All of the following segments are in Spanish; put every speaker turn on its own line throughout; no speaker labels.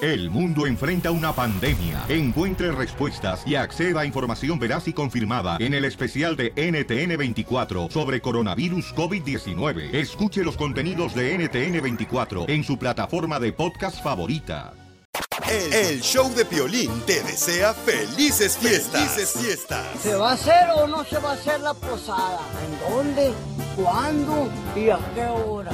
El mundo enfrenta una pandemia. Encuentre respuestas y acceda a información veraz y confirmada en el especial de NTN24 sobre coronavirus COVID-19. Escuche los contenidos de NTN24 en su plataforma de podcast favorita.
El, el show de Piolín te desea felices fiestas. Felices fiestas.
¿Se va a hacer o no se va a hacer la posada? ¿En dónde? ¿Cuándo? ¿Y a qué hora?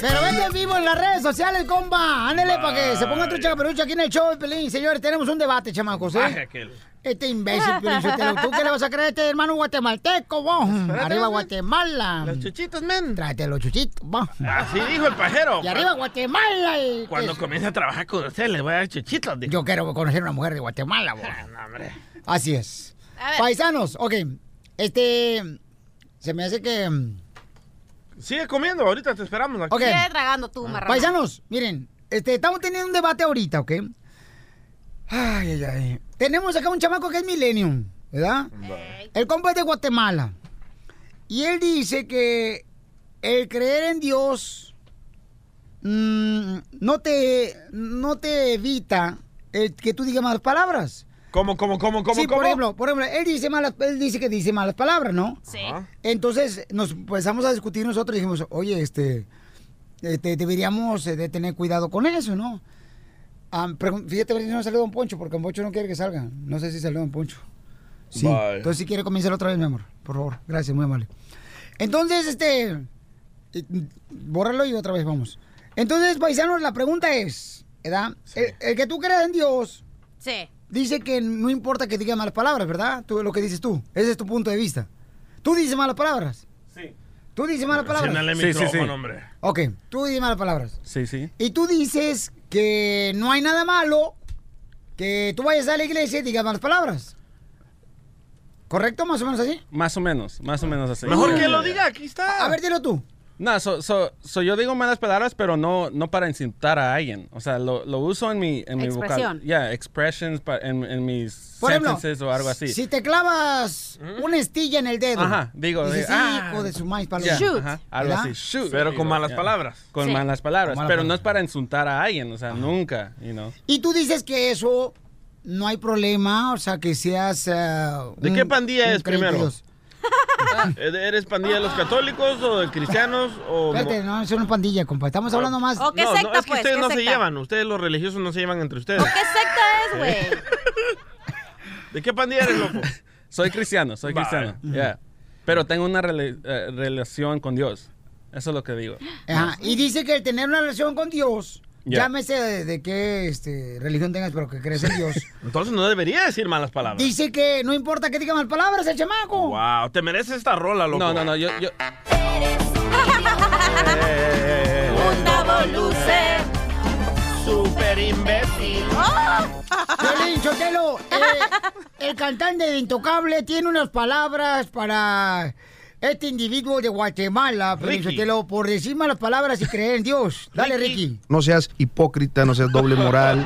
Pero vete en vivo en las redes sociales, compa. Ándale para que se ponga trucha caperucha aquí en el show, Pelín. Señores, tenemos un debate, chamacos, ¿eh?
Ay, aquel.
Este imbécil, Pelín, ¿tú qué le vas a creer a este hermano guatemalteco, vos? Arriba Guatemala. Los chuchitos, men. Tráete los chuchitos, vos.
Así dijo el pajero.
Y arriba Guatemala. el-
Cuando
que-
comience a trabajar con usted, le voy a dar chuchitos. dijo.
Yo quiero conocer a una mujer de Guatemala, vos.
Ah, No, hombre.
Así es. Paisanos, ok. Este, se me hace que... mm,
Sigue comiendo, ahorita te esperamos. Aquí.
Ok.
Sigue tragando tú, marrano.
Ah. Paisanos, miren, este, estamos teniendo un debate ahorita, ¿ok? Ay, ay, ay. Tenemos acá un chamaco que es Millennium, ¿verdad? El compa es de Guatemala. Y él dice que el creer en Dios mm, no, te, no te evita el que tú digas malas palabras.
¿Cómo, cómo, cómo, cómo,
sí,
cómo?
por ejemplo, por ejemplo, él dice malas, él dice que dice malas palabras, ¿no?
Sí.
¿Ah?
Entonces nos empezamos a discutir nosotros y dijimos, oye, este, este, deberíamos eh, de tener cuidado con eso, ¿no? Ah, pregun- fíjate a ver si no salió Don Poncho, porque Don Poncho no quiere que salga. No sé si salió Don Poncho. Sí.
Bye.
Entonces si quiere comienza otra vez, mi amor. Por favor. Gracias, muy amable. Entonces, este, eh, bórralo y otra vez vamos. Entonces, paisanos, la pregunta es, ¿verdad? El, el que tú creas en Dios,
Sí.
dice que no importa que diga malas palabras, ¿verdad? Tú, lo que dices tú. Ese es tu punto de vista. Tú dices malas palabras.
Sí.
Tú dices malas
Accionale el
palabras.
Sí, sí,
micrófono,
sí.
hombre.
Ok, tú dices malas palabras.
Sí, sí.
Y tú dices que no hay nada malo que tú vayas a la iglesia y digas malas palabras. ¿Correcto? Más o menos así.
Más o menos, más o menos así.
Mejor que lo diga, aquí está.
A ver, dilo tú.
No, so, so- so yo digo malas palabras, pero no, no para insultar a alguien. O sea, lo, lo uso en mi, en mi
Expresión.
vocal. yeah, expressions, pa- en, en mis
Por ejemplo,
sentences o algo así.
Si te clavas una estilla en el dedo.
Ajá, digo,
dices,
de- ah.
hijo de su maíz,
Yeah,
paloma.
Shoot.
ajá, algo
¿Verdad?
así, shoot.
Pero con
digo,
malas
yeah.
palabras.
Con
Sí.
malas palabras,
Con malas
pero no
palabras.
es para insultar a alguien, o sea, nunca, you know.
Y tú dices que eso no hay problema, o sea, que seas... ah,
¿De
un-
qué pandilla
un
es
creyente
primero? ¿E-,
Dios.
¿Eres pandilla de los católicos o de cristianos o...?
Espérate, no, eso no es pandilla, compa. Estamos hablando más...
Ok. ¿Qué
no,
secta,
no, es que
pues?
ustedes
¿Qué
no se
secta?
llevan. Ustedes los religiosos no se llevan entre ustedes.
¿Qué secta es, güey?
¿De qué pandilla eres, loco?
Soy cristiano, soy
Vale.
cristiano, yeah. Pero tengo una rela- eh, relación con Dios. Eso es lo que digo.
Ah.
Ajá, Y dice que el tener una relación con Dios,
Ya.
llámese de, de qué este, religión tengas, pero que crees en Dios,
Entonces no debería decir malas palabras.
dice que no importa que diga mal palabras el chamaco.
Wow, te mereces esta rola, loco.
No, no, no, yo, yo,
Gustavo Luce.
Super imbécil.
Violín, Sotelo, eh, el cantante de Intocable tiene unas palabras para este individuo de Guatemala, Violín
Ricky.
Sotelo, por decir malas palabras y creer en Dios. Dale,
Ricky.
Ricky.
No seas hipócrita, no seas doble moral.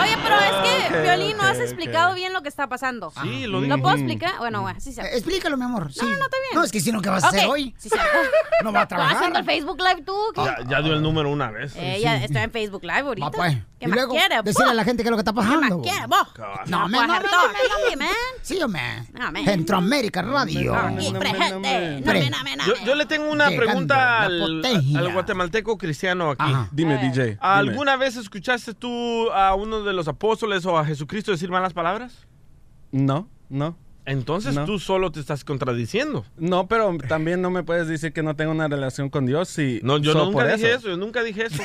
Oye, pero es que,
ok,
Violín, no
ok,
has explicado bien lo que está pasando.
Sí, lo
¿Lo
dije.
puedo explicar? Bueno, bueno, sí se
Ah. Eh, Explícalo, mi amor. Sí.
no, está bien.
No, es que si no, ¿qué vas a
Ok,
hacer hoy?
Sí, sí.
No va a
¿Estás haciendo
trabajar.
el Facebook Live tú? ¿Qué?
Ya, ya dio el número una vez.
Eh, ya estoy en Facebook Live ahorita.
Va, pues.
¿Qué
Y
más
luego,
quieres?
decirle a
po?
la gente qué es lo que está
¿Qué más
pasando.
quieres, vos?
No, me, no, me,
Pues,
no,
hartón,
me, no,
sí, man.
Sí, hombre.
No, man.
Centroamérica Radio.
No, no,
Y
no,
presente. No,
no,
me,
no.
no, me, no,
Yo,
me.
yo le tengo una
Llegando
pregunta
la
al,
potencia.
al guatemalteco cristiano aquí.
Ajá.
dime,
A ver.
DJ. dime.
¿Alguna vez escuchaste tú a uno de los apóstoles o a Jesucristo decir malas palabras?
No, no.
Entonces
No.
tú solo te estás contradiciendo.
No, pero también no me puedes decir que no tengo una relación con Dios si
No, yo
so, por
nunca dije eso, yo nunca dije eso.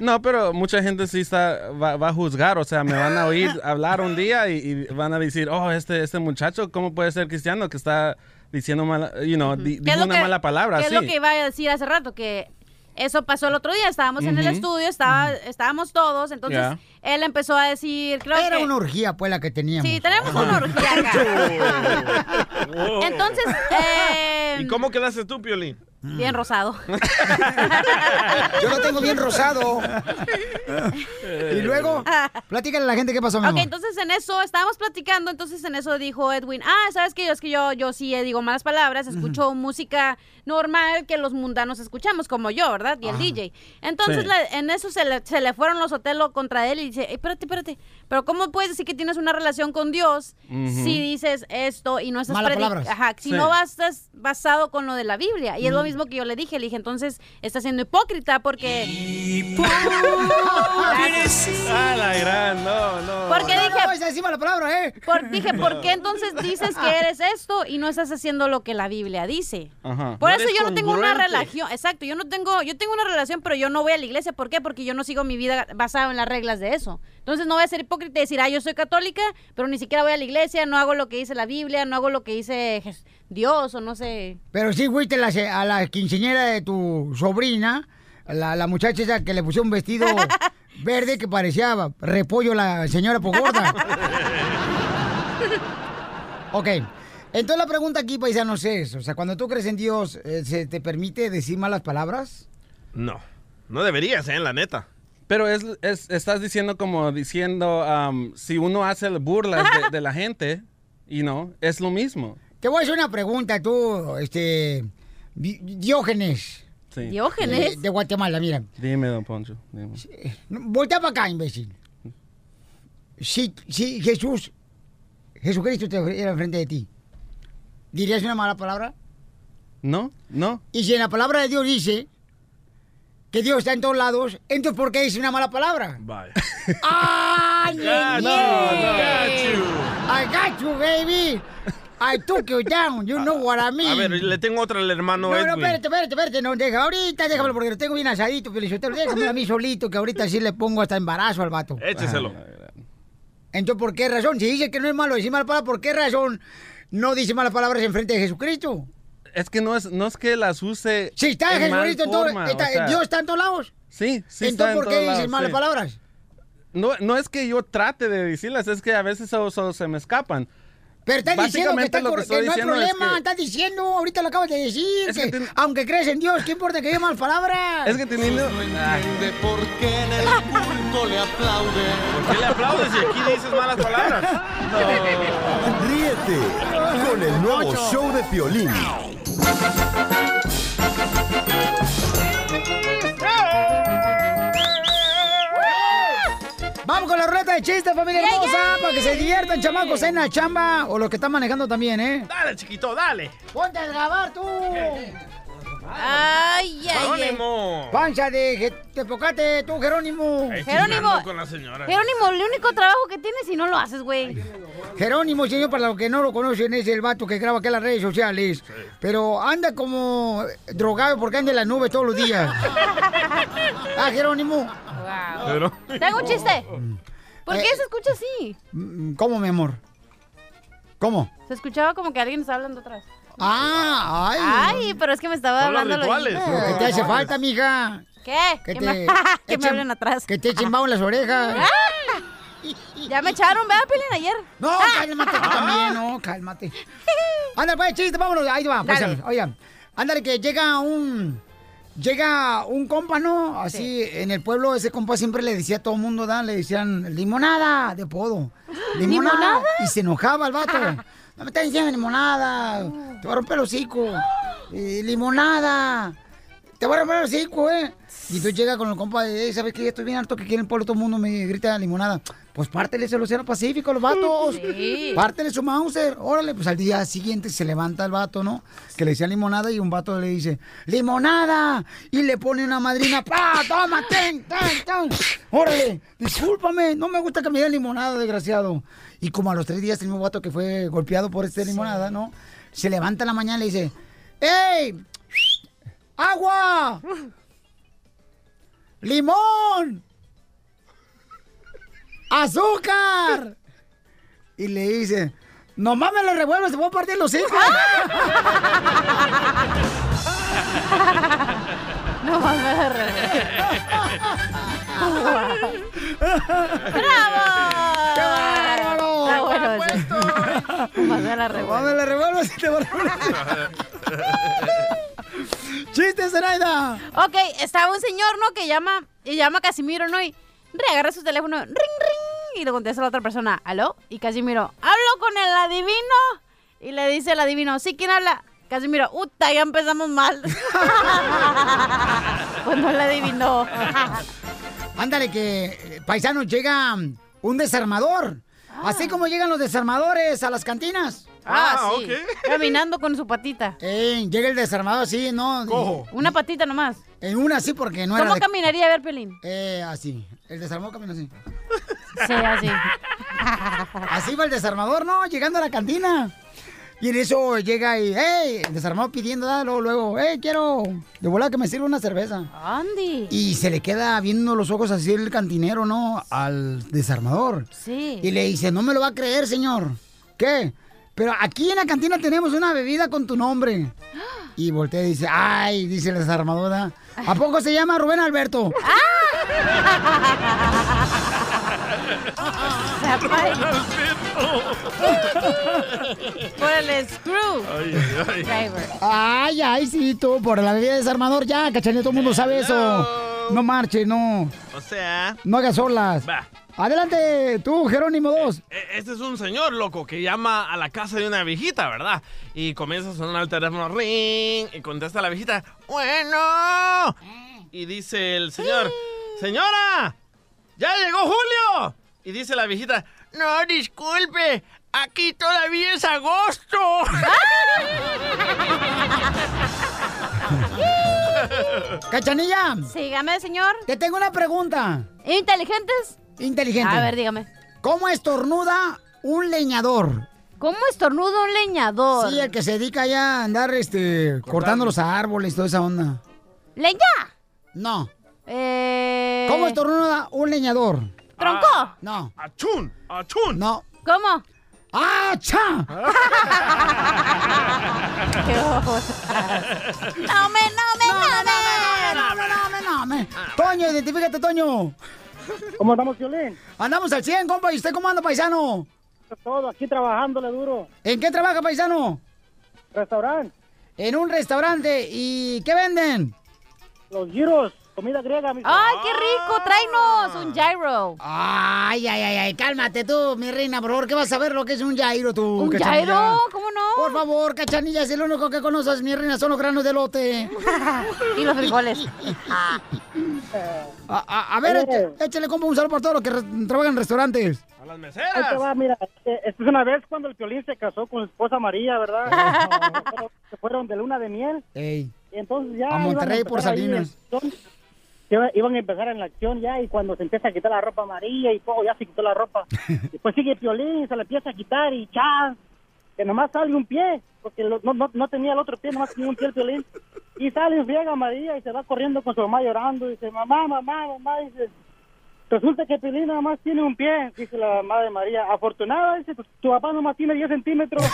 No, pero mucha gente sí está, va, va a juzgar, o sea, me van a oír hablar un día y, y van a decir, oh, este, este muchacho, ¿cómo puede ser cristiano que está diciendo mala, you know, di-
¿Qué es
dijo
lo
una
que-
mala palabra?
¿Qué
sí.
es lo que iba a decir hace rato? Que eso pasó el otro día. Estábamos en el
Ujú.
estudio, estaba, estábamos todos. Entonces
Ya.
él empezó a decir, creo
Era
que.
una orgía, pues, la que teníamos.
Sí, tenemos una orgía acá.
Wow.
Entonces, eh,
¿Y cómo quedaste tú, Piolín?
Bien rosado.
Yo lo tengo bien rosado.
Eh,
y luego, platícale a la gente qué pasó, mi
Ah. Ok,
amor.
entonces en eso estábamos platicando, entonces en eso dijo Edwin, ah, sabes que yo es que yo, yo sí eh, digo malas palabras, escucho música normal que los mundanos escuchamos, como yo, ¿verdad? Y el DJ. Entonces
Sí.
la- en eso se le, se le fueron los hotelos contra él y dice, "Ey, espérate, espérate, pero ¿cómo puedes decir que tienes una relación con Dios si dices esto y no estás
Malas
predi-
palabras. Mm.
Ajá, si
Sí.
no vas- estás basado con lo de la Biblia. Y es lo mismo que yo le dije, le dije, entonces estás siendo hipócrita porque...
Ah, la gran, no, no.
Porque
No,
dije,
no, esa encima la palabra, ¿eh?
Por- dije, ¿por qué entonces dices que eres esto y no estás haciendo lo que la Biblia dice?
Ajá.
Por
No
eso
eres
yo no tengo una
congruente.
relación, exacto, yo no tengo, yo tengo una relación, pero yo no voy a la iglesia, ¿por qué? Porque yo no sigo mi vida basada en las reglas de eso. Entonces no voy a ser hipócrita y decir, ah, yo soy católica, pero ni siquiera voy a la iglesia, no hago lo que dice la Biblia, no hago lo que dice Jes- Dios o no sé.
Pero sí fuiste la se- a la quinceañera de tu sobrina, la, la muchacha esa que le puso un vestido verde que parecía repollo la señora Pogorda. ok. Entonces la pregunta aquí, paisanos, es, o sea, cuando tú crees en Dios, eh, ¿se te permite decir malas palabras?
No, no deberías, ¿eh? La neta.
Pero es, es- estás diciendo como diciendo, am, si uno hace burlas de, de la gente, y no, es lo mismo.
Te voy a hacer una pregunta, tú, este, Di- Diógenes,
Sí.
Diógenes.
de, de Guatemala, mira.
Dime, don Poncho. dime.
Voltea para acá, imbécil. Si, si Jesús, Jesucristo te ofreciera enfrente de ti, ¿dirías una mala palabra?
No, no.
Y si en la palabra de Dios dice que Dios está en todos lados, entonces ¿por qué dice una mala palabra?
Vaya.
¡Ah, ñe, ñe!
Got you.
I got you, baby! I took you down, you know what I mean.
A ver, le tengo otra al hermano
No, no,
Edwin.
espérate, espérate, espérate, no, deja, ahorita déjamelo porque lo tengo bien asadito, Felicitelo, déjamelo a mí solito, que ahorita sí le pongo hasta embarazo al vato.
Écheselo.
Entonces, ¿por qué razón? Si dice que no es malo decir malas palabras, ¿por qué razón no dice malas palabras en frente de Jesucristo?
Es que no es, no es que las use.
Si está
en mal
Jesucristo en todo,
forma, o
está-
sea,
Dios está en todos lados.
Sí, sí. está
Entonces,
en
¿por qué
todos
dices
lados,
malas
sí.
palabras?
No, no es que yo trate de decirlas, es que a veces so- so- se me escapan.
Pero estás diciendo que,
Básicamente
estás
lo que
cor-
estoy
que no hay
diciendo es
problema,
que-
estás diciendo, ahorita lo acabas de decir,
Es
que
que ten-
aunque crees en Dios, ¿qué importa que diga malas palabras?
Es que teniendo. Ah,
¿Por qué le aplaudes si aquí dices malas palabras?
Ríete con el nuevo show de Piolín.
Vamos con la ruleta de chistes, familia
Yay,
hermosa,
yay.
para que se diviertan, chamacos, en la chamba, o los que están manejando también, ¿eh?
Dale, chiquito, dale.
¡Ponte a grabar tú!
Ay, ay, ay.
Jerónimo.
Pancha de Je- Tepocate, tú, Jerónimo.
Ahí
Jerónimo.
chismeando con la señora.
Jerónimo, el único trabajo que tienes y no lo haces, güey.
Jerónimo, señor, para los que no lo conocen, es el vato que graba aquí en las redes sociales. Pero anda como drogado porque anda en las nubes todos los días. ah, Jerónimo,
Wow.
Pero-
Tengo un chiste. ¿Por
Eh.
qué se escucha así?
mm, ¿cómo, mi amor? ¿Cómo?
Se escuchaba como que alguien estaba hablando atrás.
Ah, ay.
Ay, pero es que me estaba
Son los
hablando. lo
rituales.
dije.
Lo que te hace falta, mija.
¿Qué?
Que
Que,
te
me, que me
echen-
hablen atrás. ¿Eh?
Que te echen bajo en las orejas.
Ya me echaron, vea, Pelín, ayer.
No,
Ah.
cálmate tú también, no, cálmate. Ándale, pues, chiste, vámonos, ahí va, pues,
Dale.
oigan. Ándale, que llega un, llega un compa, ¿no? Así, en el pueblo, ese compa siempre le decía a todo el mundo, ¿da? le decían, limonada, de podo. Limonada.
¿Limonada?
Y se enojaba el vato. No me estás diciendo limonada, te va a romper el hocico. Eh, limonada, te va a romper el hocico, ¿eh? Y tú llegas con el compa, de, "Ey, ¿sabes qué? Estoy bien harto que aquí en el pueblo todo el mundo me grita limonada. Pues párteles el Océano Pacífico, a los vatos.
Sí.
Pártele su Mauser, órale, pues al día siguiente se levanta el vato, ¿no? Que le decía limonada y un vato le dice, ¡limonada! Y le pone una madrina, ¡pa! ¡Toma! ¡Ten, ten, ten! órale Discúlpame, no me gusta que me digan limonada, desgraciado. Y como a los tres días el mismo vato que fue golpeado por este limonada, ¿no? Se levanta en la mañana y le dice, ¡Ey! ¡Agua! ¡Limón! ¡Azúcar! Y le dice, no mames, lo revuelves, te voy a partir los hijos.
No, me
¡Qué
¡Bravo!
bárbaro!
Está bueno eso. Más de
No
la revuelta.
mames, lo revuelves, te voy a partir los hijos. ¡Chiste, Zenaida!
Ok, estaba un señor, ¿no? Que llama, y llama a Casimiro, ¿no? Y re, agarra su teléfono, ring, ring, y le contesta a la otra persona, ¿aló? Y Casimiro, ¿hablo con el adivino? Y le dice el adivino, ¿sí quién habla? Casimiro, uta, ya empezamos mal. pues no le adivinó.
Ándale, que eh, paisano llega un desarmador. Así como llegan los desarmadores a las cantinas.
Ah, sí. Caminando con su patita.
Eh, llega el desarmador así, ¿no?
Cojo.
Una patita nomás.
En una así porque no era.
¿Cómo
de-
caminaría a ver Pelín?
Eh, así. El desarmador camina así.
Sí, así.
Así va el desarmador, ¿no? Llegando a la cantina. Y en eso llega y, ¡hey! El desarmador pidiendo, ah, luego, luego, ¡hey! Quiero de volada que me sirva una cerveza.
Andy.
Y se le queda viendo los ojos así el cantinero, ¿no? Al desarmador.
Sí.
Y le dice, no me lo va a creer, señor. ¿Qué? Pero aquí en la cantina tenemos una bebida con tu nombre. Y voltea y dice, ay, dice la desarmadora. ¿A poco se llama Rubén Alberto?
¡Ah!
Oh,
Por el screw. Driver.
Ay, ay, sí, tú, por la bebida desarmador, ya, cachanilla, todo el mundo sabe eso. No marche, no,
O sea,
no hagas olas.
va.
Adelante, tú, Jerónimo 2.
E- Este es un señor, loco, que llama a la casa de una viejita, ¿verdad? Y comienza a sonar el teléfono, ring, y contesta la viejita, bueno. Y dice el señor, señora, ya llegó Julio. Y dice la viejita, no, disculpe, aquí todavía es agosto.
Cachanilla,
Sígame, señor.
te tengo una pregunta
¿Inteligentes?
inteligente.
Eh. A ver, dígame.
¿Cómo estornuda un leñador?
¿Cómo estornuda un leñador?
Sí, el que se dedica ya a andar este, cortando los árboles, toda esa onda.
¡Leña!
No.
Eh...
¿Cómo estornuda un leñador?
¿Tronco?
No,
¡Achún! ¡Achún!
no.
¿Cómo?
¡Ah, cha!
¡Qué ojos! ¡No me, no me, no, me!
No, no, no, no, no. Toño, identifícate, Toño.
¿Cómo andamos, Violín?
Andamos al 100, compa. ¿Y usted cómo anda, paisano?
Todo aquí trabajándole duro.
¿En qué trabaja, paisano?
Restaurante,
En un restaurante. ¿Y qué venden?
los giros, comida griega, mijo.
¡Ay, qué rico! ¡Tráenos un gyro!
Ay, ay, ay, ay, cálmate tú, mi reina, por favor, que vas a ver lo que es un jairo tú.
¿Un
Cachanilla?
gyro? ¿Cómo
Por
no?
favor, cachanilla, es el único que conoces, mi reina, son los granos de lote.
Y los frijoles.
Eh,
A, a- a ver,
Oye.
eche- échale compa un saludo por todos los que re- trabajan en restaurantes.
¡A las
Ahí te
meseras!
va, mira, eh, esta es una vez cuando el Piolín se casó con su esposa María,
Ah.
¿verdad? Pero se fueron de luna de miel,
Ey,
y entonces ya...
A
iban
Monterrey
empezar
por
ahí en
Salinas.
acción. Iba- Iban a empezar en la acción ya, y cuando se empieza a quitar la ropa María y todo, ya se quitó la ropa. Después sigue el Piolín, se la empieza a quitar y ya, que nomás sale un pie, porque lo- no, no, no tenía el otro pie, nomás tenía un pie el Piolín. Y sale en friega María y se va corriendo con su mamá llorando, y dice, mamá, mamá, mamá, dice... Resulta que Pelín nada más tiene un pie, dice la madre María. Afortunada, dice, pues, tu papá nomás tiene 10 centímetros.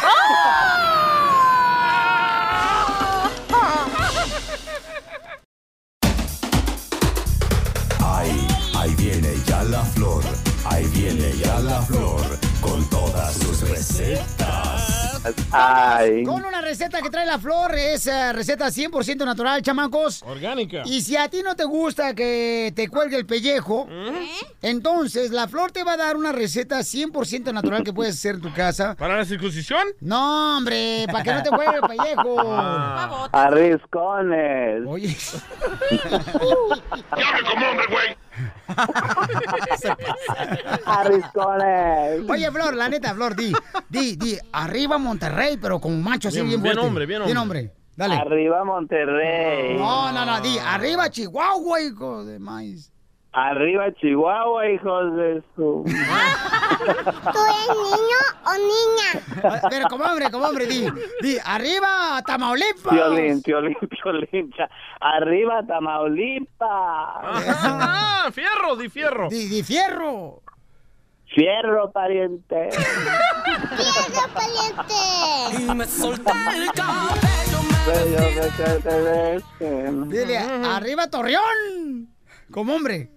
Ahí, ahí viene ya la flor, ahí viene ya la flor, con todas sus recetas.
Ay,
Con una receta que trae la flor, es eh, receta 100% natural, chamacos.
Orgánica.
Y si a ti no te gusta que te cuelgue el pellejo,
Mm.
entonces la flor te va a dar una receta 100% natural que puedes hacer en tu casa.
¿Para la circuncisión?
No, hombre, para que no te cuelgue el pellejo.
Ah.
a riscones.
Oye,
A riscones.
oye, Flor, la neta, Flor, di, di, di, arriba Monterrey, pero con macho así
Bien-
bien,
bien
fuerte.
hombre, bien hombre.
Dale.
Arriba Monterrey.
No, no, no, di, arriba Chihuahua, hijo de maíz.
Arriba Chihuahua, hijos de su.
Ah, Pero como hombre, como hombre, di, di, arriba Tamaulipas.
Piolín, piolín, piolín. cha- Arriba Tamaulipas.
¡Ah! ¡Fierro, di fierro!
Di, di, fierro.
Fierro, pariente. Bello que te dejen.
Dile, arriba Torreón. Como hombre.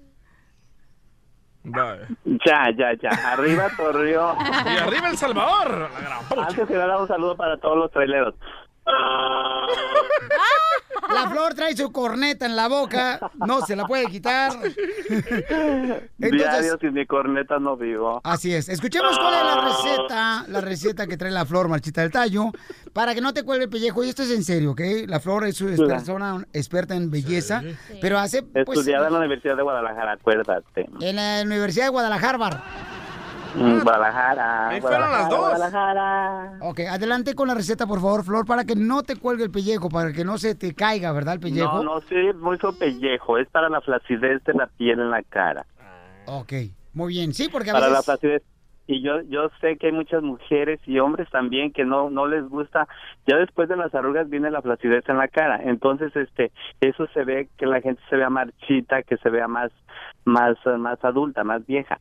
Va.
Ya, ya, ya. Arriba Torreón.
Y arriba El Salvador. La gran puta.
Antes que nada, un saludo para todos los traileros.
La flor trae su corneta en la boca, no se la puede quitar.
Diario sin mi corneta no vivo.
Así es. Escuchemos cuál es la receta, la receta que trae la flor marchita del tallo, para que no te cuelgue el pellejo. Y esto es en serio, ¿ok? La flor es una persona experta en belleza, pero hace... pues,
Estudiada en la Universidad de Guadalajara, acuérdate.
en la Universidad de Guadalajara. Ah.
Mm, Guadalajara. Guadalajara,
Ahí fueron las dos.
Guadalajara.
Ok, adelante con la receta, por favor, Flor, para que no te cuelgue el pellejo, para que no se te caiga, ¿verdad? El pellejo.
No, no, sí, es mucho pellejo. Es para la flacidez de la piel en la cara.
Ok, muy bien. Sí, porque a
para la
veces...
flacidez. Y yo, yo sé que hay muchas mujeres y hombres también que no, no les gusta. Ya después de las arrugas viene la flacidez en la cara. Entonces, este, eso se ve que la gente se vea marchita, que se vea más, más, eh, más adulta, más vieja.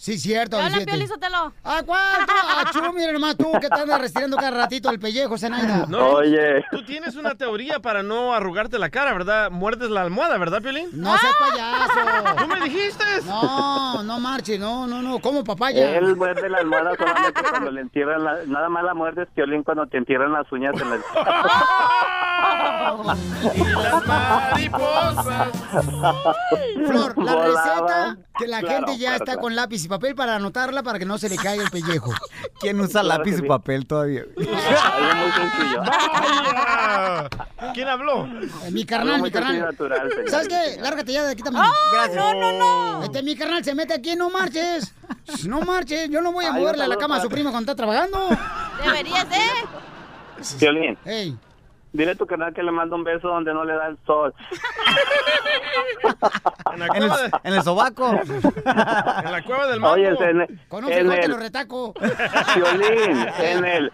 Sí, cierto.
Hola,
Vicente.
Piolín Sotelo.
¿A cuánto? Achú, mira nomás tú que te andas restirando cada ratito el pellejo, Zenaida.
No,
Oye.
Tú tienes una teoría para no arrugarte la cara, ¿verdad? Muerdes la almohada, ¿verdad, Piolín?
No seas payaso.
¿Tú me dijiste?
No, no marches, no, no, no. ¿Cómo papaya?
Él muerde la almohada solamente cuando le entierran la, nada más la muerdes violín cuando te entierran las uñas en el
Flor, la
Volaba.
receta que la
Claro,
gente ya
claro,
está
claro.
con lápiz y papel para anotarla para que no se le caiga el pellejo.
¿Quién usa
Claro
lápiz y
que sí. Eh,
papel todavía?
Algo muy sencillo.
¿Quién habló?
Eh, Mi carnal,
Algo
mi
muy sencillo y
carnal.
natural, señor.
¿Sabes qué? Lárgate ya de aquí también.
¡Ah! Gracias. No, no, no.
Este mi carnal se mete aquí, no marches. No marches, yo no voy a
Ay, un
moverle a la
saludo
cama a su
para-
primo cuando está trabajando.
Deberías de.
Violín.
Hey.
Dile a tu canal que le mando un beso donde no le da el sol.
En el, en el sobaco.
En la cueva del
Oye, en el,
Con un
en
frijol te
el
lo retaco.
violín, en el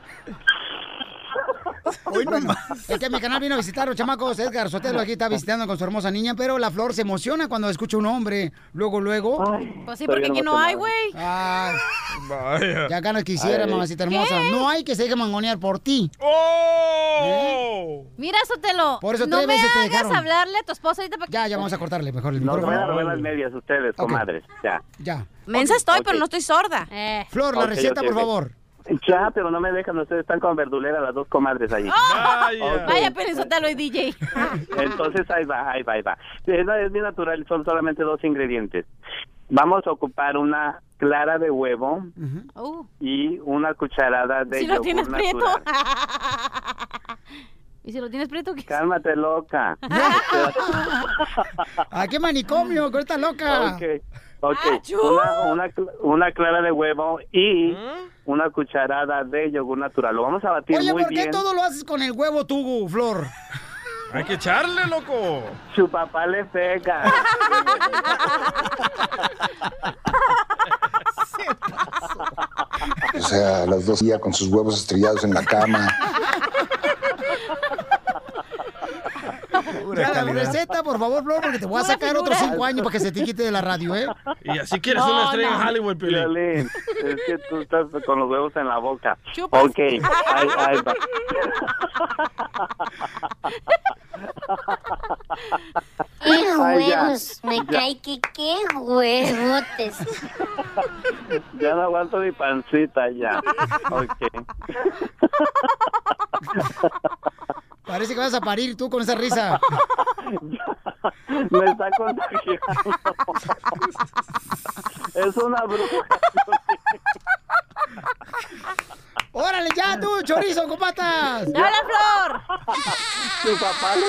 Es que mi canal vino a visitar los chamacos. Edgar Sotelo aquí está visitando con su hermosa niña, pero la flor se emociona cuando escucha un hombre. Luego, luego.
Pues sí, porque aquí no hay, güey.
Ah, ya ganas quisiera,
Ay.
mamacita hermosa.
¿Qué?
No hay que se deje mangonear por ti.
¿Eh? Mira, Sotelo.
Por eso
no
tres
me
veces te
hagas
dejaron.
hablarle a tu esposa ahorita para
Ya vamos a cortarle mejor el
No se
micrófono.
van a robar las medias ustedes, comadres. Ya.
Ya.
Mensa estoy,
Ok.
pero no estoy sorda.
Eh.
Eh.
Flor, la
Ok,
receta,
ok, ok.
por favor.
Ya, pero no me dejan, ustedes están con verdulera las dos comadres ahí.
Ah.
Vaya,
Ok.
Vaya, Piolín Sotelo y DJ.
Entonces ahí va, ahí va, ahí va. Es, es bien natural, son solamente dos ingredientes. Vamos a ocupar una clara de huevo
Uh,
y una cucharada de
si lo
yogur
tienes prieto.
natural.
¿Y si lo tienes prieto? ¿qué?
Cálmate, loca.
¿A qué manicomio? Que ahorita loca.
Ok, ok. Una, una cl- una clara de huevo y
¿Mm?
una cucharada de yogur natural. Lo vamos a batir
Oye,
muy
¿por qué
bien.
todo lo haces con el huevo tú, Flor?
Hay que echarle, loco.
Su papá le pega.
O sea, a las dos días con sus huevos estrellados en la cama.
Ya, la
calidad.
receta, por favor, Flor, porque te voy a
Pura
sacar
figura.
otros cinco años para que se te quite de la radio, ¿eh?
Y así quieres una estrella en Hollywood, Piolín.
Violín, es que tú estás con los huevos en la boca.
Chupas.
Ok, ahí, ahí va.
¡Qué
Ay, ya.
huevos! Me
Ya.
cae que qué huevotes.
Ya no aguanto mi pancita ya. Ok.
Parece que vas a parir tú con esa risa.
Me está contagiando. Es una bruja.
¡Órale, ya tú, chorizo con patas!
¡Dale,
Flor!
Tu papá le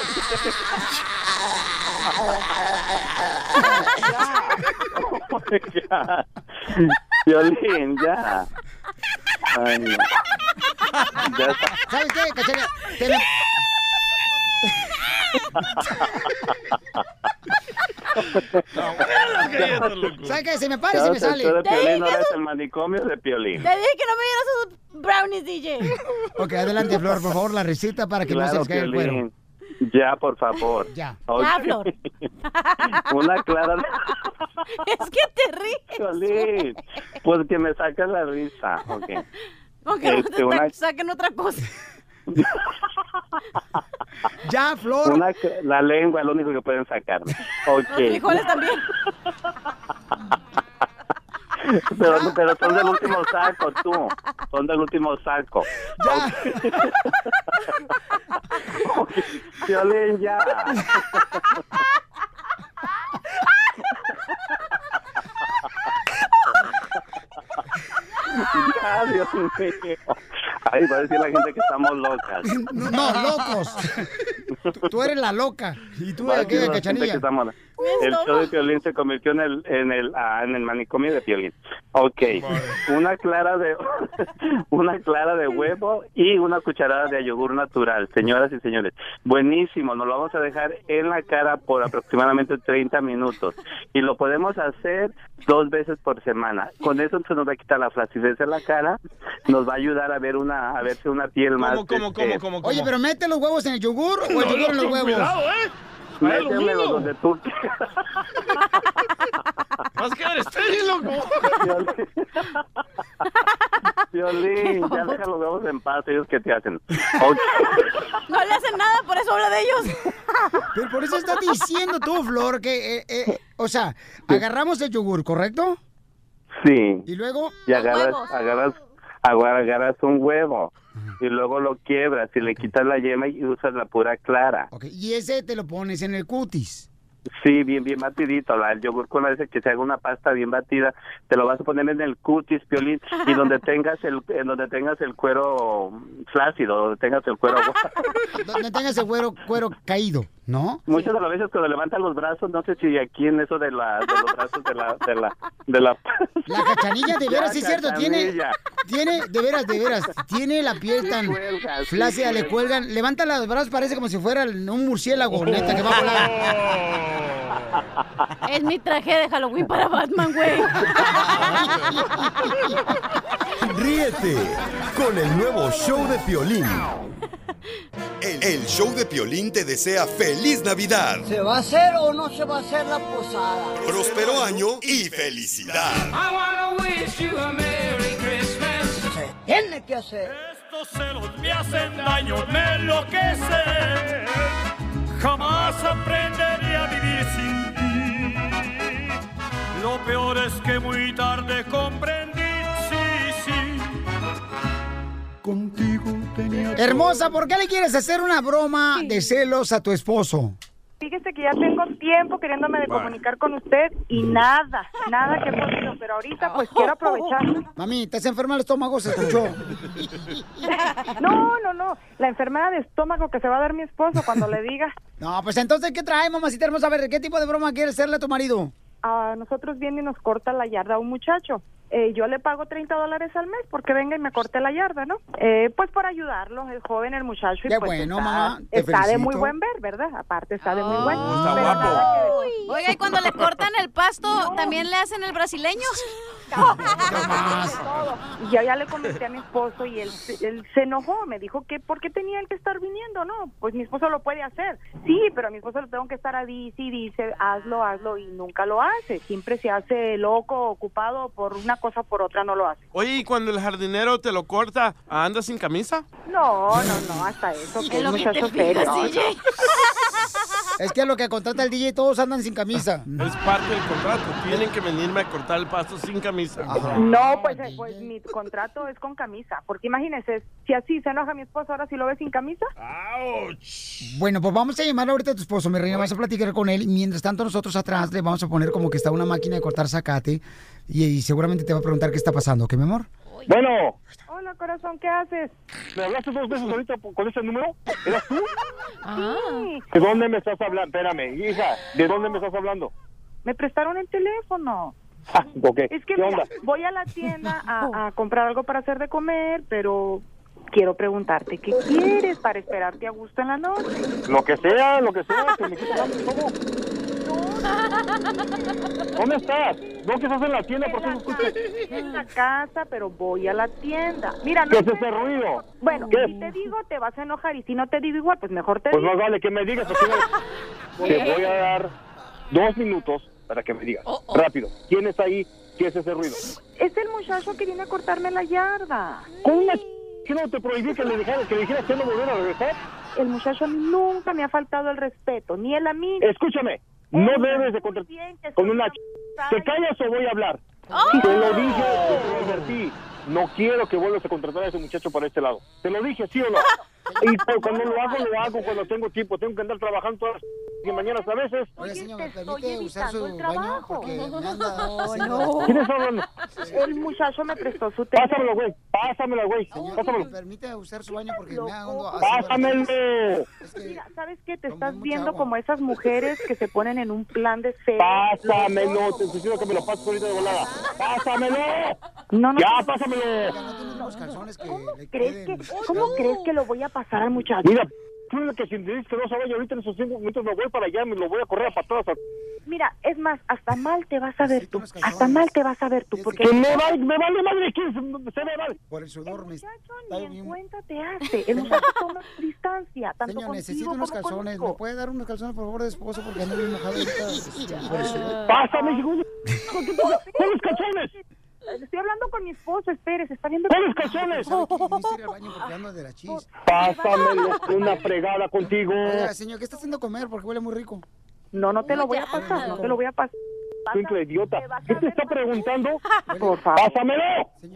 pega. Violín, ya. Ay, no. Ya está.
¿Sabes qué, Cachaca? Te me- ¿Sabes qué? Se me para y se
Ya
me
te-
sale.
tú de
Te dije
Piolín, ahora
que
es el manicomio de
Te
Piolín.
dije que no me dieras esos brownies, DJ.
Ok, adelante, Flor, por favor, la receta para que no se
Claro,
les caiga el
Piolín.
cuero.
Ya, por favor.
Ya.
Ok.
Ya, Flor.
Una clara de...
Es que te ríes.
Piolín. Pues que me saca la risa. Okay.
Aunque no te
Este, una-
ta- saquen otra cosa.
Ya, Flor.
Una cl- la lengua es lo único que pueden sacarme.
Los frijoles
Ok.
también.
Pero, pero son del último saco, tú. Son del último saco. Ok. Piolín, ya. Ya, Dios mío. Ahí va a decir la gente que estamos locas.
No, no, locos. Tú eres la loca. Y tú
Va a
eres
decir la
aquella
gente que
cachanilla.
estamos-
Pues
El show de Piolín se convirtió en el, en el, ah, en el manicomio de Piolín. Ok. Una clara de una clara de huevo y una cucharada de yogur natural, señoras y señores. Buenísimo, nos lo vamos a dejar en la cara por aproximadamente 30 minutos y lo podemos hacer dos veces por semana. Con eso se nos va a quitar la flacidez en la cara, nos va a ayudar a ver una a verse una piel más este,
Oye, pero mete los huevos en el yogur o el
No,
yogur en
no,
los huevos.
cuidado,
¿eh?
Métemelo donde tú
Vas a quedar estéril, loco.
Violín, ya deja los huevos en paz, ellos que te hacen. Oh, Ok.
No le hacen nada, por eso habla de ellos.
Pero por eso estás diciendo tú, Flor, que, eh, eh, o sea, agarramos el yogur, ¿correcto?
Sí.
Y luego...
Y agarras, agarras, agar- agarras un huevo y luego lo quiebras y le quitas la yema y usas la pura clara.
Y ese te lo pones en el cutis.
Sí, bien, bien batidito. La, el yogur con la ese que se haga una pasta bien batida, te lo vas a poner en el cutis, piolín, y donde tengas el, en donde tengas el cuero flácido, donde tengas el cuero.
Donde tengas el cuero, cuero caído, ¿no?
Muchas de las veces cuando levantan los brazos, no sé si aquí en eso de, la, de los brazos de la, de la, de la
La cachanilla, de
Ya,
veras, sí es cierto, tiene,
cachanilla.
tiene, de veras, de veras, tiene la piel tan
sí
flácida, le
cuelga.
cuelgan, levanta los brazos, parece como si fuera un murciélago, neta, que va a volar.
Es mi traje de Halloween para Batman, güey.
Ríete con el nuevo show de Piolín. El, el show de Piolín te desea feliz Navidad,
¿Se va a hacer o no se va a hacer la posada?
próspero año y felicidad.
Se tiene que hacer.
Estos celos me hacen daño, me enloquecen. Jamás aprenderé a vivir sin ti. Lo peor es que muy tarde comprendí, sí, sí.
Contigo Hermosa, ¿por qué le quieres hacer una broma de celos a tu esposo?
Fíjese que ya tengo tiempo queriéndome de comunicar con usted y nada, nada que he podido, pero ahorita pues quiero aprovechar.
Mami, estás enferma el estómago, se escuchó.
No, no, no, la enfermedad de estómago que se va a dar mi esposo cuando le diga.
No, pues entonces, ¿qué trae, mamacita hermosa? A ver, ¿qué tipo de broma quieres hacerle a tu marido?
A Ah, nosotros viene y nos corta la yarda un muchacho. Eh, yo le pago 30 dólares al mes porque venga y me corte la yarda, ¿no? Eh, pues por ayudarlo, el joven, el muchacho. y
Qué
pues
bueno,
está,
mamá, te
Está de
felicito. Ah,
muy buen ver, ¿verdad? Aparte está de muy buen.
Está
pero
guapo.
nada que ver.
Oiga, y cuando le cortan el pasto, ¿también le hacen el brasileño?
Y yo ya le comenté a mi esposo y él, se- él se enojó, me dijo que por qué tenía él que estar viniendo, no, pues mi esposo lo puede hacer, sí, pero a mi esposo lo tengo que estar a dice y dice, hazlo, hazlo y nunca lo hace, siempre se hace loco, ocupado por una cosa por otra no lo hace.
Oye, ¿y cuando el jardinero te lo corta, anda sin camisa?
No, no, no, hasta eso, que es muchacho serio.
Es que a lo que contrata el DJ todos andan sin camisa.
Es parte del contrato. Tienen que venirme a cortar el pasto sin camisa.
No, pues, eh, pues mi contrato es con camisa, porque imagínese, si así se enoja mi esposo, ahora si lo ve sin camisa.
Bueno, pues vamos a llamar ahorita a tu esposo, mi reina, vas a platicar con él. y Mientras tanto, nosotros atrás le vamos a poner como que está una máquina de cortar zacate y, y seguramente te va a preguntar qué está pasando, ¿ok, mi amor?
Bueno. Hola, corazón, ¿qué haces?
¿Me hablaste dos veces ahorita po- con ese número? ¿Eras tú?
Sí,
¿De dónde me estás hablando? Espérame, hija, ¿de dónde me estás hablando?
me prestaron el teléfono.
Ah, ok,
Es que
¿qué
mira,
onda?
voy a la tienda a, a comprar algo para hacer de comer, pero quiero preguntarte qué
Pues
quieres para esperarte a gusto en la noche.
Lo que sea, lo que sea, que me quites hambre, ¿cómo? ¿Dónde estás? ¿No que estás en la tienda? ¿Por qué se escucha?
En la casa, pero voy a la tienda. Mira, no
¿Qué es
sé-
ese ruido?
Bueno,
¿Qué?
si te digo te vas a enojar y si no te digo igual, pues mejor te
Pues
digo.
más vale que me digas, porque me- te voy a dar dos minutos para que me digas. Rápido, ¿quién está ahí? ¿Qué es ese ruido?
Es el muchacho que viene a cortarme la yarda.
¿Cómo una que no te prohibí que le dijeras que le dijeras que no volviera a regresar?
El muchacho a mí nunca me ha faltado el Eh, respeto, ni él a mí.
Escúchame, no debes de contratar con una ch... ¿Te callas o voy a hablar?
¡Oh!
Te lo dije, te lo advertí. No quiero que vuelvas a contratar a ese muchacho para este lado. Te lo dije, sí o no. Y pero cuando lo hago, lo hago cuando tengo tiempo. Tengo que andar trabajando todas las y mañanas a veces.
Oye, señor, ¿me permite usar su baño? Porque me anda-
Oh, no.
¿Quién está hablando?
El muchacho me prestó su teléfono.
Pásamelo, güey. Pásamelo, güey.
Señor,
Pásamelo.
¿me permite usar su baño? Porque me ando...
Pásamelo.
Mira, ¿sabes qué? Te estás viendo como esas mujeres que se ponen en un plan de fe.
Pásamelo. Te sugiero que me lo pases ahorita de volada. Pásamelo.
No, no.
Ya, pásamelo.
¿Crees que, ¿Cómo crees que lo voy a pasar al muchacho?
Mira, tú eres la que si me dices que no se vaya ahorita en esos cinco minutos me voy para allá y me lo voy a correr a patadas. a-
Mira, es más, hasta mal te vas a ver tú. Hasta mal te vas a ver tú. Porque
Que me vale, me vale madre quién se, se me vale.
Por el sudor me...
ni en cuenta te hace. El muchacho toma distancia. Tanto
Señor,
contigo
necesito unos
como con-
calzones. ¿Me puede dar unos calzones, por favor, de esposo? Porque ando bien mojado ahorita. este, por el sudor.
Pásame, hijo de- ¿Con qué poca- con los calzones?
Estoy hablando con mi esposo, espérese, está viendo...
¡Pon los calzones!
¿Sabe qué? Necesito ir al baño porque ando de la chis.
Pásamelo una fregada contigo.
Oiga, señor, ¿qué está haciendo comer? Porque huele muy rico.
No, no te lo voy a pasar, no te lo voy a pasar.
Simple idiota. ¿Qué te está preguntando?
Por favor.
¡Pásamelo!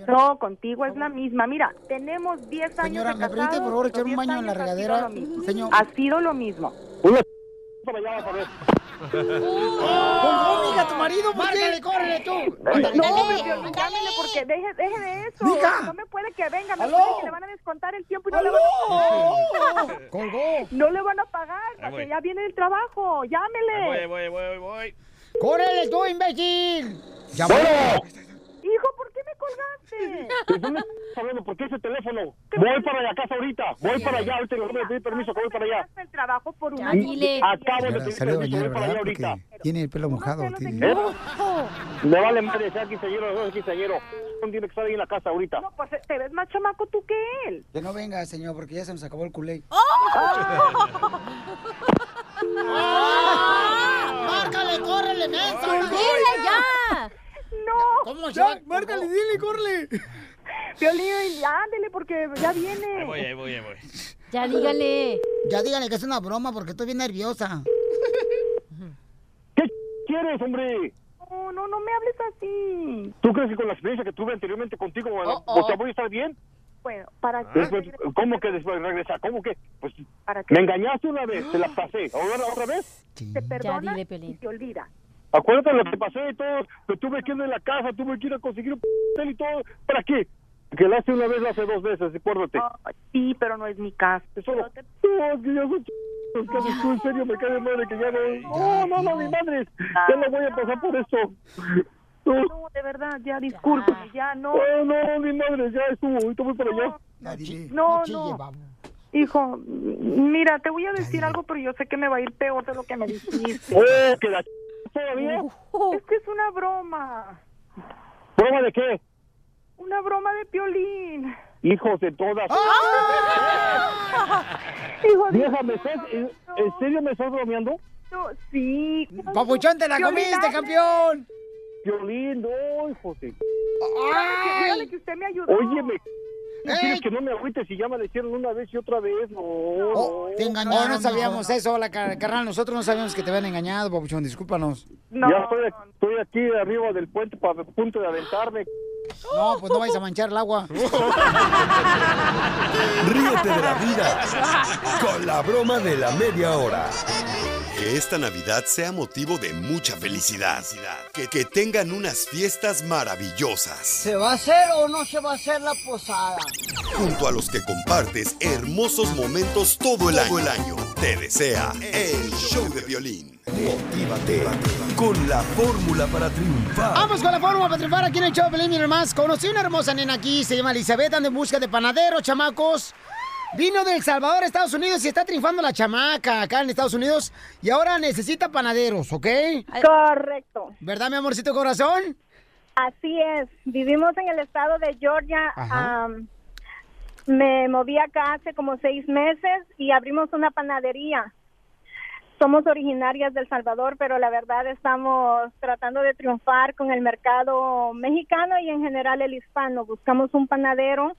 No, contigo es la misma. Mira, tenemos 10 años
Señora,
de
¿me permite,
casados,
por favor,
los
echar un
10
baño en la
años ha sido
regadera? Pues,
lo mismo.
Señor.
Ha sido lo mismo.
Una para allá vas a ver.
¡Oh! ¡Mira tu marido! ¡Márcale, córrele tú!
No, me llámele porque deje, deje de eso.
Mija.
No me puede que venga, me
Aló.
puede que le van a descontar el tiempo y no le
Aló.
van a pagar. No le van a pagar,
Ahí voy.
porque ya viene el trabajo. Llámele.
Voy, voy, voy, voy.
¡Córrele tú, imbécil! ¡Ya
¡Bueno!
Hijo, ¿por qué me colgaste?
¿Y tú me estás hablando? ¿Por qué ese teléfono? Voy para la casa ahorita. Voy para allá. Ahorita le voy a pedir permiso que voy para allá.
el trabajo por una
Acabo de
Señora,
pedir
Salió
permiso. Voy
a bañar,
para
¿verdad?
allá ahorita.
Porque tiene el pelo mojado. tiene-
¿Eh? Me vale madre, sea quinceañero o no sea quinceañero. Uno tiene que estar ahí en la casa ahorita.
No, pues te ves más chamaco tú que él.
Que no venga, señor, porque ya se nos acabó el culé. Ah. Ah.
¡Márcale, córrele, mensa!
¡Dile ya!
¡No!
¿Cómo
ya?
¡Márcale, dile, córrele!
Violín, ándele, porque ya viene.
Voy, ahí voy, ahí voy.
Ya dígale. Ya dígale que es una broma porque estoy bien nerviosa.
¿Qué quieres, hombre?
No, no, no me hables así.
¿Tú crees que con la experiencia que tuve anteriormente contigo, bueno,
Mm. Oh, Ah. oh.
o sea, voy a estar bien?
Bueno, ¿para qué?
Ah. Después, ¿Cómo que después regresa? ¿Cómo que? Pues
¿Para qué?
me engañaste una vez, te la pasé. ¿Ahora otra vez?
Te perdona y te olvida.
Acuérdate lo que pasé y todo. Me tuve que ir de la casa, tuve que ir a conseguir un hotel y todo. ¿Para qué? Que la hace una vez, la hace dos veces, acuérdate.
sí, pero no es mi caso.
No, es que yo soy ch- es que tú en serio me cae de madre que ya no. No, no, no, mi madre. Ya no voy a pasar por esto. No,
Ah. No, de verdad, ya, discúlpame, ya, no.
no, no, mi madre, ya estuvo. Ahorita voy para allá.
No, no. Hijo, m- mira, te voy a decir algo, pero yo sé que me va a ir peor de lo que me dijiste.
¡Oh, que la ch- todavía!
Es que es una broma.
¿Prueba de qué?
Una broma de piolín.
Hijos de todas.
Ah,
Hijo de...
Vieja, ¿me estás, en, en serio me estás bromeando?
No, sí.
Papuchón, te la
Piolín,
comiste,
dale.
campeón.
Piolín, no, hijo de...
Dígale que- dígale que usted me ayudó.
Oye, me...
Eh.
¿No quieres que no me agüites si ya me hicieron una vez y otra vez? No, no.
Oh, Te engañaron. no sabíamos eso, la car- carnal. Nosotros no sabíamos que te habían engañado, papuchón. Discúlpanos.
Ya estoy, estoy aquí arriba del puente para a punto de aventarme.
No, pues no vais a manchar el agua.
Ríete de la vida con la broma de la media hora. Que esta Navidad sea motivo de mucha felicidad. Que, que tengan unas fiestas maravillosas.
¿Se va a hacer o no se va a hacer la posada?
Junto a los que compartes hermosos momentos todo el año. Todo el año. Te desea el show de violín. Motívate con la fórmula para triunfar.
Vamos con la fórmula para triunfar aquí en el show, Pelín, más. Conocí una hermosa nena aquí, se llama Elizabeth, anda en busca de panadero, chamacos. Vino del Salvador, Estados Unidos, y está triunfando la chamaca acá en Estados Unidos. Y ahora necesita panaderos, ¿ok?
Correcto.
¿Verdad, mi amorcito corazón?
Así es, vivimos en el estado de Georgia.
Ajá.
am, me moví acá hace como seis meses y abrimos una panadería. Somos originarias del Salvador, pero la verdad estamos tratando de triunfar con el mercado mexicano y en general el hispano. Buscamos un panadero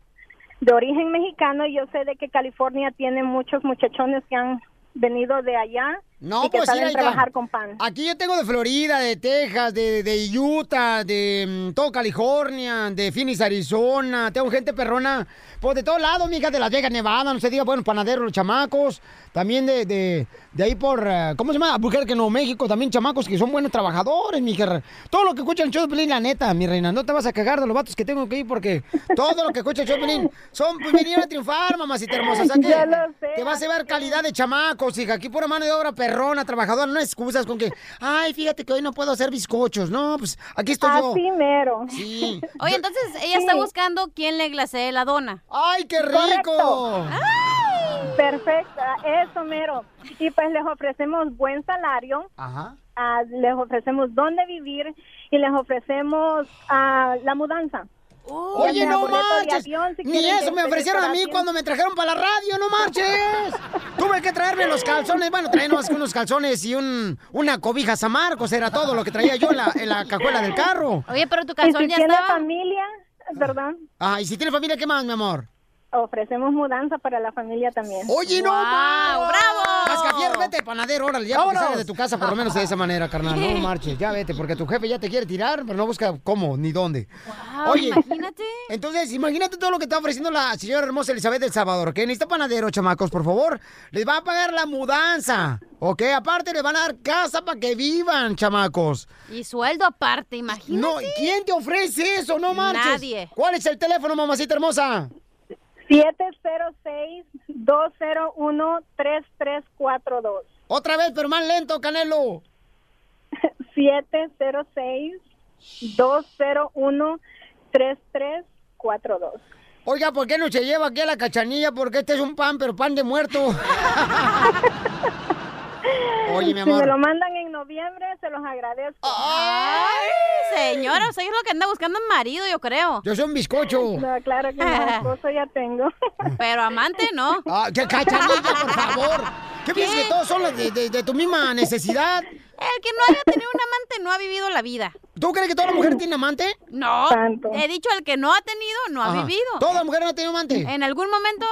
de origen mexicano y yo sé de que California tiene muchos muchachones que han venido de allá
No,
y que
pues,
saben
mira, hija,
trabajar con pan.
Aquí yo tengo de Florida, de Texas, de, de Utah, de mm, todo California, de Phoenix, Arizona. Tengo gente perrona, pues de todos lados, mija, de Las Vegas, Nevada, no se diga, bueno, panaderos, los chamacos. También de, de, de ahí por, eh, ¿cómo se llama? Albuquerque, Nuevo México, también chamacos que son buenos trabajadores, mija. Todo lo que escucha el show de Pelín, la neta, mi reina, no te vas a cagar de los vatos que tengo que ir porque todo lo que escucha el show de Pelín son, pues, vinieron a triunfar, mamacita hermosa. O sea que
Ya lo sé,
te vas a llevar calidad de chamacos, hija. Aquí pura mano de obra perrona, trabajadora, no excusas con que, ay, fíjate que hoy no puedo hacer bizcochos. No, pues aquí estoy yo.
Así mero.
Sí.
Oye, entonces ella está buscando quién le glasee la dona.
¡Ay, qué
Correcto. Perfecta, eso mero. Y pues les ofrecemos buen salario,
Ajá.
ah, les ofrecemos dónde vivir y les ofrecemos ah, la mudanza. Pues
Oye,
Ya sea
no
boleto de
marches.
avión, si
Ni
quieren
eso me
que
ofrecieron a
estés
mí
por
cuando me trajeron para la radio, no marches. Tuve que traerme los calzones. Bueno, traía nomás que unos calzones y un, una cobija San Marcos. Era todo lo que traía yo en la, en la cajuela del carro.
Oye, pero tu
y
calzón
si
ya
tiene
estaba.
familia, ¿verdad?
Ah, y si tiene familia, ¿qué más, mi amor?
Ofrecemos mudanza para la familia también.
Oye, no,
¡Wow!
¡Bravo! Mascafierro, vete, panadero, órale, ya porque
¡Vámonos!
sales de tu casa, por lo menos de esa manera, carnal. No marches, ya vete, porque tu jefe ya te quiere tirar, pero no busca cómo ni dónde.
Wow, imagínate.
Entonces, imagínate todo lo que está ofreciendo la señora hermosa Elizabeth del Salvador, que necesita panadero, chamacos, por favor. Les va a pagar la mudanza, ¿ok? Aparte, les van a dar casa para que vivan, chamacos.
Y sueldo aparte, imagínate.
No, ¿quién te ofrece eso? No marches.
Nadie.
¿Cuál es el teléfono, mamacita hermosa?
706-201-3342.
Otra vez, pero más lento, Canelo.
706-201-3342.
Oiga, ¿por qué no se lleva aquí a la cachanilla? Porque este es un pan, pero pan de muerto. Oye, mi
Si me
amor.
lo mandan en noviembre, se los agradezco.
¡Ay, señora! O sea, es lo que anda buscando en marido, yo creo.
Yo soy un bizcocho.
No, claro que no, esposo ya tengo.
Ah. Pero amante, no.
Ah, ¡Qué cachanilla, por favor! ¿Qué, piensas que todos son los de, de- de tu misma necesidad?
El que no haya tenido un amante no ha vivido la vida.
¿Tú crees que toda mujer tiene amante?
No.
Tanto.
He dicho, el que no ha tenido, no ha
Ajá.
vivido.
¿Toda mujer no ha tenido amante?
En algún momento.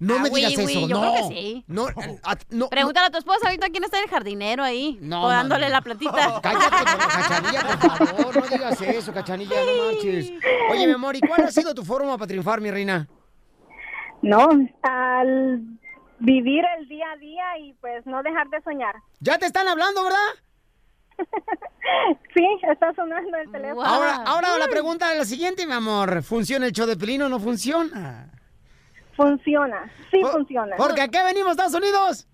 No me
Ah, güey,
digas eso,
güey, yo
no.
creo que sí.
No, a- no.
Pregúntale a tu esposa ahorita quién está en el jardinero ahí,
No,
podándole
mami.
la platita.
Cállate, cachanilla, por favor, no digas eso, cachanilla, no marches. Oye, mi amor, ¿y cuál ha sido tu forma para triunfar, mi reina?
No, al vivir el día a día y pues no dejar de soñar.
Ya te están hablando, ¿verdad?
Sí, está sonando el teléfono.
Ahora, ahora la pregunta es la siguiente, mi amor. ¿Funciona el show de Pelín o no funciona?
Funciona, sí funciona.
Porque acá venimos, Estados Unidos.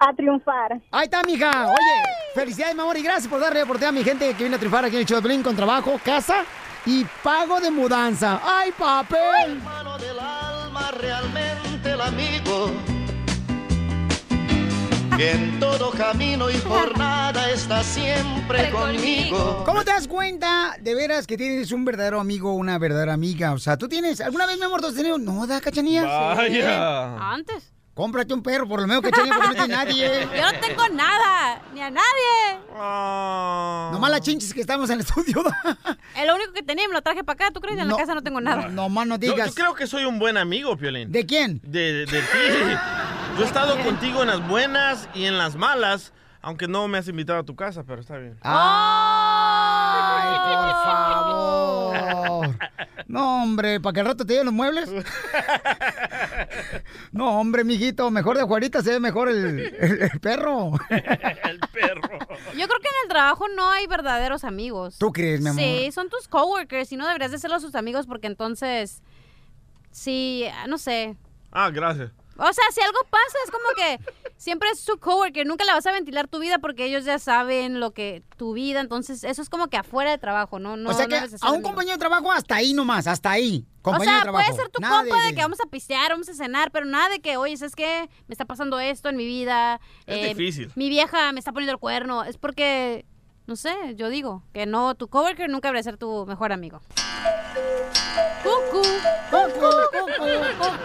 A triunfar.
Ahí está, mija. Oye, felicidades, mi amor, y gracias por darle oportunidad a mi gente que viene a triunfar aquí en el show de Pelín con trabajo, casa y pago de mudanza. ¡Ay, papel!
realmente el amigo que en todo camino y jornada está siempre conmigo.
¿Cómo te das cuenta de veras que tienes un verdadero amigo o una verdadera amiga? O sea, tú tienes. ¿Alguna vez, mi amor, tú has tenido? No, da cachanilla.
Vaya.
Antes.
Cómprate un perro, por lo menos cachanilla, porque no tiene nadie.
Yo no tengo nada, ni a nadie.
Nomás las chinches que estamos en el estudio.
Es lo único que tenía, y me lo traje para acá. ¿Tú crees? En la casa no tengo nada.
No, más no
Yo- Yo, creo que soy un buen amigo, Piolín.
¿De quién?
De, de ti. Yo he estado contigo en las buenas y en las malas, aunque no me has invitado a tu casa, pero está bien.
Ah. ¡Ay, por favor! No, hombre, ¿para que al rato te lleven los muebles? No, hombre, mijito, mejor de Juanita se ve mejor el, el- el perro.
Yo creo que en el trabajo no hay verdaderos amigos.
¿Tú crees, mi amor?
Sí, son tus coworkers y no deberías de serlos sus amigos porque entonces, sí, no sé.
Ah, gracias.
O sea, si algo pasa, es como que siempre es su coworker, nunca le vas a ventilar tu vida porque ellos ya saben lo que tu vida, entonces eso es como que afuera de trabajo, ¿no? no
o sea
no
que
debes de ser
a un
amigo.
compañero de trabajo hasta ahí nomás, hasta ahí.
O
Compañero
sea,
de trabajo.
puede ser tu
Nada
compa de, que vamos a pistear, vamos a cenar, pero nada de que, oye, ¿sabes qué? Me está pasando esto en mi vida. eh,
Es difícil.
Mi vieja me está poniendo el cuerno. Es porque, no sé, yo digo que no, tu coworker nunca debería ser tu mejor amigo. Cucu.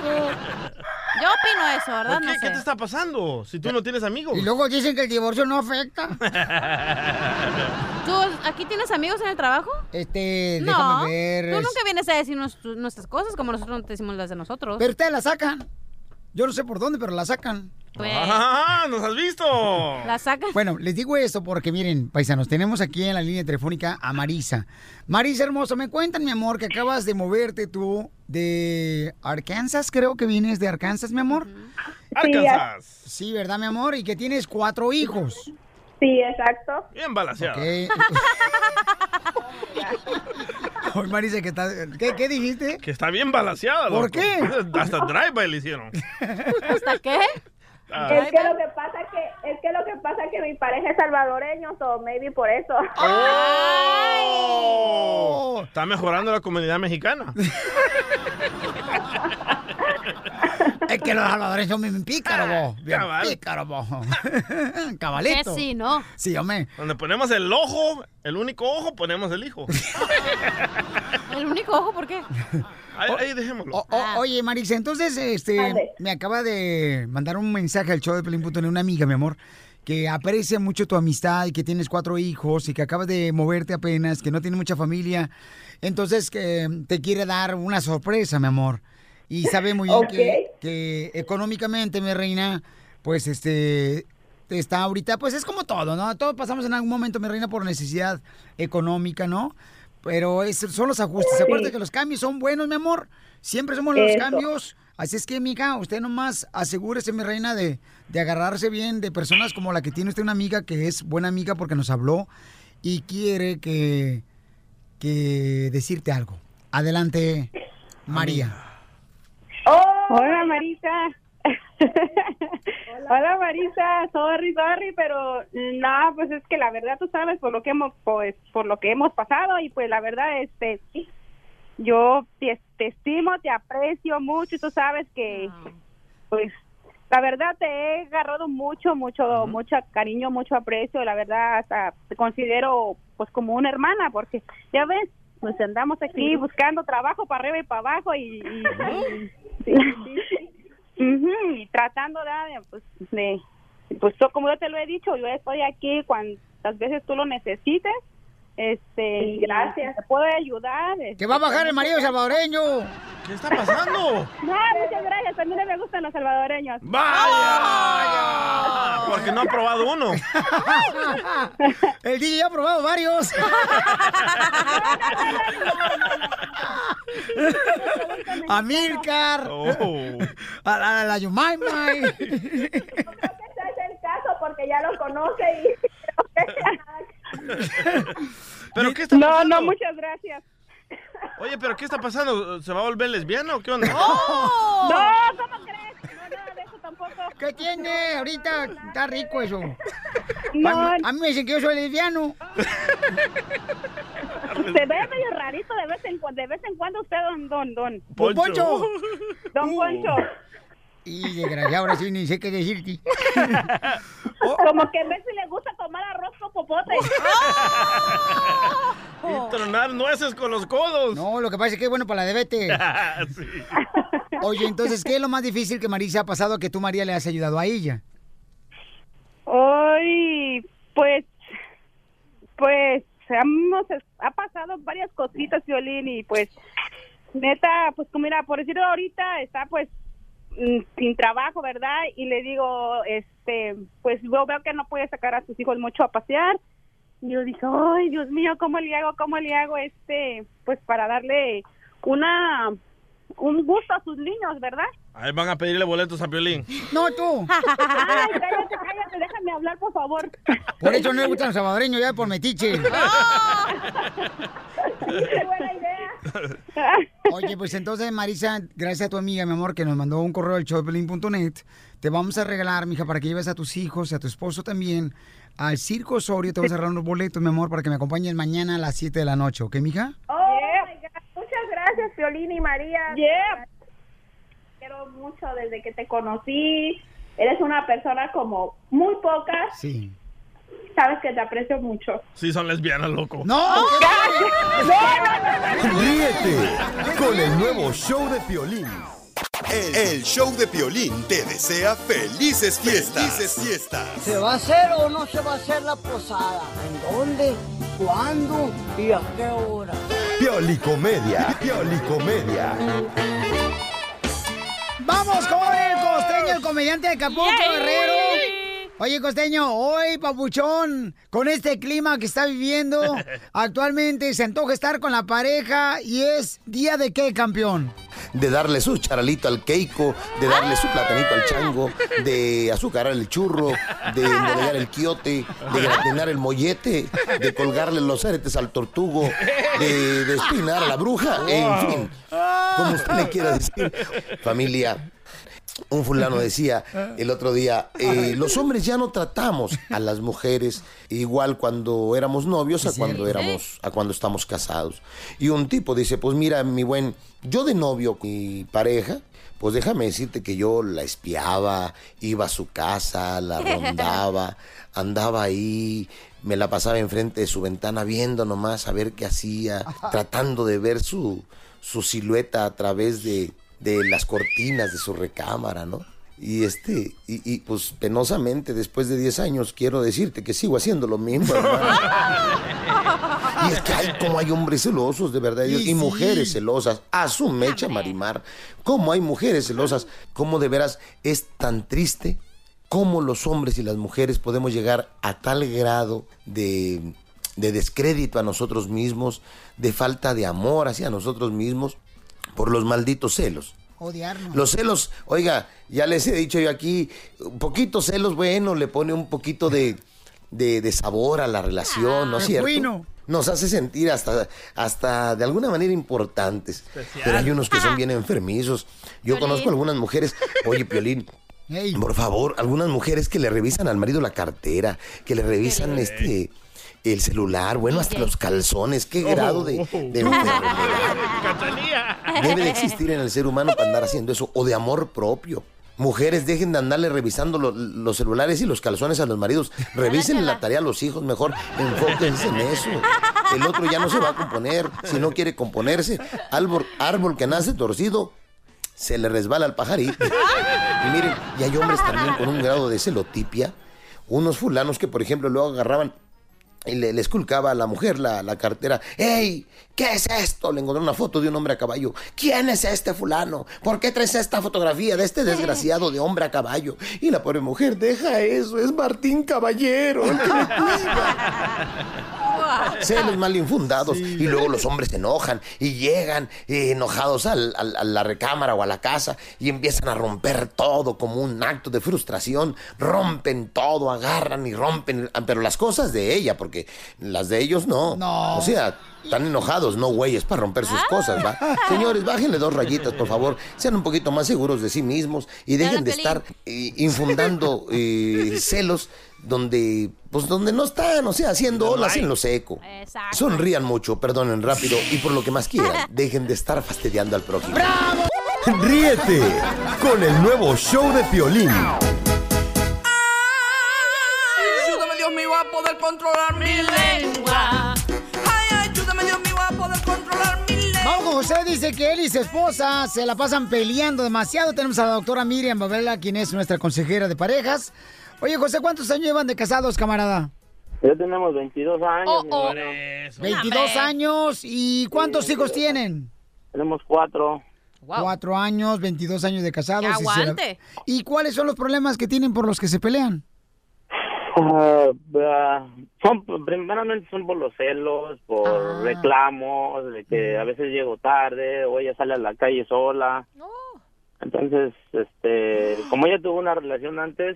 Yo opino eso, ¿verdad?
¿Por qué?
No
¿Qué te
sé.
está pasando si tú no tienes amigos?
Y luego dicen que el divorcio no afecta.
¿Tú aquí tienes amigos en el trabajo?
Este,
no.
déjame ver.
Tú nunca vienes a decirnos tu- nuestras cosas como nosotros no te decimos las de nosotros.
Pero ustedes las sacan. Yo no sé por dónde, pero la sacan.
¡Ah! ¡Nos has visto!
Pues. ¿La sacan?
Bueno, les digo esto porque miren, paisanos, tenemos aquí en la línea telefónica a Marisa. Marisa hermoso, me cuentan, mi amor, que acabas de moverte tú de Arkansas, creo que vienes de Arkansas, mi amor.
Arkansas.
Sí, ¿verdad, mi amor? Y que tienes cuatro hijos.
Sí, exacto.
Bien balanceado.
Hoy Marisa, que está... ¿Qué, qué dijiste?
Que está bien balanceada,
¿Por
loco.
qué?
Hasta drive le hicieron.
¿Hasta qué?
Ah.
Es que lo que pasa que es que lo que pasa que mi pareja es salvadoreño, so maybe por eso.
Oh, está mejorando la comunidad mexicana.
Es que los habladores son bien pícaros, vos. Bien
Ah, cabal.
pícaros, vos. Cabalito.
Que sí,
¿no?
Sí, hombre.
Donde ponemos el ojo, el único ojo, ponemos el hijo.
El único ojo, ¿por qué?
Ahí, ahí dejémoslo.
O- o- oye, Marisa, entonces este, me acaba de mandar un mensaje al show de Pelín.net una amiga, mi amor, que aprecia mucho tu amistad y que tienes cuatro hijos y que acabas de moverte apenas, que no tiene mucha familia. Entonces, que te quiere dar una sorpresa, mi amor. Y sabe muy bien que, que económicamente, mi reina, pues este está ahorita, pues es como todo, ¿no? Todos pasamos en algún momento, mi reina, por necesidad económica, ¿no? Pero es- son los ajustes.
Sí.
Acuérdate que los cambios son buenos, mi amor. Siempre somos los
Eso.
cambios. Así es que, mija, usted nomás asegúrese, mi reina, de, de agarrarse bien de personas como la que tiene usted una amiga que es buena amiga porque nos habló y quiere que, que decirte algo. Adelante, María.
Hola Marisa. Hola Marisa, sorry, sorry, pero no, pues es que la verdad tú sabes por lo que hemos pues por lo que hemos pasado y pues la verdad este yo te, te estimo, te aprecio mucho, tú sabes que pues la verdad te he agarrado mucho, mucho, mucho cariño, mucho aprecio, la verdad hasta te considero pues como una hermana porque ya ves, pues andamos aquí buscando trabajo para arriba y para abajo y, y- y- Ujú, y tratando ¿verdad? de, pues, de- pues yo, como yo te lo he dicho, yo estoy aquí cuantas veces tú lo necesites. Este,
Sí,
y
gracias.
Te puedo ayudar. este,
Que va a bajar el marido salvadoreño.
¿Qué está pasando?
No, muchas gracias. A mí no me gustan los salvadoreños.
¡Vaya! Ah, Porque no ha probado uno.
El DJ ya ha probado varios. A Milcar.
Oh.
A la, a la Yumaimai.
Ese es el caso porque ya lo conoce y...
¿Pero qué está pasando?
gracias.
Oye, ¿pero qué está pasando? ¿Se va a volver lesbiana o qué onda?
¡Oh!
No, ¿cómo
crees?
No, no, de eso tampoco.
¿Qué tiene? Eh, Ahorita está rico eso.
No.
A, mí, a mí me dicen que yo soy lesbiano.
Se ve medio rarito de vez en cuando, de vez en cuando usted, don, don, don.
Poncho. Poncho.
Don Poncho.
Y desgraciado, ahora sí ni sé qué decirte.
Como que en vez si le gusta tomar arroz con popote.
Y tronar nueces con los codos.
No, lo que pasa es que es bueno para la diabetes.
Sí.
Oye, entonces, ¿qué es lo más difícil que Marisa ha pasado que tú, María, le has ayudado a ella?
Hoy, pues, pues, hemos, ha pasado varias cositas, Violín, y pues, neta, pues, mira, por decirlo ahorita, está pues mm, sin trabajo, ¿verdad? Y le digo, este, pues yo veo que no puede sacar a sus hijos mucho a pasear. Y yo dije, ay, Dios mío, ¿cómo le hago? ¿Cómo le hago este? Pues para darle una, un gusto a sus niños, ¿verdad?
Ahí van a pedirle boletos a Piolín.
No, tú.
Ay, cállate, cállate, déjame hablar, por favor.
Por eso no le gustan los salvadoreños, ya por metiche.
Oh. Qué buena idea.
Oye, pues entonces, Marisa, gracias a tu amiga, mi amor, que nos mandó un correo al showpelín.net, te vamos a regalar, mija, para que lleves a tus hijos y a tu esposo también al Circo Osorio. Te vas a regalar unos boletos, mi amor, para que me acompañen mañana a las 7 de la noche, ¿ok, mija?
Oh, my God. Muchas gracias, Violín y María. Quiero mucho desde que te conocí. Eres una persona como muy pocas.
Sí.
Sabes que te aprecio mucho.
Sí, son lesbianas, loco.
¡No!
Ríete con el nuevo show de Piolín. El, el show de Piolín te desea felices fiestas. Felices fiestas.
¿Se va a hacer o no se va a hacer la posada? ¿En dónde? ¿Cuándo? ¿Y a qué hora?
Piolicomedia. Piolicomedia.
¡Vamos con el Costeño, el comediante de Acapulco,
Yeah.
Guerrero. Oye, Costeño, hoy, papuchón, con este clima que está viviendo, actualmente se antoja estar con la pareja y es día de qué, campeón.
de darle su charalito al Keiko, de darle su platanito al chango, de azucarar el churro, de enderegar el quiote, de gratinar el mollete, de colgarle los aretes al tortugo, de, de espinar a la bruja, en fin, como usted le quiera decir, familia. Un fulano decía el otro día, eh, los hombres ya no tratamos a las mujeres igual cuando éramos novios a cuando éramos, a cuando estamos casados. Y un tipo dice, pues mira, mi buen, yo de novio y pareja, pues déjame decirte que yo la espiaba, iba a su casa, la rondaba, andaba ahí, me la pasaba enfrente de su ventana viendo nomás a ver qué hacía, tratando de ver su, su silueta a través de, de las cortinas de su recámara, ¿no? Y este, y, y, pues penosamente, después de 10 años, quiero decirte que sigo haciendo lo mismo, hermano. Y es que hay como hay hombres celosos, de verdad, Dios, y, mujeres celosas. A su mecha, Marimar. Cómo hay mujeres celosas. Cómo de veras es tan triste cómo los hombres y las mujeres podemos llegar a tal grado de, de descrédito a nosotros mismos, de falta de amor hacia nosotros mismos por los malditos celos.
Odiarnos.
Los celos, oiga, ya les he dicho yo aquí, un poquito celos, bueno, le pone un poquito de, de, de sabor a la relación, ¿no es cierto?
Ah, Bueno.
Nos hace sentir hasta, hasta de alguna manera importantes.
Especial. Ah.
Pero hay unos que son bien enfermizos. Yo conozco algunas mujeres, oye, Piolín. Por favor, algunas mujeres que le revisan al marido la cartera, que le revisan este el celular, bueno, hasta los calzones,
Oh.
qué grado de, de debe de existir en el ser humano para andar haciendo eso, o de amor propio. Mujeres, dejen de andarle revisando lo- los celulares y los calzones a los maridos. Revisen la tarea a los hijos, mejor enfóquense en eso. El otro ya no se va a componer, si no quiere componerse. Árbol, árbol que nace torcido, se le resbala al pajarito. Y miren, y hay hombres también con un grado de celotipia. Unos fulanos que, por ejemplo, luego agarraban y le, le esculcaba a la mujer la, la cartera. ¡Ey! ¿Qué es esto? Le encontré una foto de un hombre a caballo. ¿Quién es este fulano? ¿Por qué traes esta fotografía de este desgraciado de hombre a caballo? Y la pobre mujer, deja eso, es Martín Caballero. el que me celos mal infundados y luego los hombres se enojan y llegan eh, enojados al- al- a la recámara o a la casa y empiezan a romper todo como un acto de frustración, rompen todo, agarran y rompen, ah, pero las cosas de ella, porque las de ellos no.
No.
O sea, están enojados, no güeyes, para romper
Ah.
sus cosas, ¿va? Señores, bájenle dos rayitas, por favor, sean un poquito más seguros de sí mismos y dejen de estar eh, infundando eh, celos donde, pues donde no están, o sea, haciendo olas en lo seco.
Exacto.
Sonrían mucho, perdonen rápido y por lo que más quieran, dejen de estar fastidiando al prójimo.
Ríete con el nuevo show de Piolín.
Ayúdame Dios mío a poder controlar mi lengua. Ay, ayúdame Dios mío a poder controlar mi
Vamos con José, dice que él y su esposa se la pasan peleando demasiado. Tenemos a la doctora Miriam Babela, quien es nuestra consejera de parejas. Oye, José, ¿cuántos años llevan de casados, camarada?
Ya tenemos 22 años. mi hermano.
22 años. ¿Y cuántos hijos tienen?
Tenemos cuatro.
Cuatro años, 22 años de casados.
¡Que
y se-
aguante!
¿Y cuáles son los problemas que tienen por los que se pelean?
Ah, ah, son, primeramente son por los celos, por reclamos, de que a veces llego tarde o ella sale a la calle sola. Entonces, este, como ella tuvo una relación antes,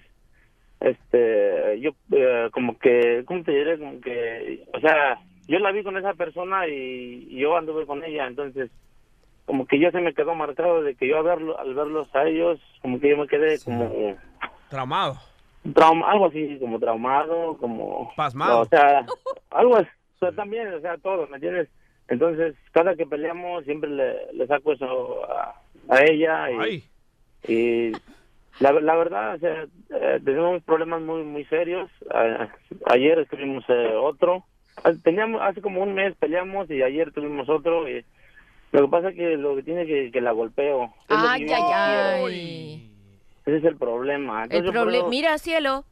este, yo eh, como que, ¿cómo te diré? Como que, o sea, yo la vi con esa persona y, y yo anduve con ella, entonces como que ya se me quedó marcado de que yo al, verlo, al verlos a ellos, como que yo me quedé como
Traumado.
trauma, algo así como traumado, como
Pasmado.
O sea, algo así. O sea, también, o sea, todo, ¿me entiendes? Entonces, cada que peleamos siempre le, le saco eso a, a ella y, y la, la verdad, o sea, eh, tenemos problemas muy muy serios. Ah, ayer estuvimos eh, otro. Ah, Teníamos hace como un mes peleamos y ayer tuvimos otro y lo que pasa es que lo que tiene es que que la golpeo. Es lo que
Ay,
yo
ay,
no quiero.
ay.
Ese es el problema.
El
Entonces, por
problema.
eso-
Mira, cielo.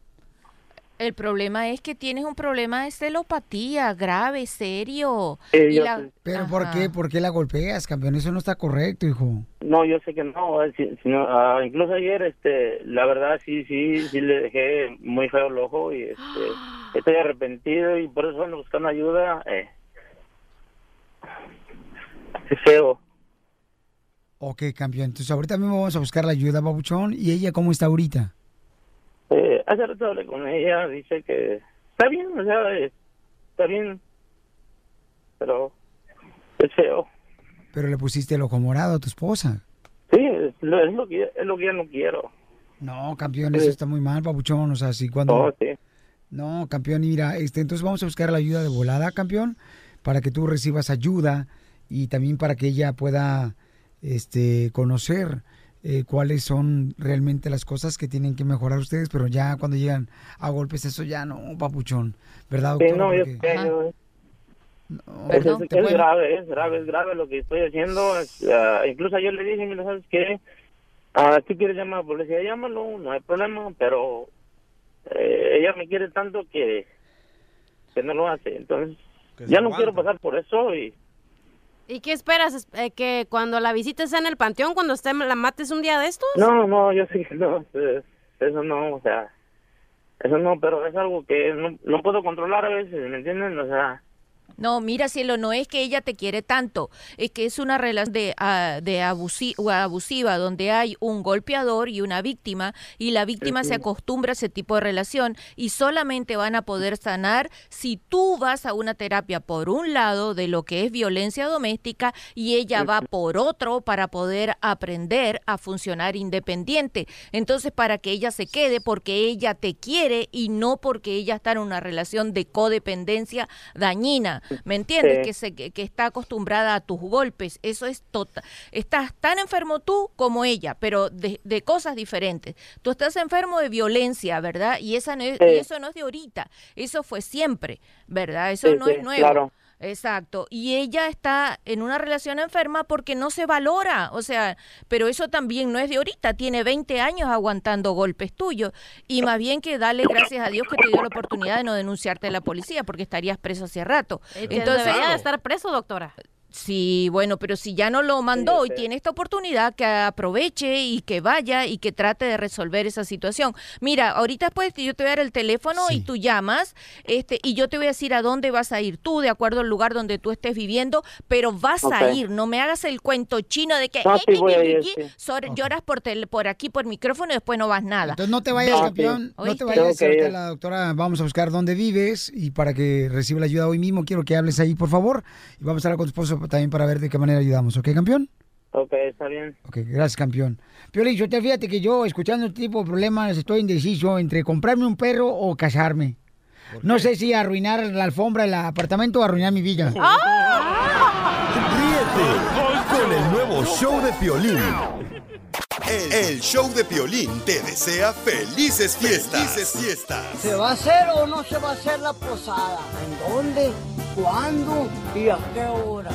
El problema es que tienes un problema de celopatía grave, serio. Y la-
Pero ¿por qué? ¿Por qué la golpeas, campeón? Eso no está correcto, hijo.
No, yo sé que no, eh, si- si no, ah, incluso ayer, este, la verdad sí, sí, sí le dejé muy feo el ojo y este, estoy arrepentido y por eso ando buscando ayuda. Eh. Qué feo.
Ok, campeón. Entonces ahorita mismo vamos a buscar la ayuda, babuchón. ¿Y ella cómo está ahorita?
Eh, hace rato hablé con ella, dice que está bien, o sea, eh, está bien, pero es feo.
Pero le pusiste el ojo morado a tu esposa.
Sí, es lo, es lo que, es lo que ya no quiero.
No, campeón, eso está muy mal, babuchón. O sea, sí, cuando...
No, Pues Oh, sí.
No, campeón, y mira, este, entonces vamos a buscar la ayuda de volada, campeón, para que tú recibas ayuda y también para que ella pueda este, conocer eh, cuáles son realmente las cosas que tienen que mejorar ustedes, pero ya cuando llegan a golpes, eso ya no, papuchón, ¿verdad,
Sí,
doctor?
no, yo eh.
Porque-
sé, yo- es,
Perdón,
es-
te
es
pueden-
grave, es grave, es grave lo que estoy haciendo. es, ah, incluso yo le dije, mira, ¿sabes qué? Ah, tú quieres llamar a la policía, llámalo, no hay problema, pero eh, ella me quiere tanto que, que no lo hace. Entonces, ya no quiero pasar por eso y
¿Y qué esperas? Es- eh, ¿Que cuando la visites sea en el panteón, cuando esté, la mates un día de estos?
No, no, yo sé que no, eh, eso no, o sea, eso no, pero es algo que no, no puedo controlar a veces, ¿me entienden? O sea,
No, mira, cielo, no es que ella te quiere tanto, es que es una relación de, ah, de abusi- o abusiva donde hay un golpeador y una víctima y la víctima se
Ujú.
acostumbra a ese tipo de relación y solamente van a poder sanar si tú vas a una terapia por un lado de lo que es violencia doméstica y ella va
Ujú.
por otro para poder aprender a funcionar independiente. Entonces, para que ella se quede porque ella te quiere y no porque ella está en una relación de codependencia dañina. ¿Me entiendes?
Sí.
Que, se, que, que está acostumbrada a tus golpes. Eso es total. Estás tan enfermo tú como ella, pero de, de cosas diferentes. Tú estás enfermo de violencia, ¿verdad? Y, esa no es- y
Sí.
eso no es de ahorita. Eso fue siempre, ¿verdad? Eso
Sí,
no
sí,
es nuevo.
claro.
Exacto. Y ella está en una relación enferma porque no se valora. O sea, pero eso también no es de ahorita. Tiene 20 años aguantando golpes tuyos. Y más bien que dale gracias a Dios que te dio la oportunidad de no denunciarte a la policía porque estarías preso hace rato.
Entonces,
Entonces,
Eh, debería de estar preso, doctora.
Sí, bueno, pero si ya no lo mandó
yo
y
sé.
tiene esta oportunidad, que aproveche y que vaya y que trate de resolver esa situación. Mira, ahorita pues yo te voy a dar el teléfono y tú llamas, este, y yo te voy a decir a dónde vas a ir tú, de acuerdo al lugar donde tú estés viviendo, pero vas a
Ok.
ir, no me hagas el cuento chino de que
No, sí voy a ir,
"Ey,
sí.
sor- lloras por, tele- por aquí, por micrófono y después no vas nada.
Entonces no te vayas, campeón. No te vayas. Ahorita la doctora, vamos a buscar dónde vives y para que reciba la ayuda hoy mismo, quiero que hables ahí, por favor. Y vamos a hablar con tu esposo también para ver de qué manera ayudamos, ¿ok, campeón?
ok, está bien.
Ok, gracias, campeón. Piolín, yo te fíjate que yo, escuchando este tipo de problemas, estoy indeciso entre comprarme un perro o casarme. No sé si arruinar la alfombra del apartamento o arruinar mi vida.
Ah.
Ríete con el nuevo show de Piolín. El, el show de Piolín te desea felices fiestas. Felices fiestas.
¿Se va a hacer o no se va a hacer la posada? ¿En dónde? ¿Cuándo? ¿Y a qué hora?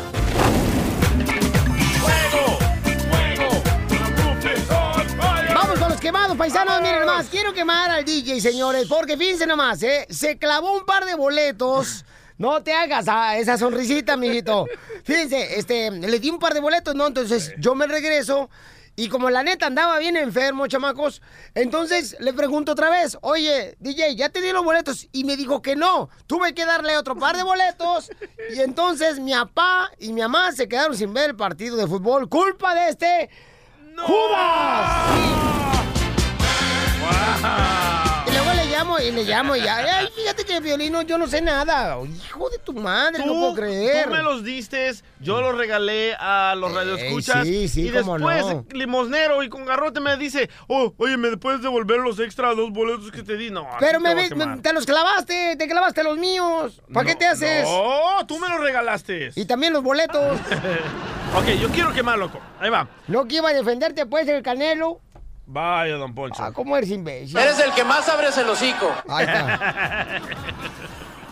Vamos con los quemados, paisanos. Miren más, quiero quemar al DJ, señores, porque fíjense nomás, ¿eh? Se clavó un par de boletos. No te hagas ah, esa sonrisita, amiguito. Fíjense, este, le di un par de boletos, ¿no? Entonces yo me regreso y como la neta andaba bien enfermo, chamacos, entonces le pregunto otra vez, oye, DJ, ¿ya te di los boletos? Y me dijo que no. Tuve que darle otro par de boletos y entonces mi papá y mi mamá se quedaron sin ver el partido de fútbol. ¡Culpa de este! ¡Judas! Y luego le llamo y le llamo y ya. Ay, fíjate que violino yo no sé nada. "Oh, Hijo de tu madre, no puedo creer.
Tú me los diste, yo los regalé a los radioescuchas.
sí, sí,
y
cómo
después,
no.
limosnero y con garrote me dice: "Oh, Oye, ¿me puedes devolver los extra dos boletos que te di? No, aquí
Pero
te
me,
voy a
ve- me-
quemar.
te los clavaste, te clavaste los míos. ¿Para qué te haces?
No, tú me los regalaste.
Y también los boletos.
ok, yo quiero quemar, loco. Ahí va.
Lo que iba a defenderte, pues, el canelo.
Vaya, don Poncho. Ah,
¿Cómo eres imbécil?
más abres el hocico.
Ahí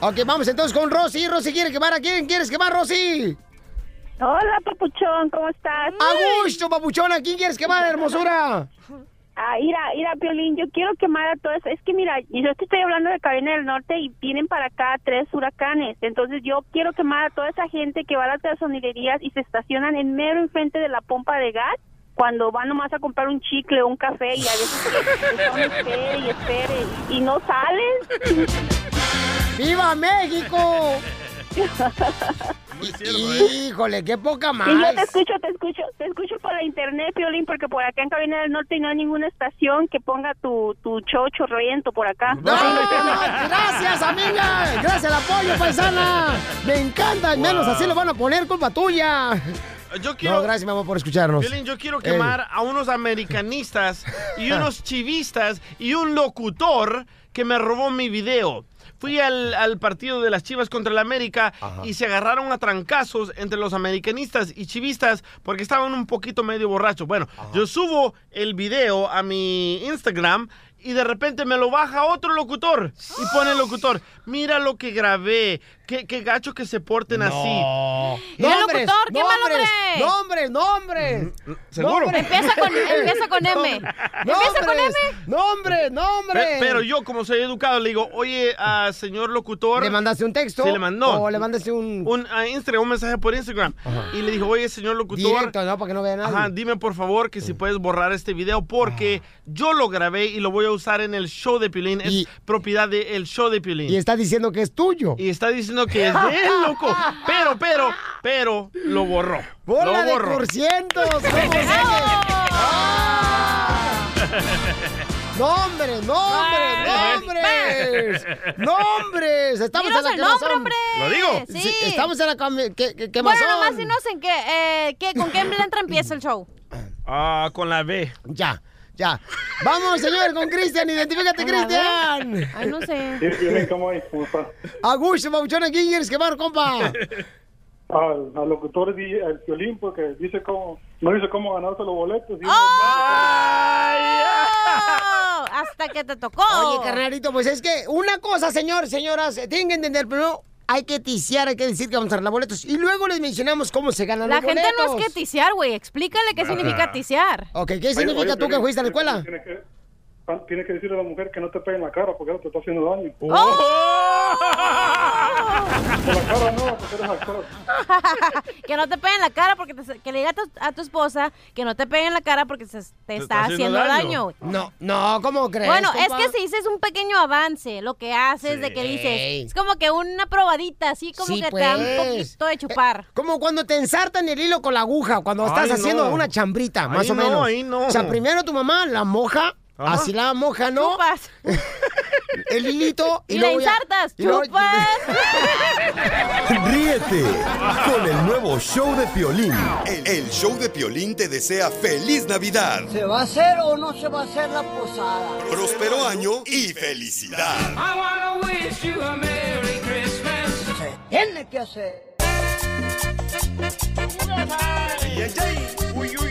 Ok, vamos entonces con Rosy. Rosy quiere quemar a quién? ¿Quieres quemar, Rosy? Hola, papuchón, ¿cómo estás? A gusto, papuchón, ¿a quién quieres quemar, hermosura?
Ah, mira, mira, Piolín, yo quiero quemar a todas. Es que mira, yo te estoy hablando de Carolina del Norte y vienen para acá tres huracanes. Entonces yo quiero quemar a toda esa gente que va a las gasolinerías y se estacionan en mero enfrente de la pompa de gas cuando van nomás a comprar un chicle o un café y a veces son espere y espere y no salen.
¡Viva México!
¿eh?
Híjole, qué poca más.
Y yo te escucho, te escucho, te escucho por la internet, Piolín, porque por acá en Cabina del Norte no hay ninguna estación que ponga tu, tu chocho riento por acá.
Gracias, amiga. Gracias al apoyo, paisana. Me encanta, al menos así lo van a poner, culpa tuya.
Yo quiero-
No, gracias, mi amor, por escucharnos.
Piolín, yo quiero quemar a unos americanistas y unos chivistas y un locutor que me robó mi video. Fui al, al partido de las Chivas contra el América
Ajá.
y se agarraron a trancazos entre los americanistas y chivistas porque estaban un poquito medio borrachos. Bueno, yo subo el video a mi Instagram y de repente me lo baja otro locutor y pone el locutor, mira lo que grabé, qué, qué gacho que se porten así.
¡Nombres! ¡Nombres! ¡Nombres! ¡Nombres!
¿Seguro?
¡Nombres!
Empieza con-
E,
empieza con M.
¡Nombres!
Empieza con M.
¡Nombre! ¡Nombre!
Pe- Pero yo, como soy educado, le digo, oye, ah, señor locutor.
¿Le mandaste un texto?
Sí, le mandó.
¿O le mandaste un...?
Un, a Instagram, un mensaje por Instagram. Y le dijo, oye, señor locutor.
Directo, ¿no? Para que no vea nadie.
Ajá, dime por favor que si puedes borrar este video porque yo lo grabé y lo voy a usar en el show de Pilín. Es propiedad del show de Pilín.
Y está diciendo que es tuyo.
Y está diciendo que es de él, loco. Pero, pero, pero, lo borró.
¡Bola
lo
de
borró.
cursientos! ¿Cómo se ve? ¡Nombres! ¡Nombres! ¡Nombres! ¡Nombres! Estamos
Dinos
en la
el nombre,
quemazón.
hombre. Lo digo. Sí.
Estamos en la cami- que, que,
bueno,
quemazón.
nomás dinos en qué, eh, qué- con qué letra empieza el show.
Ah, con la B.
Ya, ya. Vamos, señor, con Cristian. Identifícate,
Con la B.
Cristian.
Ay, no sé.
Yo, yo me como disculpa.
A gusto, Pabuchona, ¿quién quieres quemar, compa?
Al, al locutor, di- al violín, porque dice cómo, no dice cómo ganarse los boletos. dice-
¡Ah!
Oh, hasta que te tocó.
Oye, carnalito, pues es que una cosa, señor, señoras, eh, tienen que entender primero. Hay que ticiar, hay que decir que vamos a ganar boletos. Y luego les mencionamos cómo se ganan
La
los
gente
boletos.
no es que ticiar, güey. Explícale qué
Ajá.
significa ticiar.
Ok,
Oye,
¿qué significa
oye,
tú que
Piolín,
fuiste a la escuela?
Tienes que, tienes ah, que decirle a la mujer que no te pegue en la cara porque ahora te está haciendo daño.
¡Oh!
Por la cara no, porque eres actor.
que no te peguen la cara porque te- que le diga a tu, a tu esposa que no te peguen la cara porque se- te está haciendo daño. güey.
No, no, ¿cómo crees?
Bueno, es
compa?
que si dices un pequeño avance, lo que haces de que
Ey.
dices, es como que una probadita, así como
Sí,
que te da un
pues.
poquito de chupar.
Como cuando te ensartan el hilo con la aguja, cuando
Ay,
estás haciendo
no.
una chambrita, más
Ahí
o
no,
menos.
ahí no.
O sea, primero tu mamá la moja,
Ajá.
así la moja, ¿no? el hilito y,
Y la
luego ya-
insertas,
y luego-
Ríete con el nuevo show de Piolín. El, el show de Piolín te desea feliz Navidad,
¿Se va a hacer o no se va a hacer la posada?
próspero año y felicidad.
Se tiene que hacer.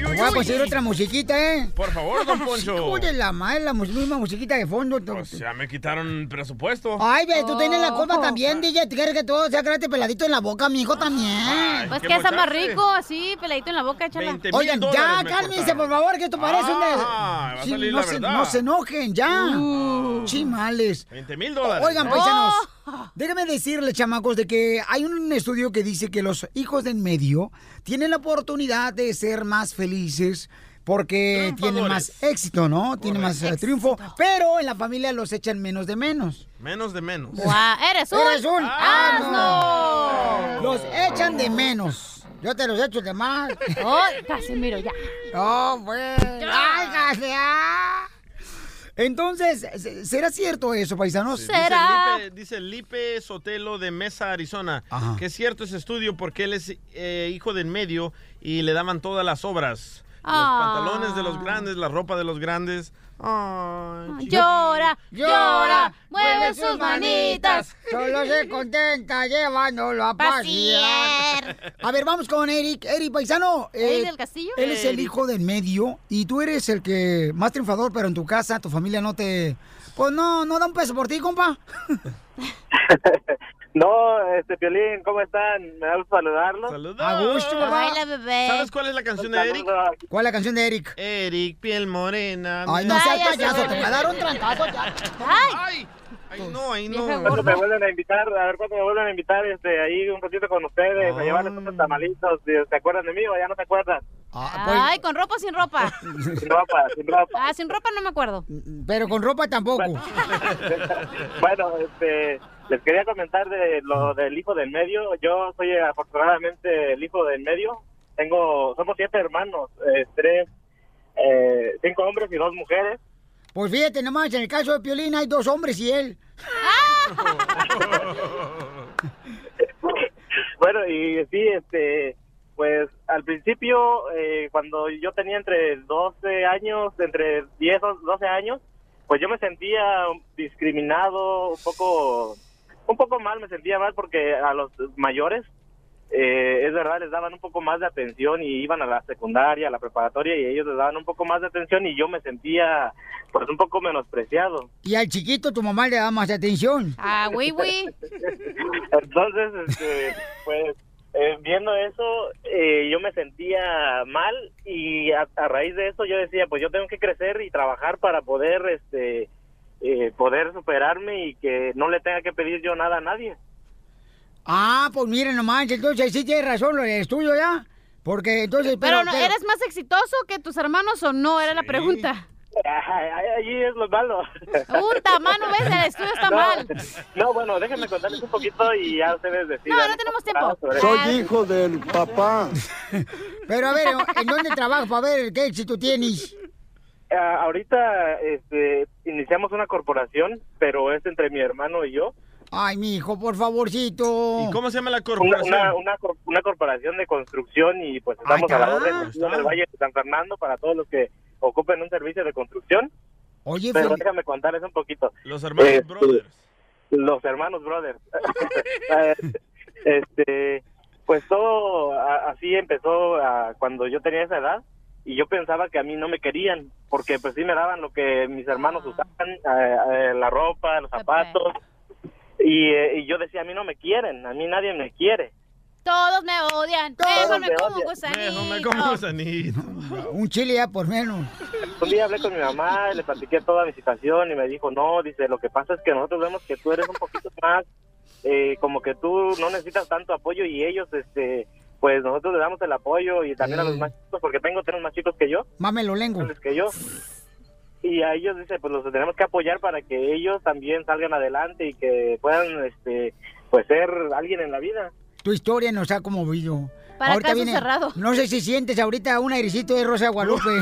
Voy a conseguir otra musiquita, ¿eh?
Por favor, don Poncho.
Oye, la madre, la mus- misma musiquita de fondo. to-
Pues ya me quitaron presupuesto.
Ay, ve, tú tienes la culpa
Ah.
también, DJ. ¿Tú quieres que todo sea gratis peladito en la boca, mi hijo también?
Pues que está más rico, así, peladito en la boca, échala.
20 mil
Oigan, ya, cálmense, por favor, que esto parece
Ah,
un...
va
de-
a
Sí,
salir
no,
la
se,
verdad. Uh.
no se enojen, ya. Chimales.
20 mil dólares.
Oigan, paisanos, déjenme decirles, chamacos, de que hay un estudio que dice que los hijos del medio tienen la oportunidad de ser más felices porque tienen más éxito, ¿no? Tienen más eh, triunfo, pero en la familia los echan menos de menos.
Menos de menos.
Guau, eres un
Eres un
asno.
asno. Los echan de menos. Yo te los echo de más.
Ay, Casimiro, Oh, ya.
No, pues. Ay, casi, ah. Entonces, ¿se- ¿será cierto eso, paisanos?
Dice Lipe, dice Lipe Sotelo de Mesa, Arizona,
Ajá.
que es cierto ese estudio porque él es eh, hijo del medio y le daban todas las obras. Los
Ah.
pantalones de los grandes, la ropa de los grandes.
Llora, llora, mueve sus manitas.
Solo se contenta llevándolo a pasear. A ver, vamos con Eric. Eric, paisano. eh,
¿Eric del Castillo?
Él es el
Eric.
hijo del medio y tú eres el que más triunfador, pero en tu casa, tu familia no te... Pues no, no da un peso por ti, compa.
No, este Piolín, ¿cómo están? Me da gusto saludarlos.
A gusto, papá.
¿Sabes cuál es la canción de Eric?
¿Cuál es la canción de Eric?
Eric, piel morena.
Ay, no seas payaso, te voy a dar un trancazo ya.
Ay, ay, no, ay, no.
Cuando me vuelven a invitar, a ver cuándo me vuelven a invitar este, ahí un ratito con ustedes, a llevarles unos tamalitos. ¿Se acuerdan de mí o ya no se acuerdan?
Ah,
Ah, pues.
Ay, con ropa o sin ropa.
Sin ropa, sin ropa.
Ah, sin ropa no me acuerdo.
Pero con ropa tampoco.
Bueno, este, les quería comentar de lo del hijo del medio. Yo soy eh, afortunadamente el hijo del medio. Tengo, somos siete hermanos, eh, tres, eh, cinco hombres y dos mujeres.
Pues fíjate nomás, en el caso de Piolín hay dos hombres y él.
Bueno, y sí, este, pues al principio, eh, cuando yo tenía entre 12 años, entre 10 o 12 años, pues yo me sentía discriminado, un poco, un poco mal, me sentía mal porque a los mayores, eh, es verdad, les daban un poco más de atención y iban a la secundaria, a la preparatoria y ellos les daban un poco más de atención y yo me sentía pues un poco menospreciado.
Y al chiquito tu mamá le da más atención.
Ah, güey, güey.
Entonces, este, pues eh, viendo eso, eh, yo me sentía mal y a, a raíz de eso yo decía, pues yo tengo que crecer y trabajar para poder, este, eh, poder superarme y que no le tenga que pedir yo nada a nadie.
Ah, pues miren nomás, entonces sí tienes razón lo del estudio ya. Porque entonces...
Pero, no, ¿eres más exitoso que tus hermanos o no? Era la pregunta.
Allí es lo malo.
Punta, mano, ves, el estudio está
No,
mal.
No, bueno, déjenme contarles un poquito y ya ustedes deciden.
No, no tenemos tiempo.
Sobre-
hijo del papá. Pero a ver, ¿en dónde trabajas para ver qué éxito tienes?
Ah, ahorita este, iniciamos una corporación, pero es entre mi hermano y yo.
Ay, mi hijo, por favorcito.
¿Y
cómo se llama la
Una, una, una cor- una corporación de construcción y pues estamos a la orden
caramba,
en el Valle de San Fernando para todos los que ocupen un servicio de construcción.
Oye,
pero
Fel-
déjame contarles un poquito.
Los hermanos
Brothers. Este, Los hermanos Brothers. Eh, este, pues todo a- así empezó ah, cuando yo tenía esa edad y yo pensaba que a mí no me querían porque pues sí me daban lo que mis hermanos usaban, eh, eh, la ropa, los zapatos y, eh, y yo decía a mí no me quieren, a mí nadie me quiere.
Todos me odian. Todos me como gusanito.
Un chile ya por menos.
Un día hablé con mi mamá, le platiqué toda mi situación y me dijo, no, dice, lo que pasa es que nosotros vemos que tú eres un poquito más, eh, como que tú no necesitas tanto apoyo y ellos, este, pues nosotros le damos el apoyo y también a los
Mm.
más chicos, porque tengo tres más chicos que yo,
Mámelo Eh, lengo.
grandes que yo. Y a ellos dice, pues los tenemos que apoyar para que ellos también salgan adelante y que puedan, este, pues ser alguien en la vida.
Tu historia nos ha conmovido.
Para caso cerrado.
No sé si sientes ahorita un airecito de Rosa de Guadalupe.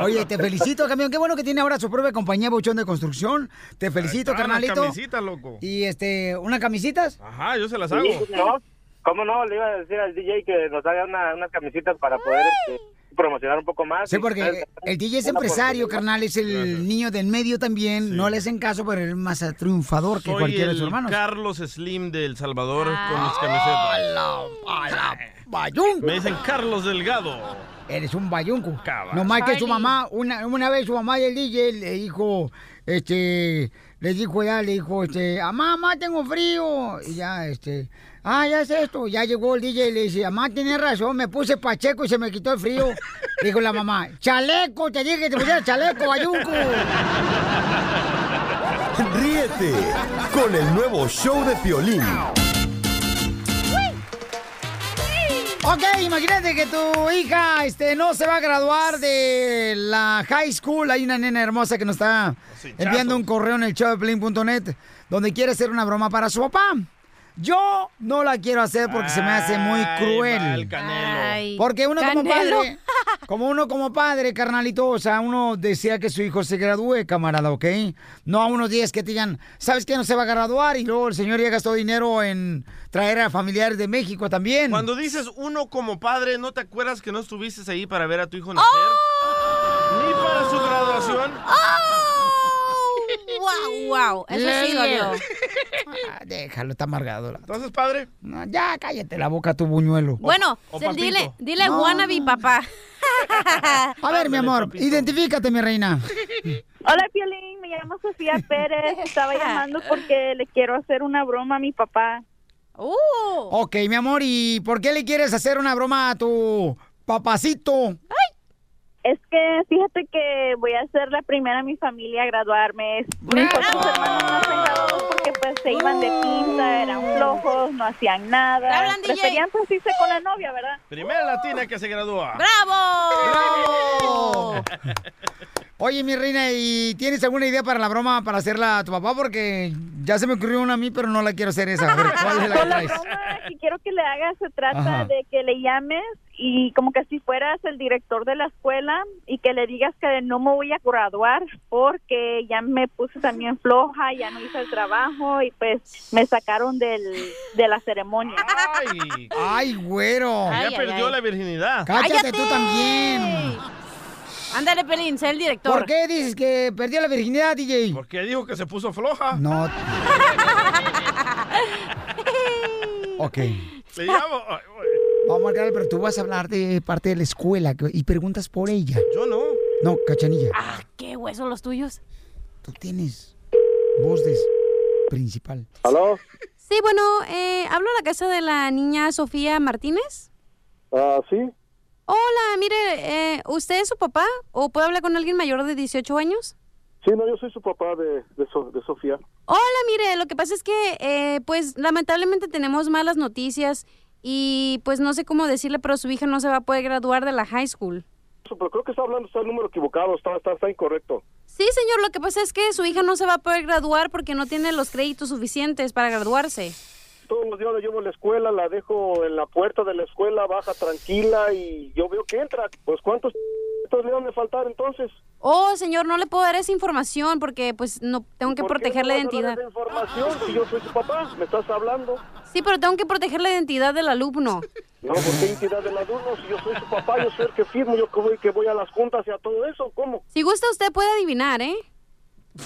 Oye, te felicito, camión. Qué bueno que tiene ahora su propia compañía Bochón de Construcción. Te felicito,
Ahí está,
carnalito.
Las camisitas, loco.
Y este, ¿unas camisitas?
Ajá, yo se las hago.
Sí, ¿no? ¿Cómo no? Le iba a decir al DJ que nos haga una- unas camisitas para poder este, promocionar un poco más.
Sí, porque el DJ es empresario, carnal, es el niño del medio también. No le hacen caso, pero él es más triunfador que
Soy
cualquiera de
el
sus hermanos.
Carlos Slim de El Salvador
Ah.
con mis camisetas. Me dicen Carlos Delgado.
Eres un bayunco. No más que su mamá, una, una vez su mamá y el DJ le dijo, este, le dijo ya, le dijo, este, mamá, mamá, tengo frío. Y ya, este, ah, ya es esto. Ya llegó el DJ y le dice, mamá, tienes razón, me puse pacheco y se me quitó el frío. dijo la mamá, chaleco, te dije que te pusieras chaleco, bayunco.
Ríete con el nuevo show de Piolín.
Ok, imagínate que tu hija este, no se va a graduar de la high school. Hay una nena hermosa que nos está enviando un correo en el showdeplane.net donde quiere hacer una broma para su papá. Yo no la quiero hacer porque se me hace muy cruel. Porque uno como
Canelo.
padre, como uno como padre, carnalito, o sea, uno desea que su hijo se gradúe, camarada, ¿ok? No a unos días que te digan, ¿sabes que no se va a graduar? Y luego el señor ya gastó dinero en traer a familiares de México también.
Cuando dices uno como padre, ¿no te acuerdas que no estuviste ahí para ver a tu hijo nacer?
¡Oh!
Ni para su graduación.
¡Oh!
Wow, wow. Eso sí
Leña.
dolió.
Ah, Déjalo, está amargado.
Entonces, padre.
No, ya, cállate la boca, tu buñuelo.
Bueno,
O
se-
papito.
dile, dile
No.
wannabe papá.
A ver, mi amor, identifícate, mi reina.
Hola, Piolín. Me llamo Sofía Pérez. Estaba llamando porque le quiero hacer una broma a mi papá.
¡Uh!
Ok, mi amor, ¿y por qué le quieres hacer una broma a tu papacito?
Es que fíjate que voy a ser la primera en mi familia a graduarme. Mis otros hermanos no se graduaron porque pues se iban de pinta, eran flojos, no hacían nada. Preferían pues irse con la novia, ¿verdad?
Primera latina que se gradúa.
¡Bravo! Oye, mi reina, ¿y tienes alguna idea para la broma para hacerla a tu papá? Porque ya se me ocurrió una a mí, pero no la quiero hacer esa. A ver, ¿cuál es la que
Con la
traes?
broma que quiero que le hagas se trata
Ajá.
de que le llames y como que si fueras el director de la escuela y que le digas que no me voy a graduar porque ya me puse también floja, ya no hice el trabajo y pues me sacaron del, de la ceremonia.
¡Ay, güero!
Ya
Ay, ay,
perdió
ay.
la virginidad.
¡Cállate tú también!
Ándale, Pelín, sé el director.
¿Por qué dices que perdió la virginidad, DJ?
Porque dijo que se puso floja.
No. Ok.
Le llamo. Ay,
Vamos a marcarle, pero tú vas a hablar de parte de la escuela que- y preguntas por ella.
Yo no.
No, cachanilla.
¿Qué huesos los tuyos?
Tú tienes voz de principal.
¿Aló?
Sí, bueno, eh, hablo a la casa de la niña Sofía Martínez.
Ah, ¿Sí?
Hola, mire, eh, ¿usted es su papá o puedo hablar con alguien mayor de 18 años?
Sí, no, yo soy su papá de, de, So- de Sofía.
Hola, mire, lo que pasa es que, eh, pues, lamentablemente tenemos malas noticias y, pues, no sé cómo decirle, pero su hija no se va a poder graduar de la high school.
Pero creo que está hablando, está el número equivocado, está, está, está incorrecto.
Sí, señor, lo que pasa es que su hija no se va a poder graduar porque no tiene los créditos suficientes para graduarse.
Todos los días la llevo a la escuela, la dejo en la puerta de la escuela, baja tranquila y yo veo que entra. Pues ¿cuántos le van a faltar entonces?
Oh, señor, no le puedo dar esa información porque, pues, no tengo que
¿Por qué
proteger la
no me vas a
identidad.
dar esa información si yo soy su papá, me estás hablando.
Sí, pero tengo que proteger la identidad del alumno.
No, ¿por qué identidad del alumno? Si yo soy su papá, yo soy el que firmo, yo que voy, que voy a las juntas y a todo eso, ¿cómo?
Si gusta, usted puede adivinar, ¿eh?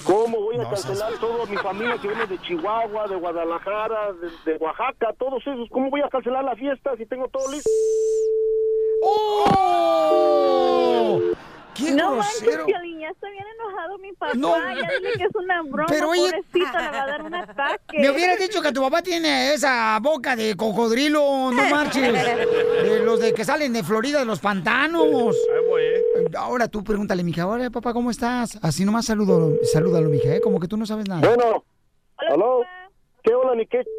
¿Cómo voy a
No seas-
cancelar toda mi familia que viene de Chihuahua, de Guadalajara, de, de Oaxaca, todos esos? ¿Cómo voy a cancelar la fiesta si tengo todo listo?
¡Oh! ¡Qué
no manches,
grosero!
Piolín, ya está bien enojado mi papá.
No.
Ya dile que es una broma,
Pero oye-
pobrecita, le va a dar un ataque.
Me hubieras dicho que tu papá tiene esa boca de cocodrilo, no marches. De los de que salen de Florida, de los pantanos. Ahora tú pregúntale, mija, ahora papá, ¿cómo estás? Así nomás saludo, salúdalo, mija, ¿eh? como que tú no sabes nada.
Bueno, ¿aló? ¿Qué hola ni qué? ¿Qué-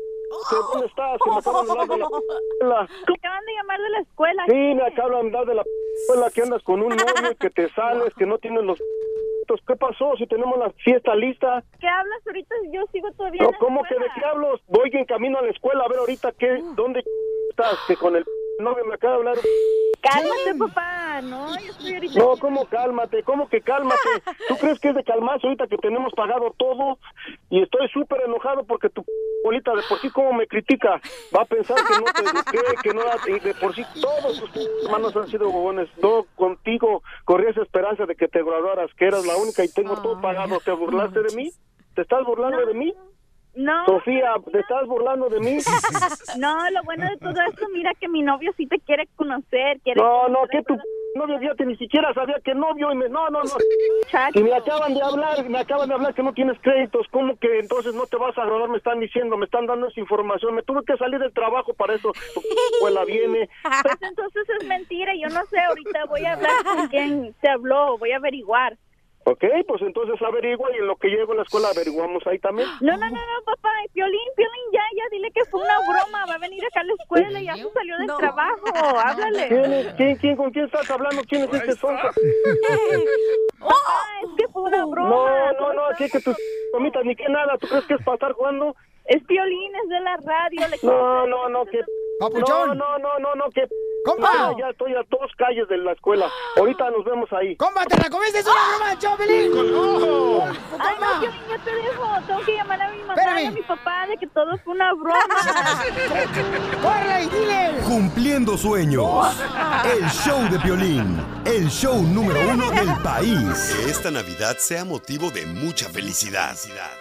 ¿Dónde estás? Que me acaban de hablar de la escuela.
acaban de llamar de la escuela.
Sí, me acaban de hablar de la escuela que andas con un novio y que te sales, que no tienes los... ¿Qué pasó? Si tenemos la fiesta lista.
¿Qué hablas ahorita? Yo sigo todavía
No,
en la
¿cómo que de qué hablas? Voy en camino a la escuela a ver ahorita qué,
Uh.
dónde estás, que con el novio me acaba de hablar.
Cálmate, papá. No, yo estoy ahorita.
No, ¿cómo cálmate? ¿Cómo que cálmate? ¿Tú crees que es de calmarse ahorita que tenemos pagado todo? Y estoy súper enojado porque tu bolita de por sí cómo me critica. Va a pensar que no te eduqué, que no... Y de por sí todos tus hermanos han sido bobones. No, contigo corrí esa esperanza de que te graduaras, que eras la única y tengo todo pagado. ¿Te burlaste de mí? ¿Te estás burlando de mí?
No.
Sofía, ¿te estás burlando de mí?
No, lo bueno de todo esto, mira que mi novio sí te quiere conocer. Quiere
No, no, que tu novio fíjate, ni siquiera sabía que novio y me... No, no, no.
Chacho.
Y me acaban de hablar, me acaban de hablar que no tienes créditos. ¿Cómo que entonces no te vas a graduar? Me están diciendo, me están dando esa información. Me tuve que salir del trabajo para eso. Tu escuela viene.
Pues entonces es mentira. Yo no sé. Ahorita voy a hablar con quien te habló. Voy a averiguar.
Ok, pues entonces averigua y en lo que llego a la escuela averiguamos ahí también.
No, no, no, no, papá. Piolín, Piolín, ya, ya. Dile que fue una broma. Va a venir acá a la escuela. Ya se salió del trabajo. Háblale.
¿Quién es? ¿Quién, quién, ¿Con quién estás hablando? ¿Quién es este sonso?
Papá, Oh, es que fue una broma.
No, no, no, así que tus comitas ni que nada. ¿Tú crees que es para estar jugando?
Es Piolín, es de la radio. Le
No, no, no, que...
Papuchón.
No, no, no, no, no, que...
Compa.
Ya, ya estoy a dos calles de la escuela. Ahorita nos vemos ahí.
¡Compa, te la comiste! ¡Es una broma de Chopelín!
Ay, no, Piolín, yo te dejo. Tengo que llamar a mi mamá y a mi papá de que todo fue una broma.
¡Corre y dile!
Cumpliendo sueños. El show de violín. El show número uno del país. Que esta Navidad sea motivo de mucha felicidad.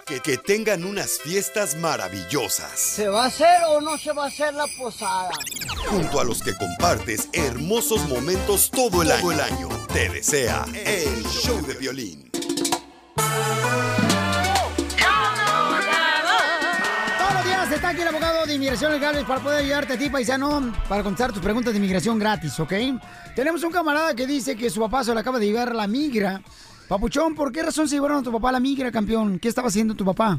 Que, que tengan unas fiestas maravillosas.
¿Se va a hacer o no se va a hacer la posada?
Junto a los que compartes hermosos momentos todo el año. Todo el año. Te desea el show de violín.
Todos los días está aquí el abogado de inmigración legales para poder ayudarte a ti, paisano, para contestar tus preguntas de inmigración gratis, ¿ok? Tenemos un camarada que dice que su papá se le acaba de llevar la migra. Papuchón, ¿por qué razón se llevaron a tu papá a la migra, campeón? ¿Qué estaba haciendo tu papá?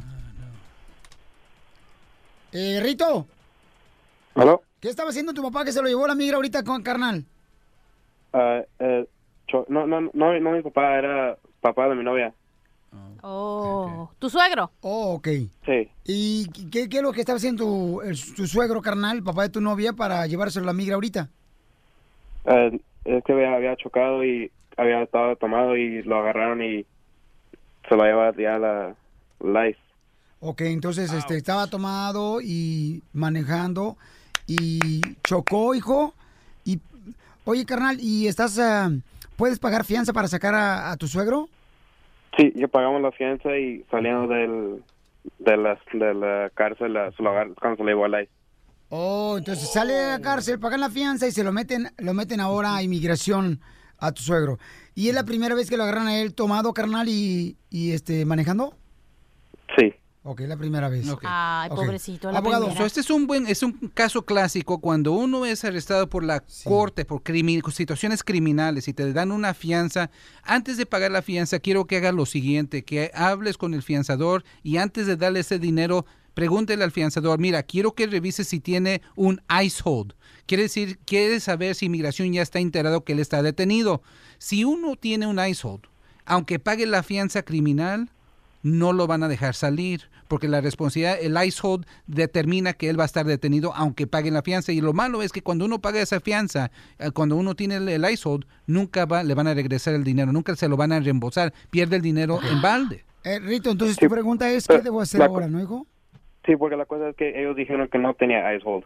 Eh, Rito.
¿Aló?
¿Qué estaba haciendo tu papá que se lo llevó la migra ahorita con carnal?
Ah, eh, cho- no, no, no, no, mi papá era papá de mi novia.
Oh, ¿tu suegro?
Oh, ok.
Sí.
¿Y qué, qué es lo que estaba haciendo tu, el- tu suegro, carnal, papá de tu novia, para llevárselo a la migra ahorita?
Ah, es que había, había chocado y había estado tomado y lo agarraron y se lo lleva ya a la life.
Ok, entonces este, estaba tomado y manejando y chocó, hijo. Y, oye, carnal, ¿y estás, ah, puedes pagar fianza para sacar a, a tu suegro?
Sí, yo pagamos la fianza y saliendo del, de, la, de la cárcel la- se lo agar- cuando se lo llevó a life.
Oh, entonces sale de la cárcel, pagan la fianza y se lo meten, lo meten ahora a inmigración a tu suegro. ¿Y es la primera vez que lo agarran a él tomado, carnal, y, y este, manejando?
Sí.
Ok, la primera vez.
Ay,
Ok.
pobrecito. La
Abogado,
primera.
So, este es un buen, es un caso clásico cuando uno es arrestado por la corte por crimi- situaciones criminales y te dan una fianza. Antes de pagar la fianza, quiero que hagas lo siguiente: que hables con el fianzador y antes de darle ese dinero, pregúntele al fianzador, mira, quiero que revise si tiene un ice hold. Quiere decir, quiere saber si inmigración ya está enterado que él está detenido. Si uno tiene un ice hold, aunque pague la fianza criminal, no lo van a dejar salir, porque la responsabilidad, el ICE hold determina que él va a estar detenido aunque paguen la fianza. Y lo malo es que cuando uno paga esa fianza, eh, cuando uno tiene el, el ICE hold, nunca va, le van a regresar el dinero, nunca se lo van a reembolsar, pierde el dinero en balde.
Eh, Rito, entonces tu pregunta es, ¿qué debo hacer
la-
ahora, no, hijo?
Sí, porque la cosa es que ellos dijeron que no tenía ice hold.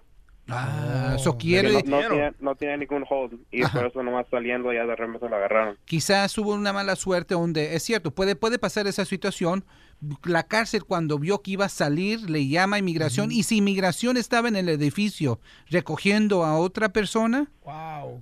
Ah, Eso
Que
quiere,
no, no, tenía, no tenía ningún hold y por eso nomás saliendo ya de repente se lo agarraron.
quizás hubo una mala suerte donde es cierto, puede, puede pasar esa situación. La cárcel cuando vio que iba a salir le llama a inmigración y si inmigración estaba en el edificio recogiendo a otra persona,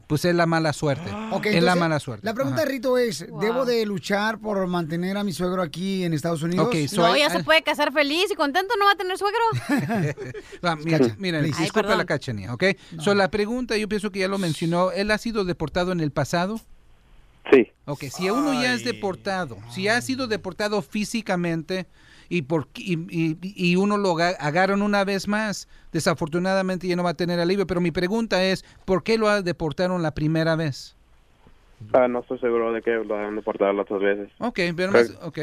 pues es la mala suerte.
Ok,
es la
entonces,
mala suerte.
La pregunta de Rito es, ¿debo de luchar por mantener a mi suegro aquí en Estados Unidos?
Ok, so
No,
hay-
ya se
hay-
puede casar feliz y contento, no va a tener suegro.
Ah, mira,
Cacha,
mira,
please. Ay,
disculpa
perdón.
la cachanía, ¿ok? So, la pregunta, yo pienso que ya lo mencionó, ¿él ha sido deportado en el pasado?
Sí.
Ok, si uno ya es deportado, si ha sido deportado físicamente y, por, y, y- y uno lo aga- agarran una vez más, desafortunadamente ya no va a tener alivio, pero mi pregunta es, ¿por qué lo ha- deportaron la primera vez?
Ah, no estoy seguro de que lo han deportado las otras veces.
Ok, pero
Creo-
más- ok.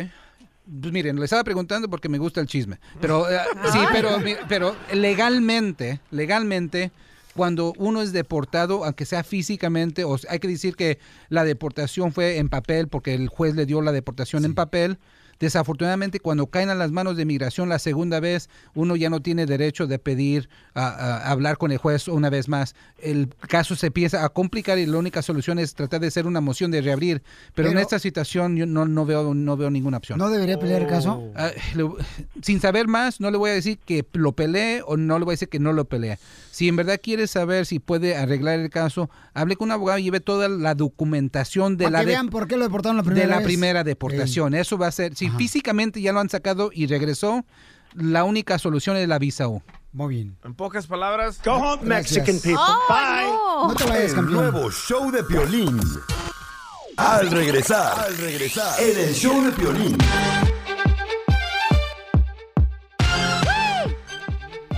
Pues miren, le estaba preguntando porque me gusta el chisme. Pero eh, sí, pero, mi- pero legalmente, legalmente, cuando uno es deportado, aunque sea físicamente, o sea, hay que decir que la deportación fue en papel porque el juez le dio la deportación en papel. Desafortunadamente, cuando caen a las manos de migración la segunda vez, uno ya no tiene derecho de pedir a, a- a hablar con el juez una vez más. El caso se empieza a complicar y la única solución es tratar de hacer una moción de reabrir. Pero, en
Pero-
esta situación yo no, no veo, no veo ninguna opción.
¿No debería pelear el caso?
Ah, le- sin saber más, no le voy a decir que lo pelee o no le voy a decir que no lo pelee. Si en verdad quiere saber si puede arreglar el caso, hable con un abogado y lleve toda la documentación de
Para
la
que
de-
vean por qué lo deportaron la primera
de la
vez. Eh.
primera deportación. Eso va a ser, si físicamente ya lo han sacado y regresó, la única solución es la visa U.
Muy bien.
En pocas palabras.
Go home, Gracias. Mexican people.
Oh, Bye.
El nuevo show de Piolín. Al regresar, al regresar, en el show de Piolín.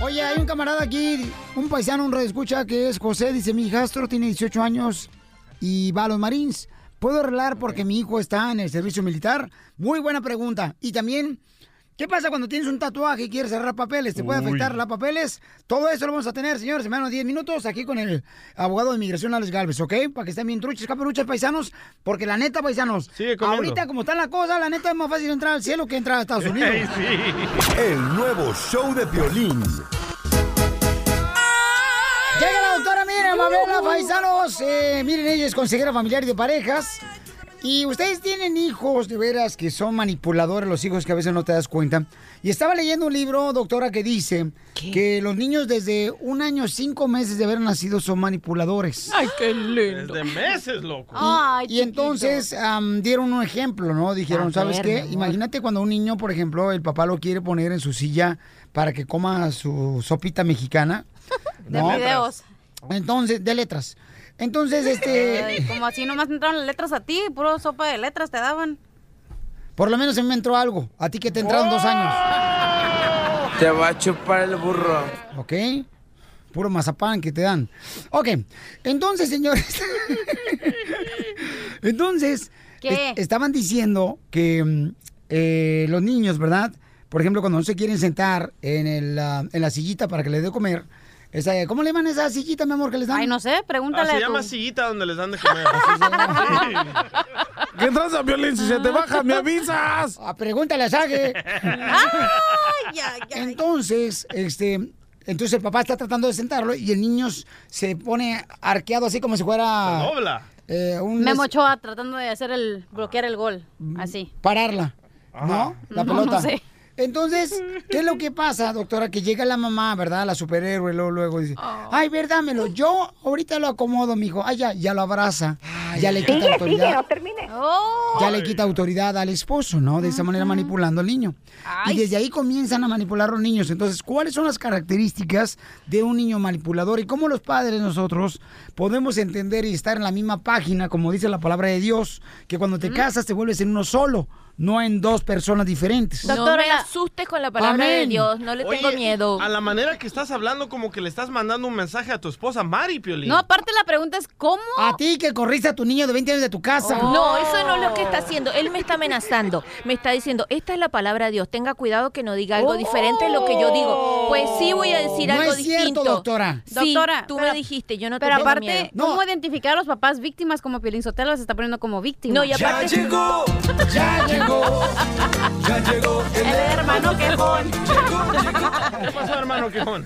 Oye, hay un camarada aquí, un paisano, un escucha que es José. Dice, mi hijastro tiene 18 años y va a los Marines. ¿Puedo arreglar porque mi hijo está en el servicio militar? Muy buena pregunta. Y también, ¿qué pasa cuando tienes un tatuaje y quieres cerrar papeles? ¿Te puede
Uy.
afectar la papeles? Todo eso lo vamos a tener, señores, en menos de 10 minutos aquí con el abogado de inmigración, Alex Galvez, ¿ok? Para que estén bien truchas, caperuchas, paisanos, porque la neta, paisanos,
comiendo.
ahorita como están las cosas, la neta es más fácil entrar al cielo que entrar a Estados Unidos.
El nuevo show de Piolín.
Llega la doctora, miren, Mabela, paisanos. Eh, miren, ella es consejera familiar y de parejas. Y ustedes tienen hijos, de veras, que son manipuladores los hijos que a veces no te das cuenta. Y estaba leyendo un libro, doctora, que dice que los niños desde un año, cinco meses de haber nacido son manipuladores.
Ay, qué lindo. Desde meses, loco.
Y- y entonces am, dieron un ejemplo, ¿no? Dijeron,
A
¿sabes
ver, mi
qué?
amor.
Imagínate cuando un niño, por ejemplo, el papá lo quiere poner en su silla para que coma su sopita mexicana.
De
¿no?
videos.
Entonces, de letras. Entonces, este...
Ay, como así nomás te entraron las letras a ti, puro sopa de letras te daban.
Por lo menos a mí me entró algo. A ti que te entraron dos años.
Te va a chupar el burro.
¿Ok? Puro mazapán que te dan. Ok. Entonces, señores. entonces.
¿Qué?
es- estaban diciendo que mm, eh, los niños, ¿verdad? Por ejemplo, cuando no se quieren sentar en, el, ah, en la sillita para que les dé comer. esa- ¿Cómo le llaman a esa sillita, mi amor, que les dan? Ay, no
sé,
Ah, se llama sillita donde les dan de comer. ¿Qué tranza, Violín? Si se te baja, me avisas.
Ah, pregúntale a Sage. Entonces, este. Entonces el papá está tratando de sentarlo y el niño se pone arqueado así como si fuera.
Pues
Se dobla.
eh, Ah, un Mm,
Memo Ochoa tratando de hacer el bloquear el gol. Así.
pararla, ¿no? La
No,
pelota.
no sé.
Entonces, ¿qué es lo que pasa, doctora? Que llega la mamá, ¿verdad? La superhéroe, luego, luego dice,
Oh.
ay, ver, dámelo, yo ahorita lo acomodo, mijo. Ay, ya, ya lo abraza, ya le
Sigue,
quita autoridad.
sigue, no termine.
Oh.
Ya le quita autoridad al esposo, ¿no? De esa manera manipulando al niño. Y desde ahí comienzan a manipular a los niños. Entonces, ¿cuáles son las características de un niño manipulador y cómo los padres nosotros podemos entender y estar en la misma página, como dice la palabra de Dios, que cuando te casas te vuelves en uno solo, no en dos personas diferentes?
no me asustes con la palabra de
Amén.
Dios, no le tengo
Oye,
miedo.
A la manera que estás hablando, como que le estás mandando un mensaje a tu esposa Mari, Piolín.
No, aparte la pregunta es ¿cómo?
A ti que corriste a tu niño de 20 años de tu casa.
Oh. No, eso no es lo que está haciendo. Él me está amenazando. Me está diciendo, esta es la palabra de Dios. Tenga cuidado que no diga algo diferente a lo que yo digo. Pues sí voy a decir
No
algo
es cierto,
distinto.
doctora.
Sí,
Doctora,
tú
pero-
me dijiste, yo no te
Pero
tengo
aparte,
miedo.
¿cómo identificar a los papás víctimas como Piolín Sotelo se está poniendo como víctima?
No, y aparte- Ya llegó,
ya llegó, ya llegó el hermano quejón.
¿Qué pasó, hermano Quejón?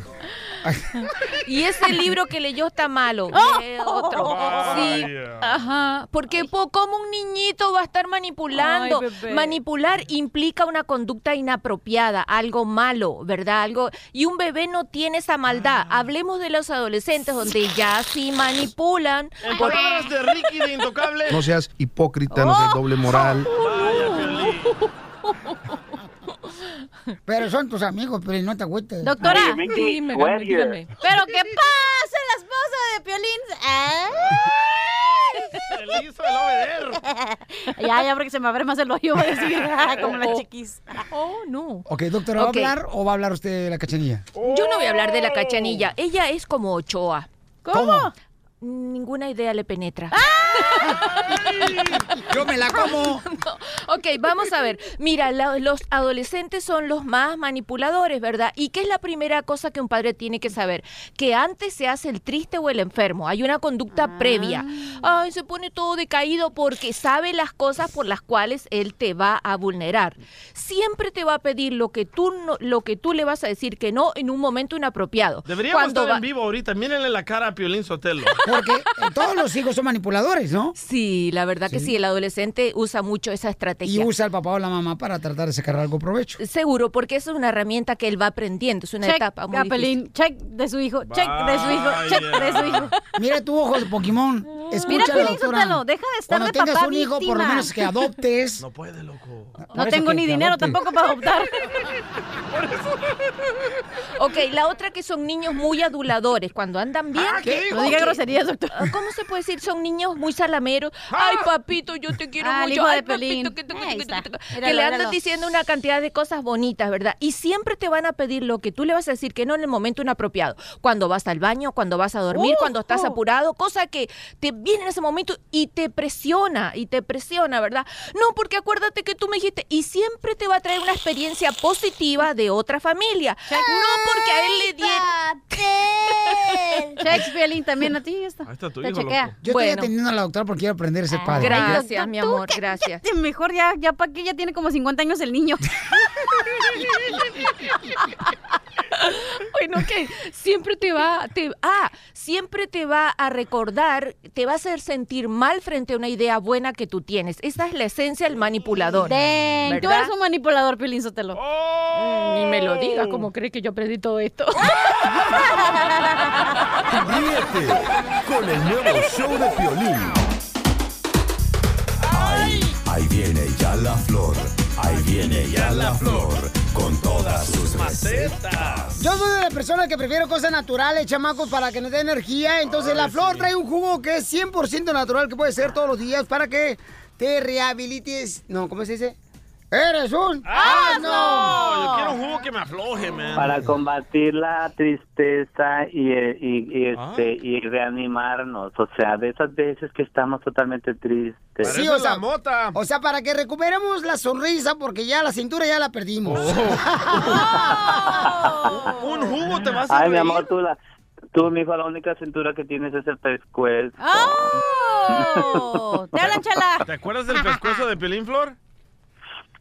Y ese libro que leyó está malo.
Oh.
Eh, otro. Sí.
Vaya.
Ajá. Porque po- ¿cómo un niñito va a estar manipulando?
Ay, bebé.
Manipular implica una conducta inapropiada, algo malo, ¿verdad? Algo y un bebé no tiene esa maldad.
Ah.
Hablemos de los adolescentes donde ya sí manipulan.
En palabras de Ricky de Intocable.
No seas hipócrita, no seas doble moral.
Pero son tus amigos, pero no te agüites.
Doctora, Pero ¿qué pasa la esposa de Piolín? ¿eh? ¡Ay!
Se le hizo el obeder.
Ya, ya, porque se me abre más el hoyo, voy a decir, ah, como la chiquis.
Oh, no.
Ok, doctora, ¿va
Ok.
a hablar o va a hablar usted de la cachanilla?
Yo no voy a hablar de la cachanilla. Ella es como Ochoa.
¿Cómo?
Ninguna idea le penetra.
Yo me la como.
Ok, vamos a ver. Mira, la- los adolescentes son los más manipuladores, ¿verdad? ¿Y qué es la primera cosa que un padre tiene que saber? Que antes se hace el triste o el enfermo. Hay una conducta previa. Ay, se pone todo decaído porque sabe las cosas por las cuales él te va a vulnerar. Siempre te va a pedir lo que tú no- lo que tú le vas a decir que no en un momento inapropiado.
Deberíamos
Cuando
estar
va-
en vivo ahorita. Mírenle la cara a Piolín Sotelo.
Porque todos los hijos son manipuladores, ¿no?
Sí, la verdad que sí, el adolescente usa mucho esa
Y
estrategia.
usa al papá o la mamá para tratar de sacar algo provecho.
Seguro, porque eso es una herramienta que él va aprendiendo, es una
Check,
etapa muy
Capelín, check de su hijo, check de su hijo, check de su hijo.
Mira tu ojo de Pokémon. Escucha,
Mira, Piolín
doctora.
Sotelo, deja de estar
Cuando
de
tengas
papá
un hijo, por lo
víctima.
menos que adoptes. No
puede, loco.
No tengo ni dinero tampoco para adoptar.
difícil. Ok, la otra que son niños muy aduladores, cuando andan bien.
Ah, ¿qué dijo? No diga
Ok. Ah,
groserías, doctor.
¿Cómo se puede decir? Son niños muy salameros. Ay, papito, yo te quiero
Ah, el
mucho.
hijo
Ay,
de Pelín.
papito, que, te-
Ahí
que-
está.
que- que- que
Míralo,
le andas
míralo.
diciendo una cantidad de cosas bonitas, ¿verdad? Y siempre te van a pedir lo que tú le vas a decir que no en el momento inapropiado. Cuando vas al baño, cuando vas a dormir,
Uh,
cuando estás
oh.
apurado, cosa que te viene en ese momento y te presiona, y te presiona, ¿verdad? No, porque acuérdate que tú me dijiste, y siempre te va a traer una experiencia positiva de otra familia. No porque a él le dieron.
Check, Piolín, también a ti. ya Está. Te chequea. Ah.
Yo estoy atendiendo a la doctora porque quiero aprender a ser padre.
Gracias, mi amor, gracias.
Mejor ya, ya para que ya tiene como 50 años el niño.
Bueno, que siempre te va, te, ah, siempre te va a recordar, te va a hacer sentir mal frente a una idea buena que tú tienes. Esa es la esencia del manipulador.
Dang, tú eres un manipulador, Piolín Sotelo.
Ni me lo digas, ¿cómo crees que yo aprendí todo esto?
Ríete con el nuevo show de Piolín.
Ahí viene ya la flor, ahí viene ya la flor, con todas sus macetas.
Yo soy de las personas que prefiero cosas naturales, chamacos, para que nos dé energía. Entonces, la flor trae un jugo que es 100% natural, que puede ser todos los días para que te rehabilites. No, ¿cómo se dice? ¡Eres un
¡Ah,
asno!
no! Yo quiero un jugo que me afloje, man.
Para combatir la tristeza y, eh, y, y, este,
Ah.
y reanimarnos, o sea, de esas veces que estamos totalmente tristes.
Sí, o sea, o sea, para que recuperemos la sonrisa porque ya la cintura ya la perdimos.
Oh. Un jugo te vas a
Ay, mi amor, tú, la, tú, mijo, la única cintura que tienes es el pescuezo.
¡Oh! ¡Te hablan, chala!
¿Te acuerdas del pescuezo de Pelín Flor?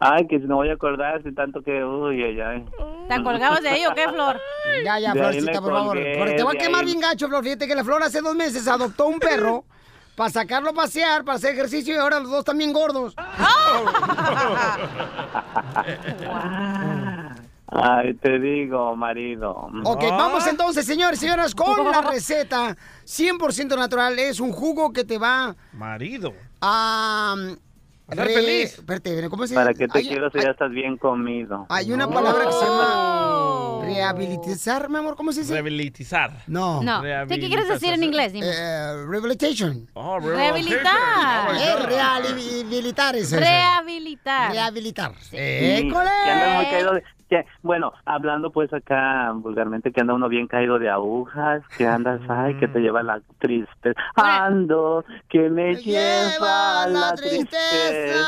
Ay, que no voy a acordar, si tanto que, uy, ay, ay.
¿Te colgabas de ahí o qué, Flor?
Ya, ya,
De ahí
Florcita,
me
por favor.
colgué,
Porque te voy a
de
quemar
ahí.
bien gacho, Flor. Fíjate que la Flor hace dos meses adoptó un perro para sacarlo a pasear, para hacer ejercicio y ahora los dos también gordos.
Ah. Ay, te digo, marido.
Ok, vamos entonces, señores y señoras, con la receta 100% natural. Es un jugo que te va
Marido.
a... um,
Hacer
re-
feliz.
Espérate, ¿cómo se
Para que te
Hay-
quiero si ya estás bien comido.
Hay una palabra que se
Oh.
llama rehabilitizar, mi amor, ¿cómo se dice?
Rehabilitizar.
No.
No. ¿Sí, ¿Qué quieres decir en inglés? Dime.
Eh, rehabilitation.
Oh,
Rehabilitar.
Eh, rehabilitar es eso.
Rehabilitar.
Rehabilitar.
Sí, que anda muy caído de- que- bueno, hablando pues acá vulgarmente que anda uno bien caído de agujas, que andas, ay,
Mm.
que te lleva la tristeza. Ando, que me lleva la tristeza.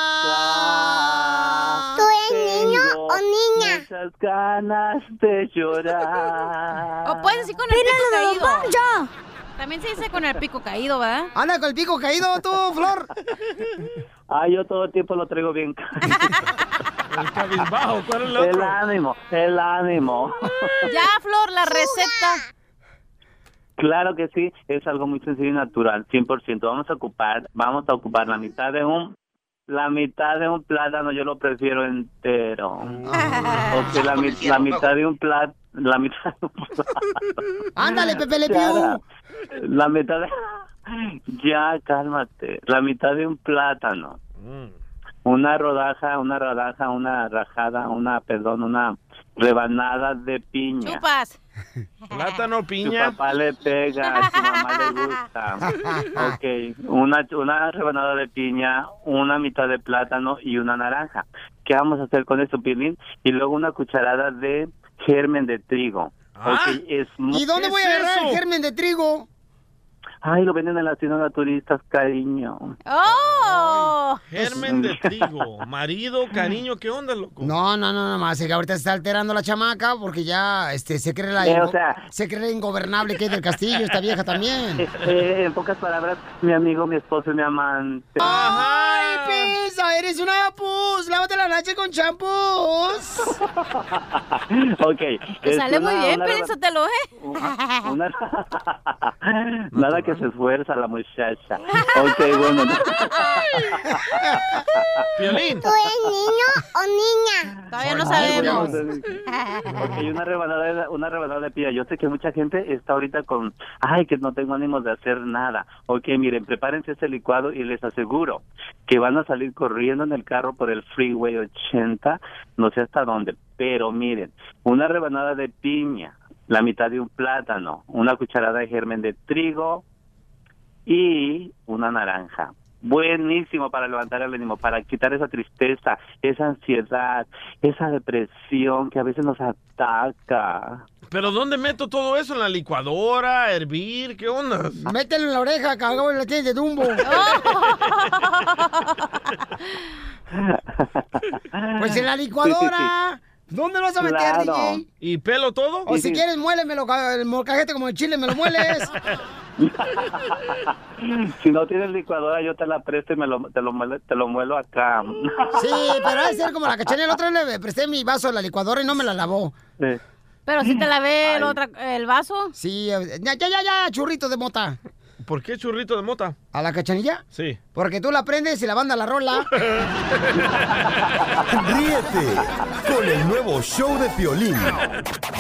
¿Tú eres niño o niña?
Muchas ganas de llorar.
O puedes decir con el pico caído. También se dice con el pico caído, ¿verdad?
Anda con el pico caído tú, Flor.
Ay, Ah, yo todo el tiempo lo traigo bien caído. El
cabizbajo, ¿cuál es el
El ánimo, el ánimo.
Ya, Flor, la receta.
Claro que sí, es algo muy sencillo y natural, 100%. Vamos a ocupar, vamos a ocupar la mitad de un la mitad de un plátano yo lo prefiero entero. Porque la, mi- la mitad de un plátano la mitad de un plátano.
Ándale, Pepe Le
Clara,
Pew.
La mitad de Ya, cálmate. La mitad de un plátano.
Mm.
Una rodaja, una rodaja, una rajada, una, perdón, una rebanada de piña.
Chupas.
Plátano,
Tu
piña.
papá le pega, a tu mamá le gusta. Ok, una, una rebanada de piña, una mitad de plátano y una naranja. ¿Qué vamos a hacer con esto, Pilín? Y luego una cucharada de germen de trigo. Ok, es muy-
Ah. ¿Y dónde voy a agarrar el germen de trigo?
Ay, lo venden en las tiendas naturistas, cariño.
¡Oh!
Germen de trigo. Marido, cariño, ¿qué onda, loco?
No, no, no, no más. Es que ahorita se está alterando la chamaca porque ya este, se cree la
Eh, o
ingo-
sea-
se cree la ingobernable que es del castillo, esta vieja también.
Eh, eh, en pocas palabras, mi amigo, mi esposo y mi amante.
Ah. ¡Ay, pesa! ¡Eres una pus! ¡Lávate la noche con champús!
ok.
Te
es
sale muy
Este, una-
bien,
una
Pelín Sotelo,
¿eh?
Una...
Nada que se esfuerza la muchacha. Ok, bueno.
Violín.
¿Tú eres niño o niña?
Todavía
no sabemos. Ok, una rebanada, de, una rebanada de pilla. Yo sé que mucha gente está ahorita con, ay, que no tengo ánimos de hacer nada. Ok, miren, prepárense este licuado y les aseguro que van a salir corriendo en el carro por el Freeway 80, no sé hasta dónde. Pero miren, una rebanada de piña, la mitad de un plátano, una cucharada de germen de trigo y una naranja. Buenísimo para levantar el ánimo, para quitar esa tristeza, esa ansiedad, esa depresión que a veces nos ataca.
¿Pero dónde meto todo eso? ¿En la licuadora? ¿Hervir? ¿Qué onda?
Mételo en la oreja, cagado en la tienda de Dumbo. Pues en la licuadora. ¿Dónde lo vas a meter, DJ?
¿Y pelo todo?
O si quieres, muélemelo, ca- el molcajete como el chile, me lo mueles. Mm.
Si no tienes licuadora, yo te la presto y me lo, te, lo, muelo- te lo muelo acá.
Sí, pero debe ser como la cachanilla. La otra vez le presté mi vaso a la licuadora y no me la lavó.
Eh,
Pero si te la ve el, otra, el vaso.
Sí, eh, ya, ya, ya, ya, churrito de mota.
¿Por qué churrito de mota?
¿A la cachanilla?
Sí.
Porque tú la prendes y la banda la rola.
Ríete con el nuevo show de Piolín.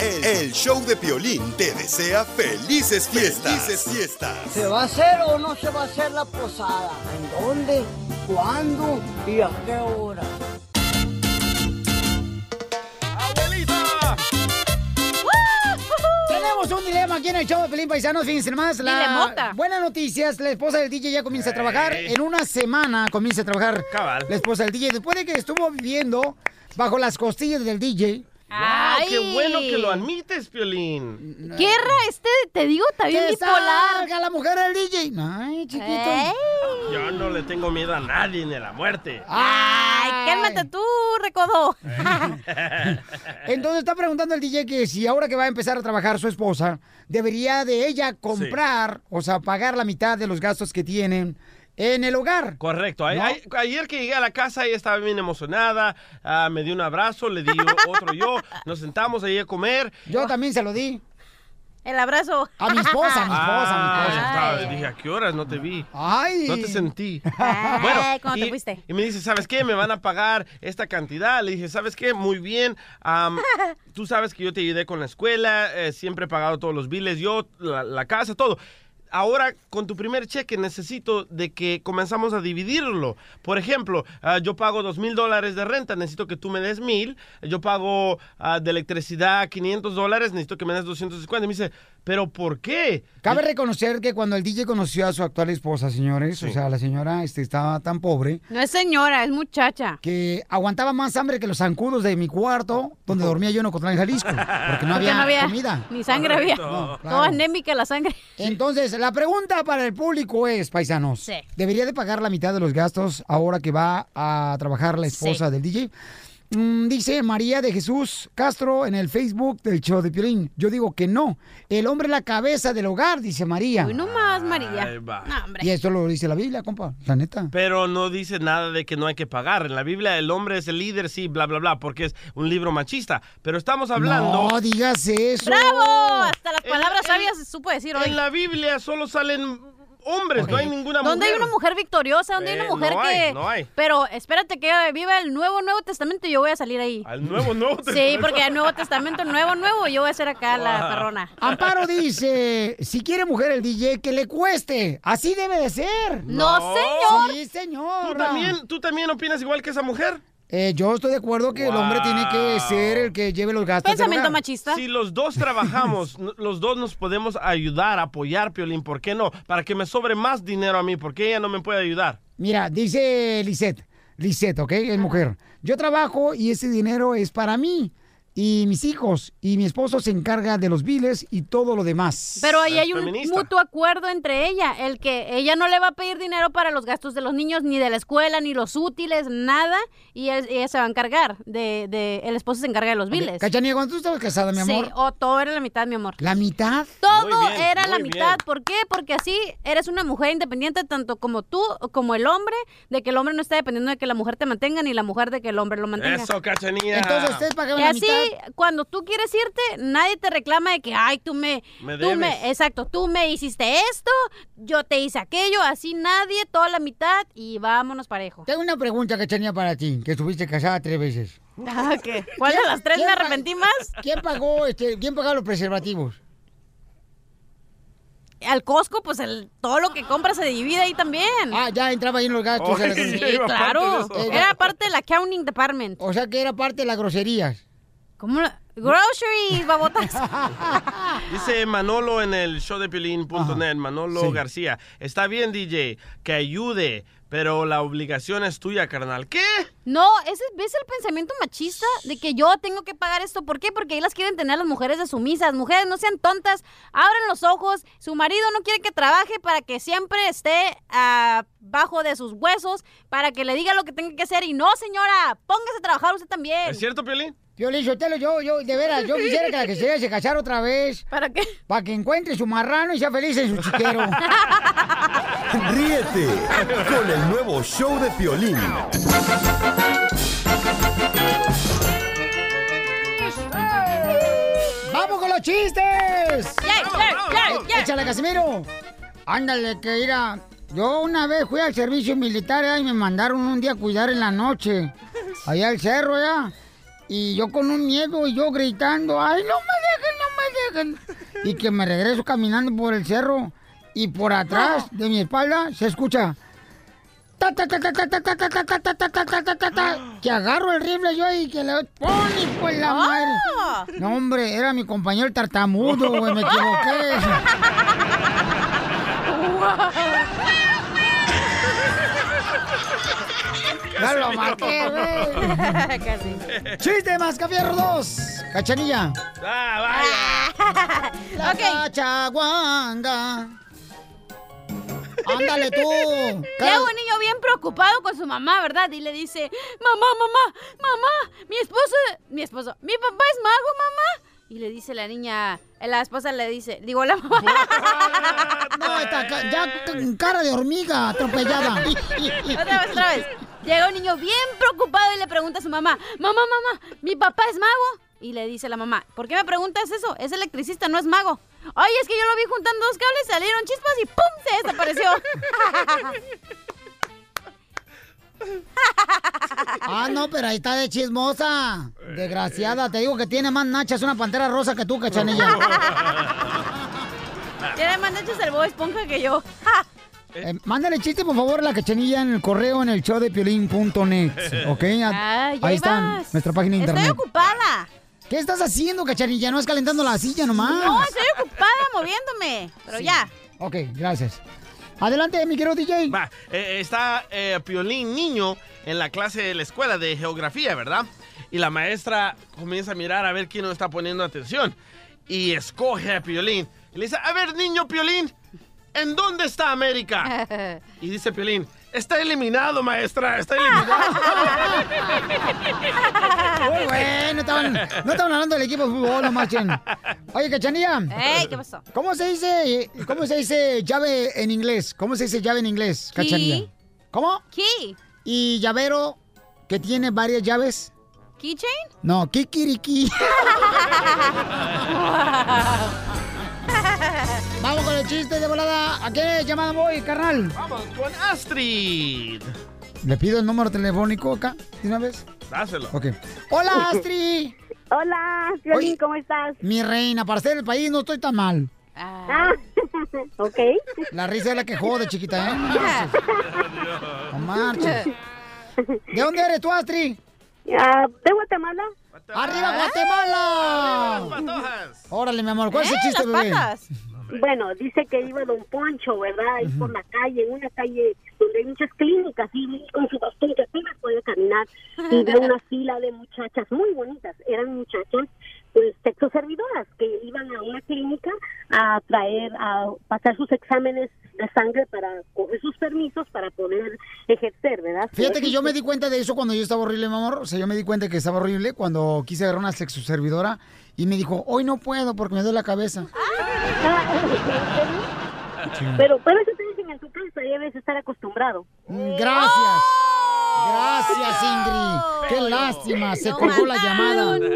El, el show de Piolín te desea felices fiestas. Felices fiestas.
¿Se va a hacer o no se va a hacer la posada? ¿En dónde? ¿Cuándo? ¿Y a qué hora?
Tenemos un dilema aquí en el show de Pelín Paisanos, fíjense más. La
Dilemota.
buena noticia es la esposa del DJ ya comienza a trabajar.
Ey.
En una semana comienza a trabajar
Cabal.
la esposa del DJ. Después de que estuvo viviendo bajo las costillas del DJ.
¡Ah,
Ay.
qué bueno que lo admites, Piolín!
Guerra, este, te digo, está bien
¡Que
bipolar.
salga la mujer del DJ! ¡Ay, chiquito!
Ey.
Yo no le tengo miedo a nadie ni a la muerte.
Ah.
Ay, cálmate tú, recodo.
Entonces está preguntando el DJ que si ahora que va a empezar a trabajar su esposa, debería de ella comprar, o sea, pagar la mitad de los gastos que tienen en el hogar.
Correcto. Ay-
¿No?
ay- ayer que llegué a la casa, ella estaba bien emocionada, ah, me dio un abrazo, le di o- otro yo, nos sentamos ahí a comer.
Yo también se lo di.
El abrazo.
A mi esposa, a mi esposa, a mi
Ah,
esposa.
estaba- dije, ¿a qué horas? No te vi.
Ay.
No te sentí.
Ay, cuando te fuiste.
Y me dice, ¿sabes qué? Me van a pagar esta cantidad. Le dije, ¿sabes qué? Muy bien. am, tú sabes que yo te ayudé con la escuela, eh, siempre he pagado todos los biles, yo, la, la casa, todo. Ahora, con tu primer cheque, necesito de que comenzamos a dividirlo. Por ejemplo, ah, yo pago dos mil dólares de renta, necesito que tú me des mil. Yo pago ah, de electricidad 500 dólares, necesito que me des 250. Y me dice, ¿pero por qué?
Cabe reconocer que cuando el DJ conoció a su actual esposa, señores, o sea, la señora este, estaba tan pobre
No es señora, es muchacha.
que aguantaba más hambre que los zancudos de mi cuarto, donde dormía yo en Ocotlán, Jalisco, porque no había, comida.
Ni sangre había.
No, claro.
Toda anémica la sangre.
Entonces, la pregunta para el público es, paisanos,
Sí.
¿debería de pagar la mitad de los gastos ahora que va a trabajar la esposa
Sí.
del DJ? Mm, dice María de Jesús Castro en el Facebook del show de Piolín. Yo digo que no. El hombre es la cabeza del hogar, dice María.
Uy, no más, María.
Ahí va.
No, hombre.
y esto lo dice la Biblia, compa, la neta.
Pero no dice nada de que no hay que pagar. En la Biblia el hombre es el líder, sí, bla, bla, bla, porque es un libro machista. Pero estamos hablando...
No digas eso.
¡Bravo! Hasta las palabras
en-
sabias se supo decir hoy.
En la Biblia solo salen hombres, no hay ninguna mujer.
¿Dónde hay una mujer victoriosa? ¿Dónde hay
Eh,
una mujer
no
que.?
hay, no hay.
Pero espérate que viva el nuevo, nuevo testamento y yo voy a salir ahí.
Al nuevo, nuevo.
Sí, porque el nuevo testamento, nuevo, nuevo, yo voy a ser acá la
Wow.
perrona.
Amparo dice, si quiere mujer el DJ, que le cueste. Así debe de ser.
No, señor.
Sí, señor.
¿Tú también, ¿Tú también opinas igual que esa mujer?
Eh, yo estoy de acuerdo que el hombre tiene que ser el que lleve los gastos. del hogar.
Si los dos trabajamos, n- los dos nos podemos ayudar, apoyar, Piolín, ¿por qué no? Para que me sobre más dinero a mí, porque ella no me puede ayudar.
Mira, dice Lisette, Lisette, ¿ok? Es mujer. Yo trabajo y ese dinero es para mí y mis hijos y mi esposo se encarga de los biles y todo lo demás.
Pero ahí hay un mutuo acuerdo entre ella, el que ella no le va a pedir dinero para los gastos de los niños, ni de la escuela, ni los útiles, nada, y él- ella se va a encargar de, de- el esposo se encarga de los biles.
Cachanilla, cuando tú estabas casada, mi amor,
Sí, o todo era la mitad, mi amor.
la mitad.
Todo
Muy bien,
era la
muy
mitad.
bien.
¿Por qué? Porque así eres una mujer independiente tanto como tú o como el hombre, de que el hombre no está dependiendo de que la mujer te mantenga ni la mujer de que el hombre lo mantenga.
Eso, cachanilla.
Entonces, ustedes pagaban
Y
la
así,
mitad.
cuando tú quieres irte, nadie te reclama de que, ay, tú me,
Me
tú
debes.
me, exacto, tú me hiciste esto, yo te hice aquello, así nadie, toda la mitad y vámonos parejo.
Tengo una pregunta, Cachanilla, para ti, que estuviste casada tres veces.
Ah, ¿qué? ¿Cuál de las tres me arrepentí más?
¿Quién pagó, este, quién pagó los preservativos?
Al Costco, pues el, todo lo que compras se divide ahí también.
Ah, ya entraba ahí en los gastos. de la- Eh,
sí, claro. Era parte del accounting department.
O sea que era parte de las groserías.
¿Cómo? la- Groceries, babotas.
Dice Manolo en el show de Piolín.net, Manolo García. Está bien, DJ, que ayude, pero la obligación es tuya, carnal. ¿Qué?
No, ese ves el pensamiento machista de que yo tengo que pagar esto. ¿Por qué? Porque ahí las quieren tener las mujeres de sumisas. Mujeres, no sean tontas, abran los ojos. Su marido no quiere que trabaje para que siempre esté ah, bajo de sus huesos, para que le diga lo que tenga que hacer. Y no, señora, póngase a trabajar usted también.
¿Es cierto, Piolín?
Yo le yo, yo, yo, de veras, yo quisiera que la que se casara otra vez.
¿Para qué?
Para que encuentre su marrano y sea feliz en su chiquero.
Ríete con el nuevo show de Piolín.
¡Vamos chistes!
Yeah, yeah, yeah, yeah.
¡Échale, Casimiro! Ándale, que irá. Yo una vez fui al servicio militar ¿eh? y me mandaron un día a cuidar en la noche. Allá al cerro, ya. Y yo con un miedo y yo gritando, ¡ay, no me dejen, no me dejen! Y que me regreso caminando por el cerro y por atrás de mi espalda se escucha... Ta, ta, ta, ta, ta, ta, ta, ta, ta, ta, ta, ta, ta, ta, ta, ta, que agarro el rifle yo y que le doy, ¡poli, pues la madre! No, hombre, era mi compañero el tartamudo, güey, me equivoqué. No lo maté, güey. ¡Chiste, Mascafierro 2! ¡Cachanilla!
Ah,
La cachaguanga. Ándale tú.
Llega un niño bien preocupado con su mamá, ¿verdad? Y le dice, mamá, mamá, mamá, mi esposo, mi esposo, mi papá es mago, mamá. Y le dice la niña, la esposa le dice, digo la mamá.
No, está ca- ya con cara de hormiga atropellada.
otra vez, otra vez. Llega un niño bien preocupado y le pregunta a su mamá, mamá, mamá, ¿mi papá es mago? Y le dice la mamá, ¿por qué me preguntas eso? Es electricista, no es mago. Ay, es que yo lo vi juntando dos cables, salieron chispas y ¡pum! se desapareció.
Ah, no, pero ahí está de chismosa. Desgraciada, te digo que tiene más nachas una pantera rosa que tú, cachanilla.
Tiene más nachos el Bob Esponja que yo.
Eh, mándale chiste, por favor, la cachanilla en el correo en el show de piolín.net. ¿Ok? A-
Ay, ahí
ahí está,
vas.
nuestra página de
Estoy
internet.
ocupada.
¿Qué estás haciendo, cachanilla? No es calentando la silla nomás.
No, estoy ocupada moviéndome. Pero ya.
Ok, gracias. Adelante, mi querido DJ.
Va, eh, está eh, Piolín niño en la clase de la escuela de geografía, ¿verdad? Y la maestra comienza a mirar a ver quién no está poniendo atención. Y escoge a Piolín. Y le dice, a ver, niño Piolín, ¿en dónde está América? Y dice Piolín, está eliminado, maestra,
Ah,
está eliminado.
Muy bueno, estaban- Eh, no estaban hablando del equipo de fútbol, no marchen. Oye, cachanilla.
Ey, ¿qué pasó?
¿Cómo se dice, cómo se dice llave en inglés? ¿Cómo se dice llave en inglés,
Key.
cachanilla? ¿Cómo?
Key.
Y llavero que tiene varias llaves.
¿Keychain?
No, kikiriki. Vamos con el chiste de volada. ¿A qué llamada voy, carnal?
Vamos con Astrid.
Le pido el número telefónico acá, de una vez.
Dáselo.
Ok. Hola, Astrid.
Hola, Violín,
Oye.
¿cómo estás?
Mi reina, para ser el país no estoy tan mal.
Ah, ok.
La risa es la que jode, chiquita, ¿eh? No marches. No marches. ¿De dónde eres tú, Astrid?
de Guatemala.
¡Arriba, Guatemala! Órale, mi amor, ¿cuál es el chiste, bebé?
Eh, Bueno, dice que iba Don Poncho, ¿verdad? Ahí por la calle, en una calle donde hay muchas clínicas, y con su bastón que apenas podía caminar, y ve una fila de muchachas muy bonitas. Eran muchachas, pues, sexo servidoras, que iban a una clínica a traer, a pasar sus exámenes de sangre para coger sus permisos para poder ejercer, ¿verdad?
Fíjate que yo me di cuenta de eso cuando yo estaba horrible, mi amor. O sea, yo me di cuenta que estaba horrible cuando quise agarrar una sexoservidora y me dijo, hoy no puedo porque me duele la cabeza.
Pero, pero eso te dicen en tu casa, ya debes estar acostumbrado.
Mm, Gracias. Gracias, Ingrid. Qué lástima, se colgó la llamada.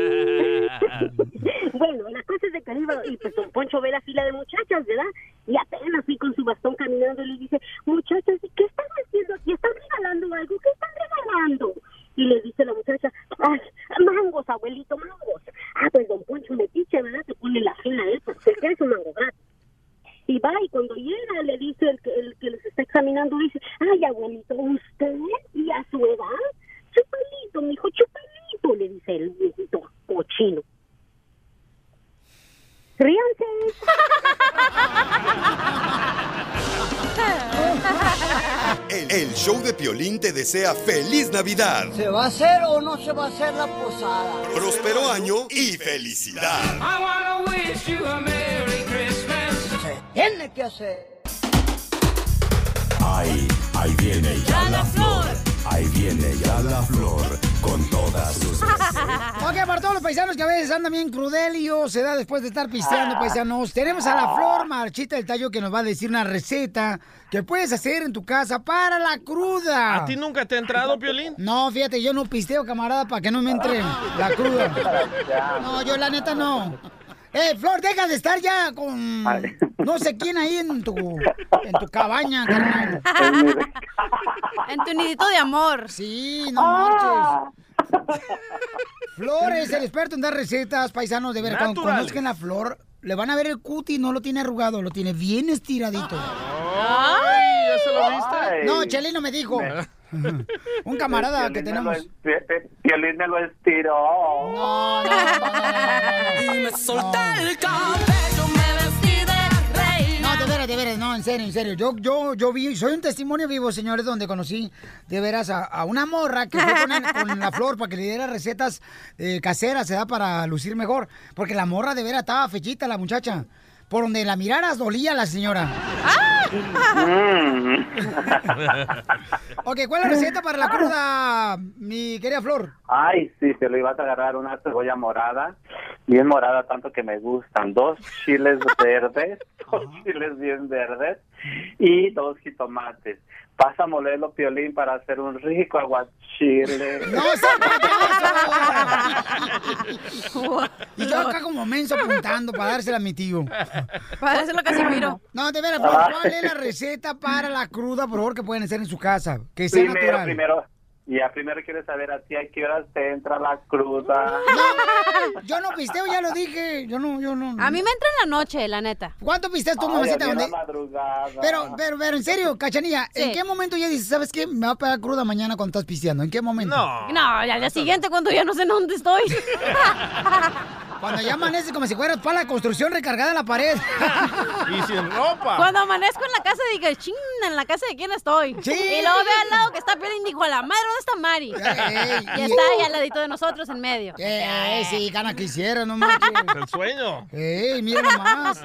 Bueno, la cosa es de que arriba, y pues don Poncho ve la fila de muchachas, ¿verdad? Y apenas fui con su bastón caminando y le dice, muchachas, ¿y ¿qué están haciendo aquí? ¿Están regalando algo? ¿Qué están regalando? Y le dice la muchacha, ay, mangos, abuelito, mangos. Ah, pues don Poncho metiche, ¿verdad? Se pone la fila esa, se queda su mango gratis. Y va, y cuando llega, le dice el que, el que los está examinando, dice, ay, abuelito, ¿usted y a su edad? Chupalito, mijo, chupalito, le dice el viejito cochino. Ríanse.
El, el show de Piolín te desea feliz Navidad,
¿Se va a hacer o no se va a hacer la posada?
próspero año y felicidad.
Se tiene que hacer.
Ahí, ahí viene ya la flor. Ahí viene ya la flor con todas sus
Ok, para todos los paisanos que a veces andan bien crudelios, se da después de estar pisteando, paisanos. Tenemos a la Flor Marchita del Tallo que nos va a decir una receta que puedes hacer en tu casa para la cruda.
¿A ti nunca te ha entrado, Piolín?
No, fíjate, yo no pisteo, camarada, para que no me entre la cruda. No, yo la neta no. Eh, Flor, deja de estar ya con
Ay.
no sé quién ahí en tu, en tu cabaña, carnal.
En tu nidito de amor.
Sí, no
Ah.
manches. Flor es el experto en dar recetas, paisanos. De ver, cuando
Naturales.
conozcan a Flor, le van a ver el cuti, no lo tiene arrugado, lo tiene bien estiradito.
Ay, ¿ya se lo viste? Ay.
No, Chelino me dijo. Un camarada que tenemos.
Violín me lo estiró.
Y me solté el
No, de veras, de veras, no, en serio, en serio. Yo, yo, yo vi, soy un testimonio vivo, señores, donde conocí de veras a, a una morra que fue con, Ana- con la flor para que le diera recetas eh, caseras, se da para lucir mejor. Porque la morra de veras estaba fechita, la muchacha. Por donde la miraras dolía la señora. Ok, ¿cuál es la receta para la cruda, mi querida Flor?
Ay, sí, se lo ibas a agarrar una cebolla morada, bien morada tanto que me gustan, dos chiles verdes, dos chiles bien verdes y dos jitomates. Vas a molerlo, Piolín, para hacer un rico aguachile.
¡No Y yo acá como menso apuntando para dársela a mi tío.
Para dárselo a Casimiro.
No, de veras, Flor, ¿cuál es la receta para la cruda, por favor, que pueden hacer en su casa? Que sea
primero,
natural.
primero, ya primero quieres saber a ti a qué horas te entra la cruda.
Yo no pisteo, ya lo dije. Yo no, yo no.
A mí me entra en la noche, la neta.
¿Cuánto pisteas tú,
Ay,
mamacita?
a mí en la
¿Dónde- Pero, pero, pero, en serio, Cachanilla, ¿en qué momento ya dices, sabes qué? Me va a pegar cruda mañana cuando estás pisteando. ¿En qué momento?
No, y al día siguiente cuando ya no sé en dónde estoy.
Cuando ya amanece como si fueras para la construcción recargada en la pared.
Y sin ropa.
Cuando amanezco en la casa digo, ching, en la casa de quién estoy.
Sí.
Y luego veo al lado que está Piolín digo, a la madre, ¿dónde está Mari?
Ey,
y
y-
está ahí al ladito de nosotros en medio.
Eh, sí, gana quisiera, no manches.
El sueño.
Ey, mira nomás.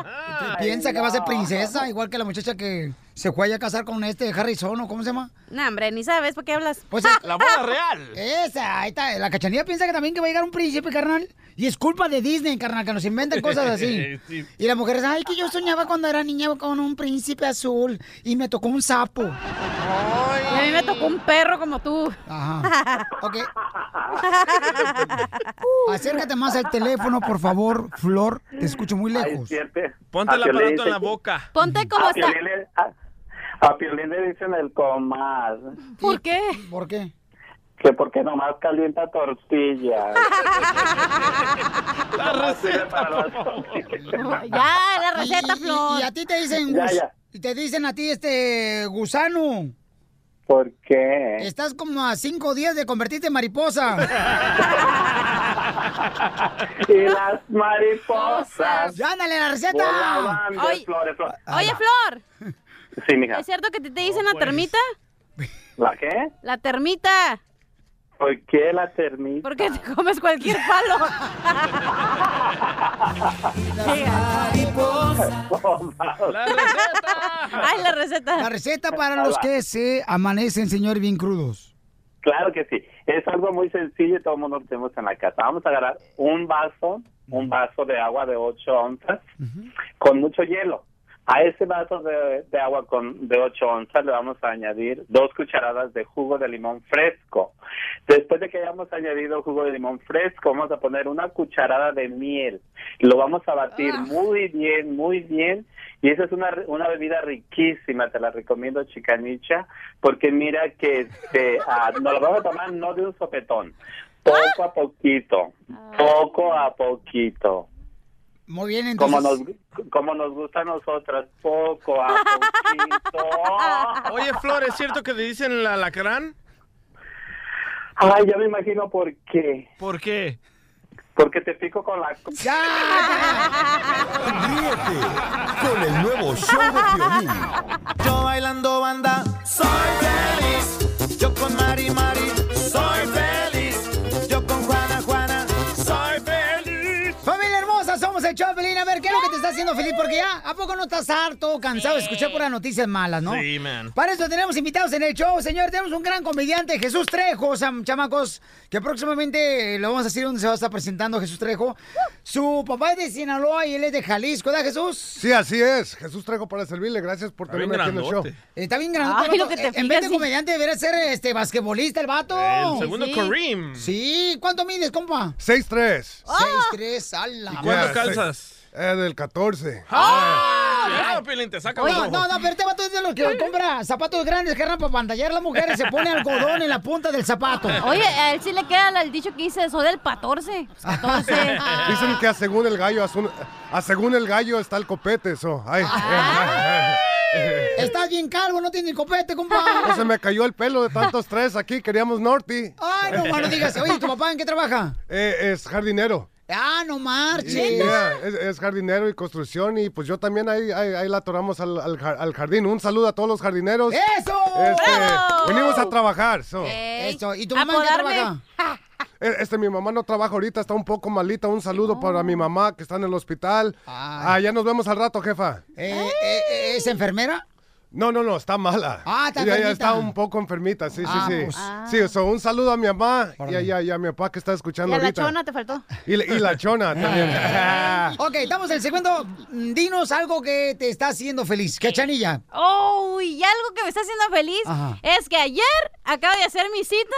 Piensa que va a ser princesa, igual que la muchacha que se fue allá a casar con este Harrison, ¿o cómo se llama?
No, hombre, ni sabes por qué hablas.
Pues Eh, La boda real. Esa, ahí está. La cachanilla piensa que también que va a llegar un príncipe, carnal. Y es culpa de Disney, carnal, que nos inventan cosas así.
Sí.
Y las mujeres, ay, que yo soñaba cuando era niña con un príncipe azul y me tocó un sapo.
Y a mí me tocó un perro como tú.
Ajá. Ok. Acércate más al teléfono, por favor, Flor. Te escucho muy lejos.
Ponte el
Ah, Piolín,
aparato en
sí.
la boca.
Ponte como
a
está.
Piolín le- a, a Piolín le dicen el comal,
¿Por qué?
¿Por qué?
que porque nomás calienta tortillas.
Ya, la
receta, Flor. Y, a ti te dicen,
Ya,
gus-
ya.
y te dicen a ti, este, gusano,
¿Por qué?
estás como a cinco días de convertirte en mariposa.
Y las mariposas.
Ya, ándale, la receta.
Volaban de
Oye,
flores, flores.
oye, Flor,
Sí, mija.
¿es cierto que te, te dicen la termita?
¿La
¿Eh?
qué?
La termita,
¿Por qué la termita?
porque te comes cualquier palo. Ay, la receta.
La receta para los que se amanecen, señor, bien crudos.
Claro que sí. Es algo muy sencillo y todo el mundo lo tenemos en la casa. Vamos a agarrar un vaso, un vaso de agua de 8 onzas con mucho hielo. A ese vaso de, de agua con, de 8 onzas le vamos a añadir dos cucharadas de jugo de limón fresco. Después de que hayamos añadido jugo de limón fresco, vamos a poner una cucharada de miel. Lo vamos a batir muy bien, muy bien. Y esa es una, re- una bebida riquísima, te la recomiendo, chicanicha, porque mira que este, ah, nos la vamos a tomar no de un sopetón, poco a poquito, poco a poquito.
Muy bien,
Como
entonces.
nos, como nos gusta a nosotras, poco a
Oye, Flor, ¿es cierto que le dicen la lacrán?
Ay, ya me imagino por qué.
¿Por qué?
Porque te pico con la...
Ríete con el nuevo show de Piolín.
Yo bailando banda soy feliz. Yo con Mari Mari soy feliz. Yo con Juana Juana soy feliz.
Familia hermosa, somos el Choplin. A ver, ¿qué es lo que te está haciendo feliz? Porque ya, ¿a poco no estás harto, cansado de escuchar puras noticias malas, no?
Sí, man.
Para eso tenemos invitados en el show, señor. Tenemos un gran comediante, Jesús Trejo, sam- chamacos, que próximamente eh, lo vamos a decir donde se va a estar presentando Jesús Trejo. Su papá es de Sinaloa y él es de Jalisco, ¿verdad, Jesús?
Sí, así es. Jesús Trejo para servirle. Gracias por
Está bien
tenerme aquí en el show.
grandote. Está bien grande.
Ay, lo que te
en
fijas,
vez de
sí.
comediante, debería ser este basquetbolista el vato.
El segundo Sí. Kareem.
Sí, ¿cuánto mides, compa? Ah,
6-3.
Seis, tres, ala.
Ya, seis- Eh, del Eh. 14.
¡Ah!
Cuidado, Pilín, te saca
Oye,
los ojos.
no, no, pero este vato es de los que compra zapatos grandes, carnal, para pantallar a las mujeres. Se pone algodón en la punta del zapato.
Oye, a él sí le queda el dicho que dice, soy del 14. Pues 14.
Dicen que a según el gallo, a, su- a según el gallo está el copete, eso. Ay.
Estás bien calvo, no tienes ni copete,
No se
compa.
me cayó el pelo de tantos tres aquí, queríamos Norty.
Ay, no, ma, no digas. Oye, ¿tu papá en qué trabaja?
Eh, es jardinero.
Ah, no marches.
Yeah, es, es jardinero y construcción y pues yo también ahí, ahí, ahí la atoramos al, al jar- al jardín. Un saludo a todos los jardineros.
¡Eso!
Este,
¡Eh! ¡Bravo! Eh.
venimos a trabajar. so.
Eso, ¿y tu mamá en qué
Apodarme.
trabaja?
Eh, Este, mi mamá no trabaja ahorita, está un poco malita. Un saludo para mi mamá que está en el hospital. Ah, ya nos vemos al rato, jefa.
¿Eh? ¿E, ¿Es enfermera?
No, no, no, está mala.
Ah, está
ya, ya
enfermita.
está un poco enfermita, sí,
Ah,
sí, sí.
pues.
Sí, o sea, un saludo a mi mamá y a, y a- y a mi papá que está escuchando
Y a la
ahorita.
chona te faltó.
Y, la- y la chona también.
Ok, estamos en el segundo. Mm, Dinos algo que te está haciendo feliz. ¿Qué, Chanilla?
Oh, y algo que me está haciendo feliz
Ajá.
es que ayer acabo de hacer mi cita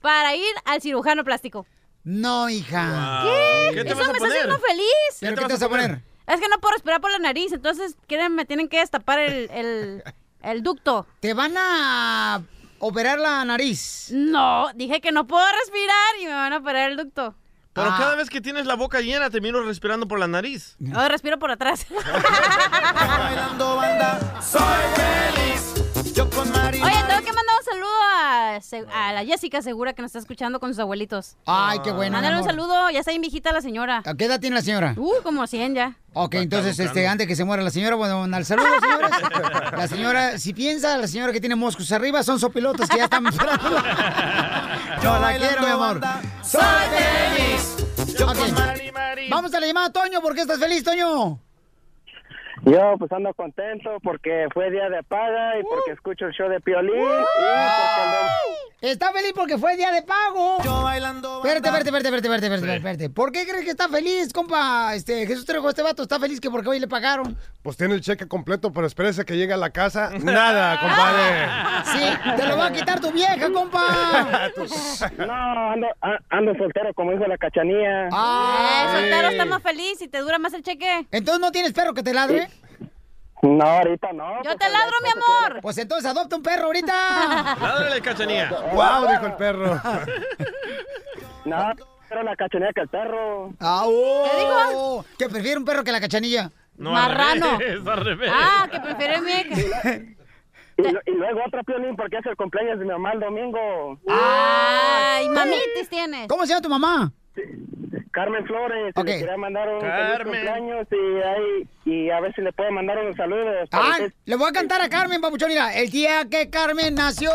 para ir al cirujano plástico.
No, hija.
¿Qué?
¿Qué te
Eso
vas a
me está
poner?
haciendo feliz.
¿Pero qué te vas a poner?
Es que no puedo respirar por la nariz, entonces quieren, me tienen que destapar el, el, el ducto.
¿Te van a operar la nariz?
No, dije que no puedo respirar y me van a operar el
Ah.
ducto. Ah.
Pero cada vez que tienes la boca llena, te miro respirando por la nariz.
Ahora respiro por atrás.
Bailando banda, soy feliz. Yo con Mari.
Oye, tengo que mandar un saludo a, Se- a la Jessica Segura que nos está escuchando con sus abuelitos.
Ay, qué bueno,
Mándale
mi
un
amor.
saludo, ya está bien viejita la señora.
¿A qué edad tiene la señora?
Uh, como 100 ya.
Ok, entonces,
buscando.
este, antes que se muera la señora, bueno, al saludo, señores. La señora, si piensa, la señora que tiene moscos arriba, son sopilotas que ya están esperando. Yo la quiero, mi amor.
Soy feliz. Yo
Ok.
con Mari, Mari.
Vamos a la llamada, Toño, ¿por qué estás feliz, Toño?
Yo pues ando contento porque fue día de paga y
Uh.
porque escucho el show de Piolín. y porque
Está feliz porque fue día de pago. Yo
bailando.
Espérate, espérate, espérate, espérate, espérate, espérate, espérate. ¿Por qué crees que está feliz, compa? Este, Jesús Trejo, este vato está feliz que porque hoy le pagaron.
Pues tiene el cheque completo, pero espérese que llegue a la casa. Nada, compadre.
Sí, te lo va a quitar tu vieja, compa.
No, ando, a- ando soltero como dijo la cachanía.
Ah, soltero está más feliz y te dura más el cheque.
Entonces no tienes perro que te ladre.
No, ahorita no. pues,
Yo te ladro, mi amor.
Pues entonces adopta un perro ahorita.
Ládrale, cachanía.
Guau, dijo
el perro.
No, pero la cachanía que el perro.
Ah, oh. ¿Qué dijo? Que prefiero un perro que la cachanilla.
No, al Marrano. revés, al revés.
Ah, que prefiere mi
Y, lo- y luego otro Piolín porque es el cumpleaños de mi mamá el domingo.
Ay, mamitis tienes.
¿Cómo se llama tu mamá?
Carmen Flores, y le quería mandar un feliz
Carmen.
cumpleaños y, ahí- y a ver si le puedo mandar un saludo. para
Ah,
usted.
le voy a cantar
este.
a Carmen, papuchón. Mira, el día que Carmen nació,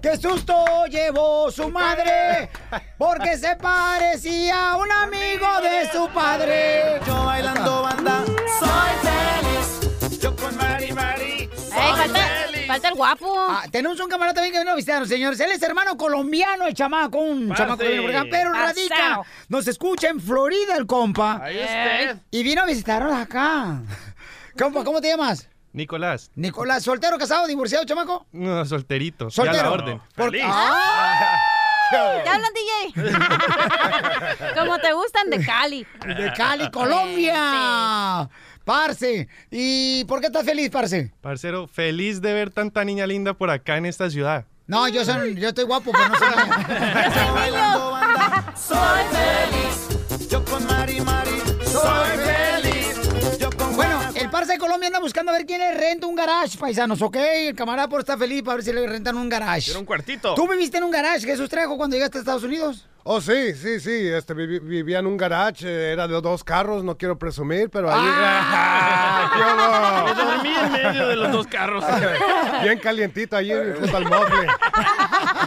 qué susto llevó su madre, porque se parecía a un amigo de su padre.
Yo bailando banda, soy feliz. Yo con Mari, Mari.
Ey,
Soy feliz.
el guapo. Ah, tenemos un camarada también que vino a visitarnos, señores. Él es hermano colombiano, el chamaco, un
Parce.
chamaco que vino por acá, pero
Parcero.
radica. Nos escucha en Florida el compa.
Ahí usted.
Y vino a visitarnos acá. Compa, ¿cómo te llamas?
Nicolás.
Nicolás, soltero, casado, divorciado, chamaco.
No, solterito. ya
Soltero.
la orden.
Porque-
¡Ah!
¿Qué
Te hablan, DJ. Como te gustan de Cali.
De Cali, Colombia. Parce, ¿y por qué estás feliz, parce?
Parcero, feliz de ver tanta niña linda por acá en esta ciudad.
No, yo, soy, yo estoy guapo, pero no soy
Bailando banda, soy feliz. Yo con Mari, Mari. Soy feliz. Yo con
Bueno, el parce de Colombia anda buscando a ver quién le renta un garage, paisanos, ¿ok? El camarada por estar feliz para ver si le rentan un garage.
Quiero un cuartito.
¿Tú viviste en un garage, Jesús Trejo, cuando llegaste a Estados Unidos?
Oh, sí, sí, sí. Este, vivi- vivía en un garage, eh, era de dos carros, no quiero presumir, pero ahí.
Ah.
Me dormí en medio de los dos carros.
Bien calientito allí, junto al mofle.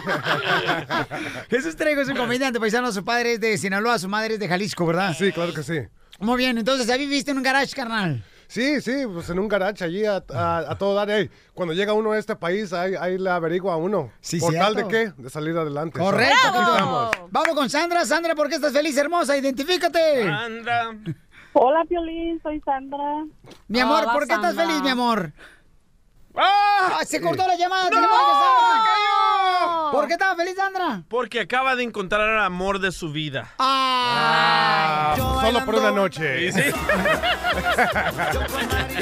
Ah.
Jesús Trejo es un comediante, paisano. Su padre es de Sinaloa, su madre es de Jalisco, ¿verdad?
Sí, claro que sí.
Muy bien, entonces, ¿ahí viviste en un garage, carnal?
Sí, sí, pues en un garage allí a, a- a todo dar. Ey, cuando llega uno a este país, ahí, ahí le averigua a uno.
Sí,
¿Por tal de
cierto.
qué? De salir adelante.
Correcto.
Aquí
campeón.
estamos.
Vamos con Sandra. Sandra, ¿por qué estás feliz, hermosa? Identifícate.
Sandra.
Ah. Hola, Piolín, soy Sandra.
Mi amor,
Hola,
¿por qué estás
Sandra.
feliz, mi amor? ¡Ah! Se cortó la llamada.
¡No!
telefónica,
¡Se
Sandra. ¿Por qué estaba feliz, Sandra?
Porque acaba de encontrar el amor de su vida.
Ah, solo por una noche.
Sí, sí.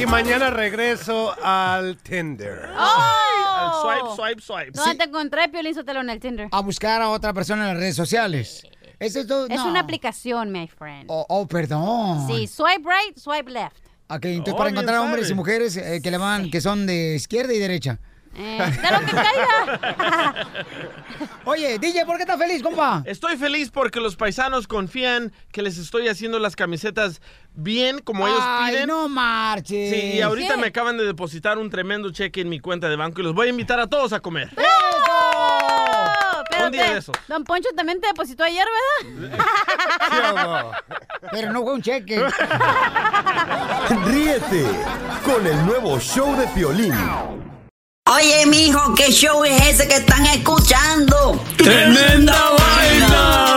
y mañana regreso al Tinder.
¡Ay!
Al swipe, swipe, swipe.
¿Dónde Oh. te encontré, Piolín Sotelo, en el Tinder?
A buscar a otra persona en las redes sociales. Eso Ah, es todo.
Es
no.
una aplicación, my friend.
Oh, oh, perdón.
Sí, swipe right, swipe left.
Ok, entonces
Oh,
para
bien
encontrar
sabe.
hombres y mujeres eh, que le van, que son de izquierda y derecha.
Eh, de lo que caiga.
Oye, DJ, ¿por qué estás feliz, compa?
Estoy feliz porque los paisanos confían que les estoy haciendo las camisetas bien como ellos
Ay,
piden.
no marches.
Sí, y ahorita
¿Qué?
me acaban de depositar un tremendo cheque en mi cuenta de banco y los voy a invitar a todos a comer.
¡Bravo!
Un día de esos.
Don Poncho también te depositó ayer, ¿verdad?
Pero no fue un cheque.
Ríete con el nuevo show de Piolín.
Oye, mijo, ¿qué show es ese que están escuchando?
¡Tremenda
vaina!